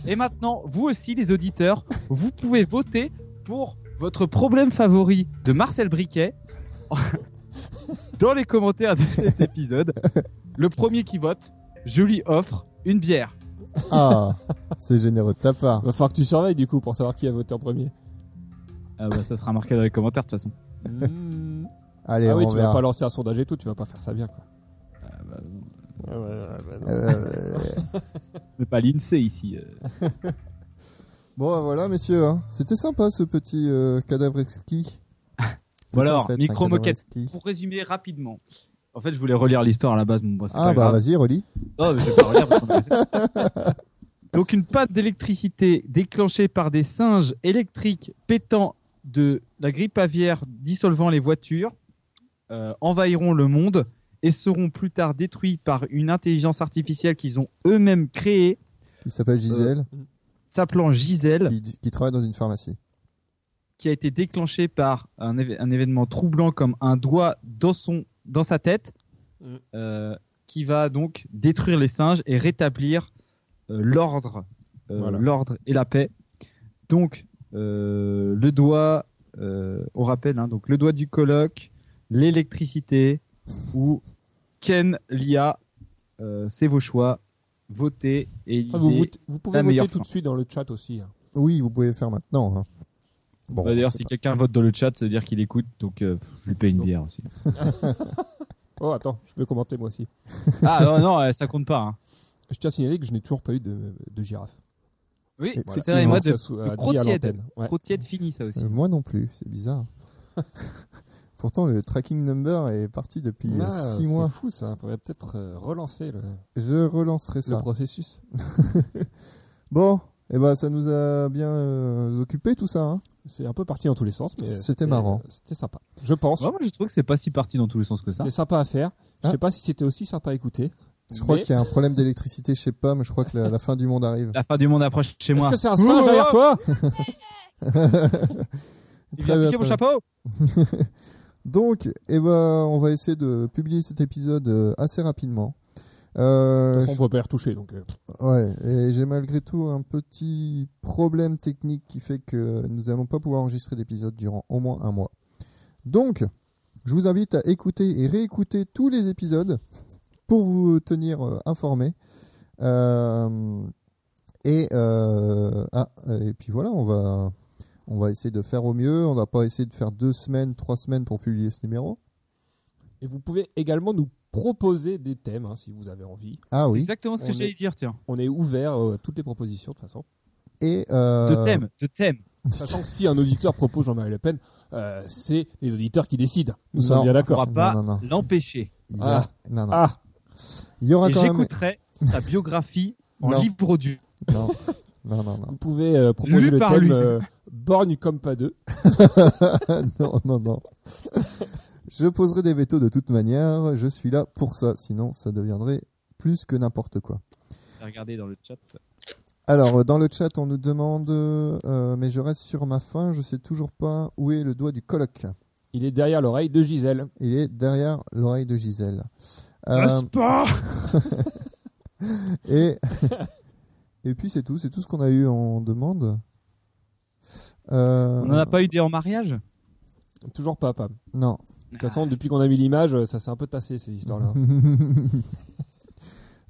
Speaker 2: Et maintenant, vous aussi, les auditeurs, vous pouvez voter pour votre problème favori de Marcel Briquet dans les commentaires de cet épisode. Le premier qui vote, je lui offre une bière.
Speaker 1: Ah, c'est généreux de ta part.
Speaker 6: Va falloir que tu surveilles du coup pour savoir qui a voté en premier.
Speaker 2: Ah bah, ça sera marqué dans les commentaires de toute façon.
Speaker 6: Mm.
Speaker 1: Allez,
Speaker 6: ah oui,
Speaker 1: on
Speaker 6: tu vas
Speaker 1: verra.
Speaker 6: pas lancer un sondage et tout, tu vas pas faire ça bien quoi. Ah ouais, ouais, ouais, non.
Speaker 1: Euh,
Speaker 2: C'est pas l'INSEE ici. euh.
Speaker 1: bon, bah, voilà, messieurs. hein. C'était sympa ce petit euh, cadavre exquis. C'est
Speaker 2: Bon
Speaker 1: ça,
Speaker 2: alors,
Speaker 1: en fait, c'est un
Speaker 2: micro
Speaker 1: cadavre
Speaker 2: moquette.
Speaker 1: exquis.
Speaker 2: Pour résumer rapidement, en fait, je voulais relire l'histoire à la base, mais bon, c'est
Speaker 1: Ah, bah
Speaker 2: pas grave.
Speaker 1: vas-y, relis.
Speaker 2: Non, mais je vais pas relire parce qu'on a- Donc, une panne d'électricité déclenchée par des singes électriques pétant de la grippe aviaire dissolvant les voitures euh, envahiront le monde et seront plus tard détruits par une intelligence artificielle qu'ils ont eux-mêmes créée,
Speaker 1: Il
Speaker 2: Euh,
Speaker 1: s'appelle Gisèle,
Speaker 2: s'appelant Gisèle,
Speaker 1: qui, qui travaille dans une pharmacie.
Speaker 2: qui a été déclenchée par un, éve- un événement troublant comme un doigt dans, son, dans sa tête,
Speaker 6: Mm.
Speaker 2: euh, qui va donc détruire les singes et rétablir euh, l'ordre euh,
Speaker 6: Voilà.
Speaker 2: l'ordre et la paix. Donc, euh, le doigt, euh, on rappelle, hein, donc le doigt du colloque, l'électricité, ou Ken Lia, euh, c'est vos choix. Votez et lisez.
Speaker 6: Ah, vous, vote- vous pouvez
Speaker 2: la meilleure
Speaker 6: voter tout
Speaker 2: fin.
Speaker 6: de suite dans le chat aussi. hein.
Speaker 1: Oui, vous pouvez le faire maintenant. hein. Bon,
Speaker 2: Bah, D'ailleurs,
Speaker 1: c'est
Speaker 2: si quelqu'un vote dans le chat, ça veut dire qu'il écoute, donc euh, je lui paye une bière aussi.
Speaker 6: Oh attends, je vais commenter moi aussi.
Speaker 2: Ah non, non, euh, ça compte pas. hein.
Speaker 6: Je tiens à signaler que je n'ai toujours pas eu de, de girafe.
Speaker 2: Oui,
Speaker 1: Et
Speaker 2: c'est vrai,
Speaker 1: effectivement,
Speaker 2: moi, de,
Speaker 6: Ça sou-
Speaker 2: de
Speaker 6: a dit à
Speaker 2: Crotiède.
Speaker 6: l'antenne. Ouais.
Speaker 2: Crotiède fini, ça aussi.
Speaker 1: Euh, moi non plus, c'est bizarre. Pourtant, le tracking number est parti depuis
Speaker 6: Ah,
Speaker 1: 6
Speaker 6: c'est
Speaker 1: mois.
Speaker 6: fou ça, faudrait peut-être euh, relancer le,
Speaker 1: Je relancerai
Speaker 6: le
Speaker 1: ça.
Speaker 6: processus.
Speaker 1: Bon, et eh ben, ça nous a bien euh, occupé tout ça. hein.
Speaker 6: C'est un peu parti dans tous les sens, mais
Speaker 1: C'était marrant.
Speaker 6: C'était sympa, je pense.
Speaker 2: Ouais, moi, je trouve que c'est pas si parti dans tous les sens que ça.
Speaker 6: C'était sympa à faire. Je
Speaker 1: Ah.
Speaker 6: sais pas si c'était aussi sympa à écouter.
Speaker 1: Je crois
Speaker 6: Mais-
Speaker 1: qu'il y a un problème d'électricité, je sais pas, mais je crois que la, la fin du monde arrive.
Speaker 2: La fin du monde approche chez
Speaker 6: Est-ce
Speaker 2: moi.
Speaker 6: que c'est un singe
Speaker 2: Ouh,
Speaker 6: derrière
Speaker 2: oh.
Speaker 6: toi
Speaker 2: Il
Speaker 1: Très bien,
Speaker 2: vient piquer mon
Speaker 1: très bien.
Speaker 2: chapeau
Speaker 1: Donc, eh ben, on va essayer de publier cet épisode euh, assez rapidement.
Speaker 6: De
Speaker 1: Euh,
Speaker 6: toute façon, On peut pas y retoucher, donc euh,
Speaker 1: Ouais, et j'ai malgré tout un petit problème technique qui fait que nous allons pas pouvoir enregistrer d'épisode durant au moins un mois. Donc, je vous invite à écouter et réécouter tous les épisodes pour vous tenir euh, informés. Euh, et, euh, ah, et puis voilà, on va, on va essayer de faire au mieux. On va pas essayer de faire deux semaines, trois semaines pour publier ce numéro.
Speaker 6: Et vous pouvez également nous proposer des thèmes hein, si vous avez envie.
Speaker 1: Ah oui.
Speaker 2: Exactement ce que
Speaker 6: On
Speaker 2: j'allais
Speaker 6: est-
Speaker 2: dire, tiens.
Speaker 6: On est ouvert euh, à toutes les propositions de toute façon.
Speaker 1: Et euh,
Speaker 2: De thème, de thème.
Speaker 6: Sachant que si un auditeur propose Jean-Marie Le Pen, euh, c'est les auditeurs qui décident. Nous
Speaker 1: Non.
Speaker 6: sommes bien
Speaker 2: On pourra
Speaker 6: d'accord.
Speaker 1: Non,
Speaker 2: Ah,
Speaker 1: non,
Speaker 2: pas
Speaker 1: non.
Speaker 2: l'empêcher.
Speaker 1: il y a-
Speaker 6: Ah.
Speaker 1: non, non.
Speaker 6: Ah,
Speaker 1: Il y aura
Speaker 2: Et
Speaker 1: quand même.
Speaker 2: j'écouterai sa biographie en
Speaker 1: Non.
Speaker 2: livre audio.
Speaker 1: Non, non, non, non.
Speaker 6: Vous pouvez euh, proposer
Speaker 2: Lui
Speaker 6: le
Speaker 2: par
Speaker 6: thème
Speaker 2: lui.
Speaker 6: euh, borgne comme pas deux.
Speaker 1: non, non, non. Je poserai des vétos de toute manière. Je suis là pour ça. Sinon, ça deviendrait plus que n'importe quoi.
Speaker 2: Regardez dans le chat.
Speaker 1: Alors, euh, dans le chat, on nous demande, euh, euh, mais je reste sur ma faim, je sais toujours pas où est le doigt du coloc.
Speaker 6: Il est derrière l'oreille de Gisèle.
Speaker 1: Il est derrière l'oreille de Gisèle. Euh,
Speaker 2: Ah, pas
Speaker 1: et, et puis c'est tout, c'est tout ce qu'on a eu en demande. Euh,
Speaker 2: On n'en a pas eu des en mariage
Speaker 6: Toujours pas, Pam. De
Speaker 1: Non.
Speaker 6: toute
Speaker 2: Ah.
Speaker 6: façon, depuis qu'on a mis l'image, euh, ça s'est un peu tassé ces histoires-là.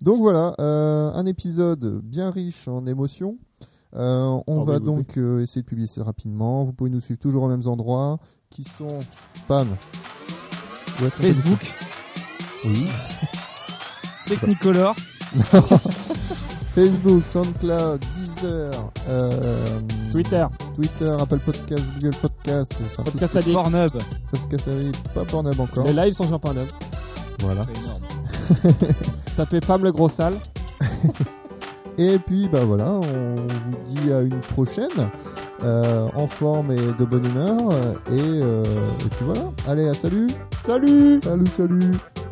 Speaker 1: donc voilà, euh, un épisode bien riche en émotions. Euh, on
Speaker 6: Ah
Speaker 1: va
Speaker 6: oui, oui,
Speaker 1: donc euh, essayer de publier ça rapidement. Vous pouvez nous suivre toujours aux mêmes endroits, qui sont Pam. Où est-ce qu'on peut nous
Speaker 2: Facebook,
Speaker 1: suivre Oui.
Speaker 2: Technicolor,
Speaker 1: Facebook, SoundCloud, Deezer, euh,
Speaker 6: Twitter,
Speaker 1: Twitter, Apple Podcast, Google Podcast, enfin, tout
Speaker 6: podcast addict.
Speaker 2: Pornhub.
Speaker 1: ce- podcast addict, pas Pornhub encore.
Speaker 6: Les lives sont sur Pornhub.
Speaker 1: Voilà.
Speaker 2: C'est énorme.
Speaker 6: Ça fait Pam le gros sale.
Speaker 1: Et puis bah voilà, on vous dit à une prochaine, euh, en forme et de bonne humeur. euh, Et, euh, et puis voilà. Allez, à salut,
Speaker 6: Salut
Speaker 1: salut, salut.